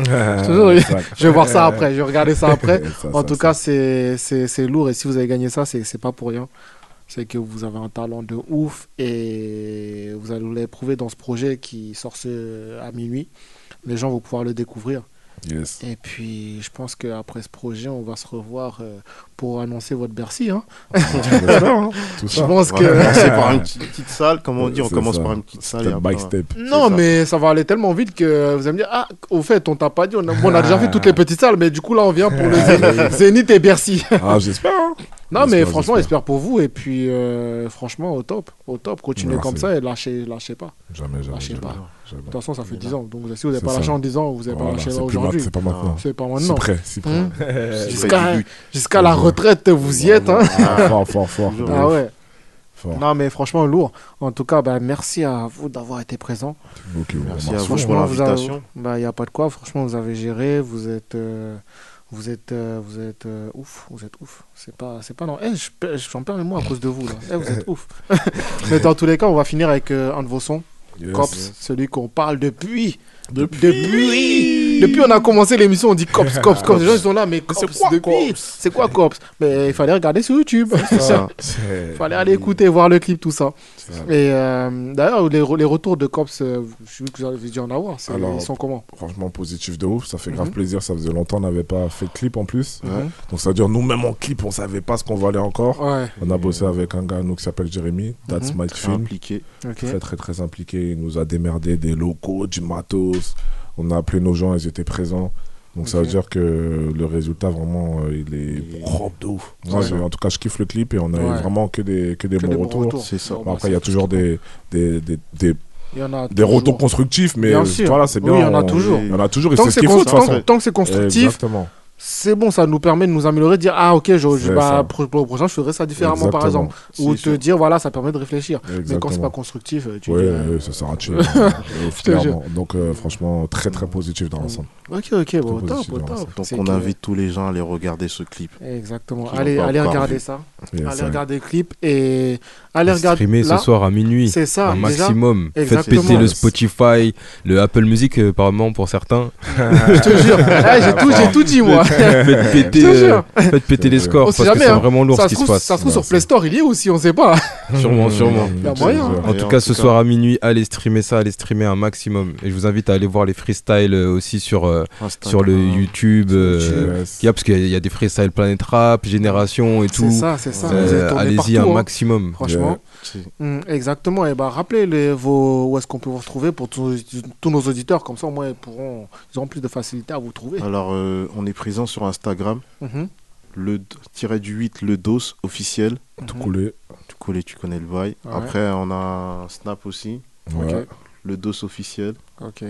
toujours-
Exact.
je vais voir ça après, je vais regarder ça après.
Ça,
En
ça,
tout
ça.
cas, c'est- c'est c'est lourd et si vous avez gagné ça, c'est c'est pas pour rien. C'est que vous avez un talent de ouf et vous allez l'éprouver dans ce projet qui sort ce- à minuit. Les gens vont pouvoir le découvrir.
Yes.
Et puis, je pense qu'après ce projet, on va se revoir euh, pour annoncer votre Bercy. Hein. Non, hein.
Tout
Ah,
je
ça.
pense
On va
que.
commencer par une petite- petite salle, comme on dit, on
C'est
commence
ça.
par une petite salle et
Step
après, hein.
by
on-
step.
Non, mais ça va aller tellement vite que vous allez me dire Ah, au fait, on t'a pas dit, on a, bon, on a déjà fait toutes les petites salles, mais du coup, là, on vient pour le Zénith- Zénith et Bercy.
Ah, j'espère. hein.
Non, mais
J'espère,
franchement, j'espère pour vous. Et puis, euh, franchement, au top. Au top. Continuez
Merci.
comme ça et lâchez, lâchez pas.
Jamais, jamais,
Lâchez
jamais,
pas.
jamais.
De toute façon, ça fait
On est
10
là.
ans. Donc, si vous n'avez
C'est
pas
ça.
lâché en 10 ans, vous n'avez
Voilà,
pas
c'est
lâché là
plus ma-
aujourd'hui.
c'est pas maintenant.
C'est pas
Si
maintenant.
près, si près.
Hmm.
Si
Jusqu'à
près.
jusqu'à la retraite, vous y êtes. hein.
Hmm.
Ah, fort, fort, fort.
Ah
Ouf.
ouais.
Fort.
Non, mais franchement, lourd. En tout cas, bah, merci à vous d'avoir été présent.
Ok, on
Merci
remercie.
à vous pour
Franchement, vous avez-
l'invitation.
bah, il n'y a pas de quoi. Franchement, vous avez géré. Vous êtes. euh, Vous êtes, euh, vous êtes euh, ouf, vous êtes ouf. C'est pas, c'est pas non. Eh, je pe- j'en perds mes mots à cause de vous là. Eh, vous êtes ouf. Mais dans tous les cas, on va finir avec euh, un de vos sons,
Yes.
Cops,
Yes.
celui qu'on parle depuis, depuis, depuis, on a commencé l'émission, on dit Cops, Cops, Cops. Les gens ils sont là, mais Cops, depuis, c'est quoi Cops Mais il fallait regarder sur YouTube.
ça.
Il fallait aller écouter, voir le clip, tout ça. Et euh, d'ailleurs, les, re- les retours de Cops, euh, je sais que vous avez dû en avoir. c'est-
Alors,
ils sont comment
Franchement, positif de ouf. Ça fait grave
Mhm.
plaisir. Ça faisait longtemps qu'on n'avait pas fait de clip en plus.
Mhm.
Donc, ça veut dire, nous-mêmes en clip, on savait pas ce qu'on valait encore.
Ouais.
On a bossé avec un gars, nous, qui s'appelle Jérémy. That's
Mhm.
my
Très
film.
impliqué.
Ok.
Très, très, très impliqué. Il nous a démerdé des locaux, du matos. On a appelé nos gens, ils étaient présents. Donc, ça
Ok.
veut dire que le résultat, vraiment, euh, il est propre de ouf. Moi,
Ouais.
je- en tout cas, je kiffe le clip et on a eu
Ouais.
vraiment que des, que des
Que
bons
des bons
retours.
retours. Bah, C'est ça.
Bon, après, il y a toujours des- des- des- des
Il y en a
des
toujours.
retours constructifs, mais
Bien
euh,
sûr.
voilà, c'est
Oui,
bien.
il y en a
on-
toujours.
Il y en a toujours, et
Tant
c'est
que
ce
c'est
qu'il faut. de
cons-
toute
tant-
façon.
tant que c'est constructif,
Exactement.
c'est bon, ça nous permet de nous améliorer, de dire ah ok, je, je-
C'est
bah,
ça.
pro- pour le prochain, je ferai ça différemment par
Exactement.
exemple, ou te
C'est sûr.
dire voilà, ça permet de réfléchir. Mais quand c'est
Exactement.
pas constructif, euh, tu
ouais,
dis, euh,
euh, ça sert à tuer.
Je te jure.
clairement. Donc, euh, franchement, très très positif dans l'ensemble.
Ok, ok, bon,
Très
top,
positif dans
top.
l'ensemble.
Donc
C'est
on
que-
invite tous les gens à aller regarder ce clip.
Exactement.
Qui l'ont
Allez,
pas
allez
encore
regarder
vu.
ça.
Yes,
allez
ouais.
regarder le clip et allez
Et
regarder.
streamer
là.
ce soir à minuit.
C'est ça.
Un
déjà.
maximum. Faites
Exactement.
péter le Spotify, le Apple Music, euh, apparemment, pour certains.
Je te jure. Eh, j'ai tout, j'ai tout dit moi.
Faites péter,
Je te
euh,
jure.
faites péter les scores
On
parce
sait
que
jamais,
c'est
hein.
vraiment lourd
Ça
ce qui se
trouve-
passe.
Ça se trouve sur Play Store, il y est aussi, on sait pas.
Mmh.
Sûrement, sûrement.
Il y a moyen. hein.
En tout cas, ce soir à minuit, allez streamer ça, allez streamer un maximum. Et je vous invite à aller voir les freestyles euh, aussi sur, euh,
Instagram.
sur le YouTube. euh,
YouTube.
qu'il y a, parce qu'il y a des freestyles Planet Rap, Génération et tout.
C'est ça, c'est ça.
Euh,
Vous êtes tourné
Allez-y
partout,
un
hein.
maximum.
Franchement.
hein.
Mm, exactement. Et bah, rappelez les, vos, où est-ce qu'on peut vous retrouver pour tous, tous nos auditeurs. Comme ça, au moins, ils, pourront, ils auront plus de facilité à vous trouver.
Alors, euh, on est présent sur Instagram.
Mhm.
Le d- tiret du 8, le DOS officiel.
Tout coulé.
Tout coulé, tu connais le bail.
Ouais.
Après, on a un Snap aussi.
Ouais. Ok.
Le DOS officiel.
Mm-hmm. Ok.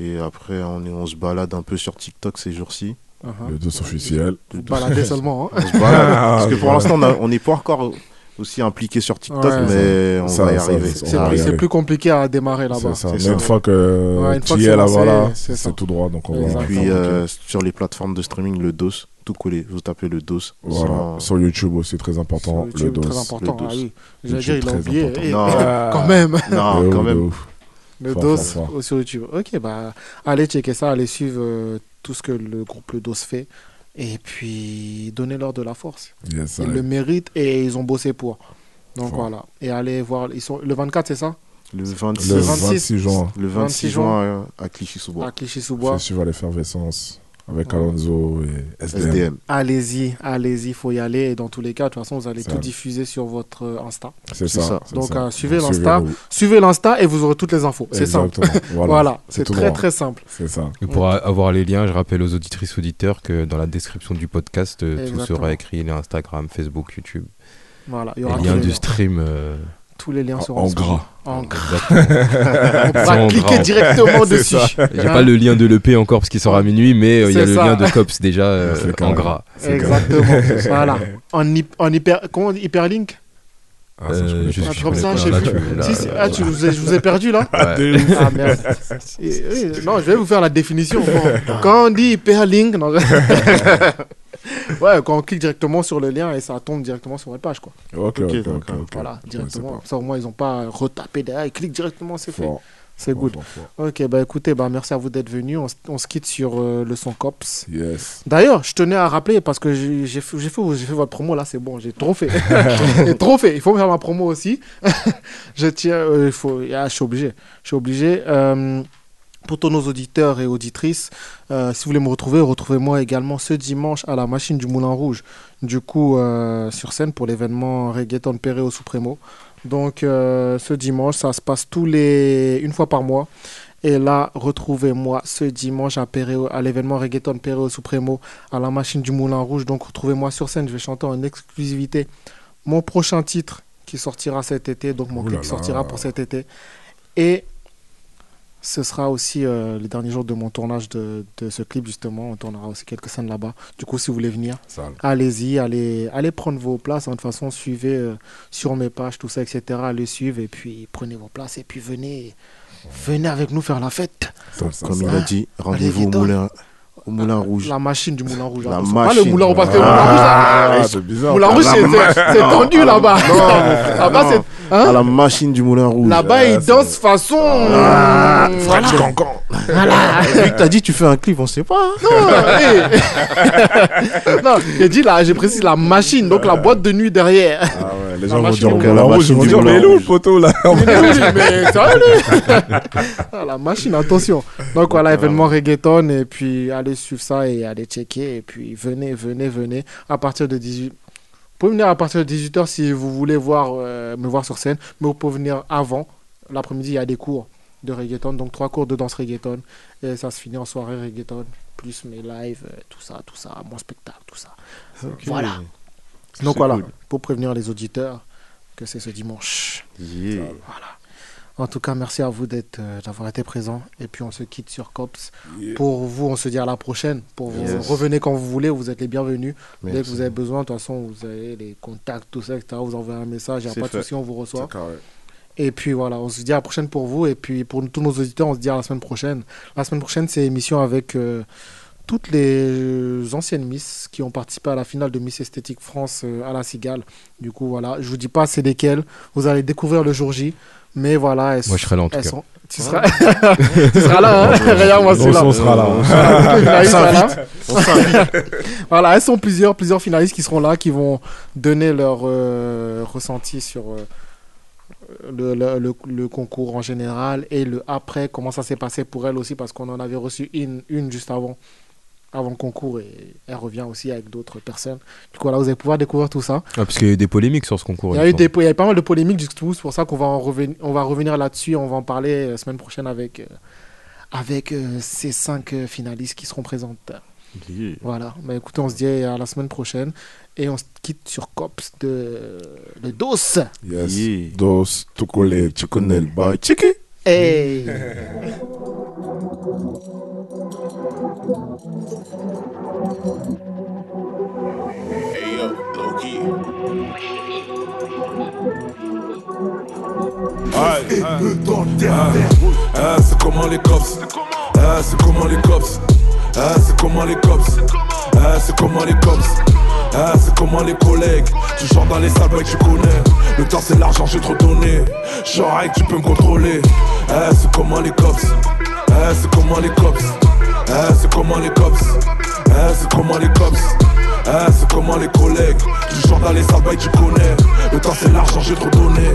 Et après, on, est- on se balade un peu sur TikTok ces jours-ci.
Uh-huh.
Le dos officiel.
Le dos-
baladez seulement, hein.
On se balade. Parce que
Ah,
pour
ouais.
l'instant, on a- on n'est pas encore aussi impliqué sur TikTok,
Ouais.
mais on
Ça,
va y
ça,
arriver.
ça,
On
C'est
va y
plus, c'est
arriver.
plus compliqué à démarrer là-bas.
C'est ça.
C'est
Mais
ça.
une fois
Ouais,
que
une fois
tu
que
y
c'est
es là,
lancé,
voilà,
c'est ça.
c'est tout droit. Donc, on
Et
va.
puis euh, sur les plateformes de streaming, le DOS, tout collé, vous tapez le DOS.
Voilà. Sur YouTube aussi, très important.
euh, YouTube,
Le dos.
très important.
le
Ah
dos.
oui.
Le
J'allais dire,
tube
il a
très
oublié.
important.
Eh,
Non.
Ah, quand même.
Non,
Ouais,
quand
ouais, de
même.
Eh oh, ouf.
Le
Fort,
DOS
fort, fort.
au- sur YouTube. Ok, bah, allez checker ça, allez suivre euh, tout ce que le groupe Le DOS fait. Et puis, donnez-leur de la force.
Yes,
ils
ouais.
le méritent et ils ont bossé pour. Donc
Fort.
voilà. Et allez voir. Ils sont... Le 24, c'est ça
Le 26,
Le 26 juin.
le 26 juin euh, à Clichy-sous-Bois.
à Clichy-sous-Bois.
Festival Effervescence avec
Ouais.
Alonso et SDM.
SDM.
Allez-y, allez-y, faut y aller. Et dans tous les cas, de toute façon, vous allez
Ça.
tout diffuser sur votre euh, Insta.
C'est ça.
C'est ça.
c'est
Donc
ça.
euh, suivez
Donc,
l'Insta,
suivez-nous.
suivez l'Insta et vous aurez toutes les infos. C'est simple.
Exactement,
Voilà,
voilà.
c'est
C'est tout
très
droit.
très simple.
C'est ça.
Mm.
Et pour a- avoir les liens, je rappelle aux auditrices auditeurs que dans la description du podcast, euh, tout
Exactement.
sera écrit les Instagram, Facebook, YouTube.
Voilà, il y
Les
aura tous
liens
les
de
liens.
stream. euh,
Tous les liens
En-
seront
en
sur-
gras.
En gras.
Exactement.
On
C'est en
va cliquer
gras.
directement
C'est
dessus.
ça.
Il n'y a pas le lien de l'EP encore parce qu'il sera à minuit, mais euh, il y a
C'est
le
ça.
lien de COPS déjà euh,
C'est clair.
en gras.
C'est
Exactement. voilà. En, hy- en hyper, comment on dit, hyperlink
Ah, ça, je
Euh,
connais
je
pas.
Un
suis
truc comme ça,
pas,
je sais
là,
plus.
tu- là,
Si, si,
là,
ah, tu- je vous ai- je vous ai perdu là
Ouais.
De ouf.
Ah merde. Et- oui, non, je vais vous faire la définition. Bon, quand on dit hyperlink, non, je- ouais, quand on clique directement sur le lien et ça tombe directement sur votre page, quoi.
Ok, ok, ok.
d'accord.
ok.
Voilà,
Ouais,
directement. Ça au moins ils n'ont pas retapé derrière, ils cliquent directement, c'est
c'est
fait.
fort.
C'est
Fort,
good.
fort, fort.
Ok, bah écoutez, bah merci à vous d'être venus. On, se- on se quitte sur euh, le son cops.
Yes.
D'ailleurs, je tenais à rappeler parce que j'ai j'ai fait, j'ai fait, j'ai fait votre promo là, c'est bon, j'ai trop fait. j'ai trop fait. Il faut me faire ma promo aussi. je tiens, euh, il faut, ah, je suis obligé. Je suis obligé. Euh, pour tous nos auditeurs et auditrices, euh, si vous voulez me retrouver, retrouvez-moi également ce dimanche à la machine du Moulin Rouge, du coup euh, sur scène pour l'événement Reggaeton Péré au Supremo. Donc euh, ce dimanche, ça se passe tous les une fois par mois. Et là, retrouvez-moi ce dimanche à, Péréo- à l'événement Reggaeton Péré au Supremo à la machine du Moulin Rouge. Donc retrouvez-moi sur scène, je vais chanter en exclusivité mon prochain titre qui sortira cet été, donc mon
Ouh là
clip
là.
sortira pour cet été. Et ce sera aussi euh, les derniers jours de mon tournage de, de ce clip, justement. On tournera aussi quelques scènes là-bas. Du coup, si vous voulez venir,
Sale.
allez-y, allez, allez prendre vos places. hein. De toute façon, suivez euh, sur mes pages, tout ça, etc. Allez suivre et puis prenez vos places et puis venez, venez avec nous faire la fête.
Comme il a dit,
Allez,
rendez-vous au
Vito.
moulin, au moulin rouge.
La machine du Moulin Rouge.
La
attention. Pas le
machine.
Moulin Rouge,
ah,
parce que le
Ah,
Moulin Rouge,
c'est bizarre.
Moulin
La
Rouge, c'est-
machine.
c'est- c'est
Non.
tendu là-bas.
Non, mon frère,
Là-bas,
non.
c'est
à la machine du moulin rouge.
Là-bas, ils dansent façon.
Ah.
Voilà. Voilà.
Vu que t'as dit tu fais un clip, on sait pas. hein.
Non, hey. non, j'ai dit là, j'ai précisé la machine, donc la boîte de nuit derrière.
Ah ouais, les
La
gens vont
machine
dire,
au
ok,
Moulin
la
Rouge,
machine,
ils vont
ils vont
dire,
dire, mais il est où le poteau là
Mais oui, mais sérieux, lui Ah, La machine, attention. Donc voilà, événement reggaeton, et puis allez suivre ça et allez checker, et puis venez, venez, venez. À partir de 18... Vous pouvez venir à partir de 18h si vous voulez voir, euh, me voir sur scène, mais vous pouvez venir avant. L'après-midi, il y a des cours de reggaeton, donc trois cours de danse reggaeton, et ça se finit en soirée reggaeton, plus mes lives, euh, tout ça, tout ça, mon spectacle, tout ça.
Ok.
Voilà.
C'est
Donc voilà,
cool.
pour prévenir les auditeurs que c'est ce dimanche.
Yeah.
En tout cas, merci à vous d'être, euh, d'avoir été présent. Et puis, on se quitte sur COPS.
Yeah.
Pour vous, on se dit à la prochaine. Pour vous,
Yes.
revenez quand vous voulez. Vous êtes les bienvenus. Dès que
Merci.
vous avez besoin, de toute façon, vous avez les contacts, tout ça, etc. Vous envoyez un message. Il n'y a
C'est
pas de
fait.
souci, on vous reçoit.
C'est carré.
Et puis voilà, on se dit à la prochaine pour vous. Et puis pour nous- tous nos auditeurs, on se dit à la semaine prochaine. La semaine prochaine, c'est émission avec euh, toutes les anciennes Miss qui ont participé à la finale de Miss Esthétique France euh, à la Cigale. Du coup, voilà, je vous dis pas c'est lesquelles. Vous allez découvrir le jour J. Mais voilà, elles
Moi, je serai là, en tout
elles
cas.
sont- Tu seras, tu seras là, hein Regarde, moi,
Nous,
c'est là.
on sera là. hein.
Il arrive,
Ah, On
voilà.
s'invite. On s'invite.
voilà, elles sont plusieurs, plusieurs finalistes qui seront là, qui vont donner leur euh, ressenti sur euh, le, le- le- le concours en général et le après, comment ça s'est passé pour elles aussi, parce qu'on en avait reçu une, une juste avant, avant le concours et elle revient aussi avec d'autres personnes. Du coup, là, vous allez pouvoir découvrir tout ça.
Ah, parce qu'il y a eu des polémiques sur ce concours.
Il y a eu
me
des, po- il y a eu pas mal de polémiques du coup, c'est pour ça qu'on va, en reven- on va revenir là-dessus, on va en parler la semaine prochaine avec, euh, avec euh, ces cinq euh, finalistes qui seront présentes.
Yeah.
Voilà, bah écoutez, on se dit à la semaine prochaine et on se quitte sur Cops de, de DOS.
Yes. Dos, tu connais, tu connais le bail. Tchiki.
Hey.
Hey yo, low key.
Aïe, aïe. Aïe. Aïe, Ah, c'est comment les cops Aïe, C'est comment les cops Aïe, C'est comment les cops Aïe, C'est comment les cops Aïe, C'est comment les collègues Tu chantes dans les salles, mec, tu connais Le temps c'est l'argent, j'ai trop donné Genre, hey, tu peux me contrôler Aïe, C'est comment les cops Aïe, C'est comment les cops Aïe, C'est comment les cops Aïe, C'est comment les cops Aïe, C'est comment les collègues Tu chantes dans les salles, mec, tu connais Le temps c'est l'argent, j'ai trop donné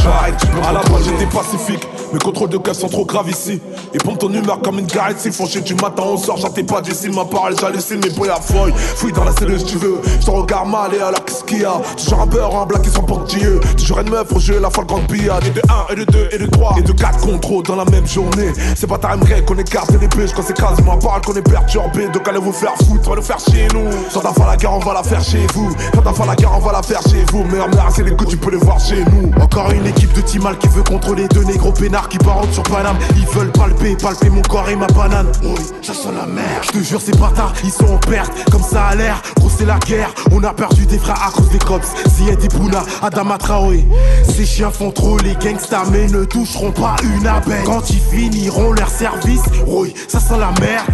J'arrête, tu peux À la base j'étais pacifique, mes contrôles de cœur sont trop graves ici. Ils pompent ton humeur comme une carrette, s'ils font chier du matin au soir, j'attends pas d'ici, ma parole, j'hallucine, mes bruits la feuille. Fouille dans la cellule si tu veux, je t'en regarde mal et alors qu'est-ce qu'il y a Toujours un beurre, un black qui sont portilleux, toujours une meuf au jeu, la folle grande pillade. Et de 1, et de 2, et de 3, et de 4 contrôles dans la même journée. C'est pas ta aimerait qu'on écarte les bûches, qu'on s'écrase, ma parole qu'on est perturbé, donc allez vous faire foutre, allez nous faire chez nous. Sans t'en faire la guerre, on va la faire chez vous. Sans t'en faire la guerre, on va la faire chez vous. Merde, merde, c'est les coups, tu peux les voir chez nous. Encore une équipe de Timal qui veut contrôler deux négros peinards qui parodent sur Paname. Ils veulent palper, palper mon corps et ma banane. Oui, ça sent la merde. Je te jure, ces bâtards, ils sont en perte. Comme ça a l'air, gros, c'est la guerre. On a perdu des frères à cause des cops. Ziyad Bouna, Adama Traoré. Ces chiens font trop les gangsters, mais ne toucheront pas une abeille. Quand ils finiront leur service, oui, ça sent la merde.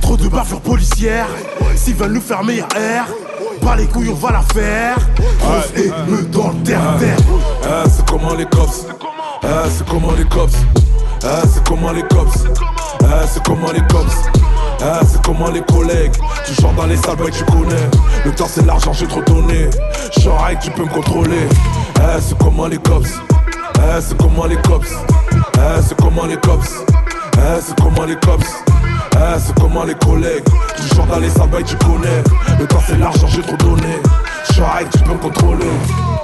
Trop de bavures policières, s'ils veulent nous faire meilleur air, pas les couilles, on va la faire. Rose et me dans le terre-terre. c'est comment les cops Eh, C'est comment les cops Eh, C'est comment les cops Eh, C'est comment les cops Eh, C'est comment les collègues Tu chantes dans les salles, mec, tu connais. Le temps, c'est l'argent, j'ai trop donné. Genre, hey, tu peux me contrôler. Eh, C'est comment les cops Eh, C'est comment les cops Eh, C'est comment les cops eh, Eh, c'est comment les cops Eh, c'est comment les collègues Du genre d'aller ça baille, tu connais Le temps c'est l'argent, j'ai trop donné J'arrête, tu peux me contrôler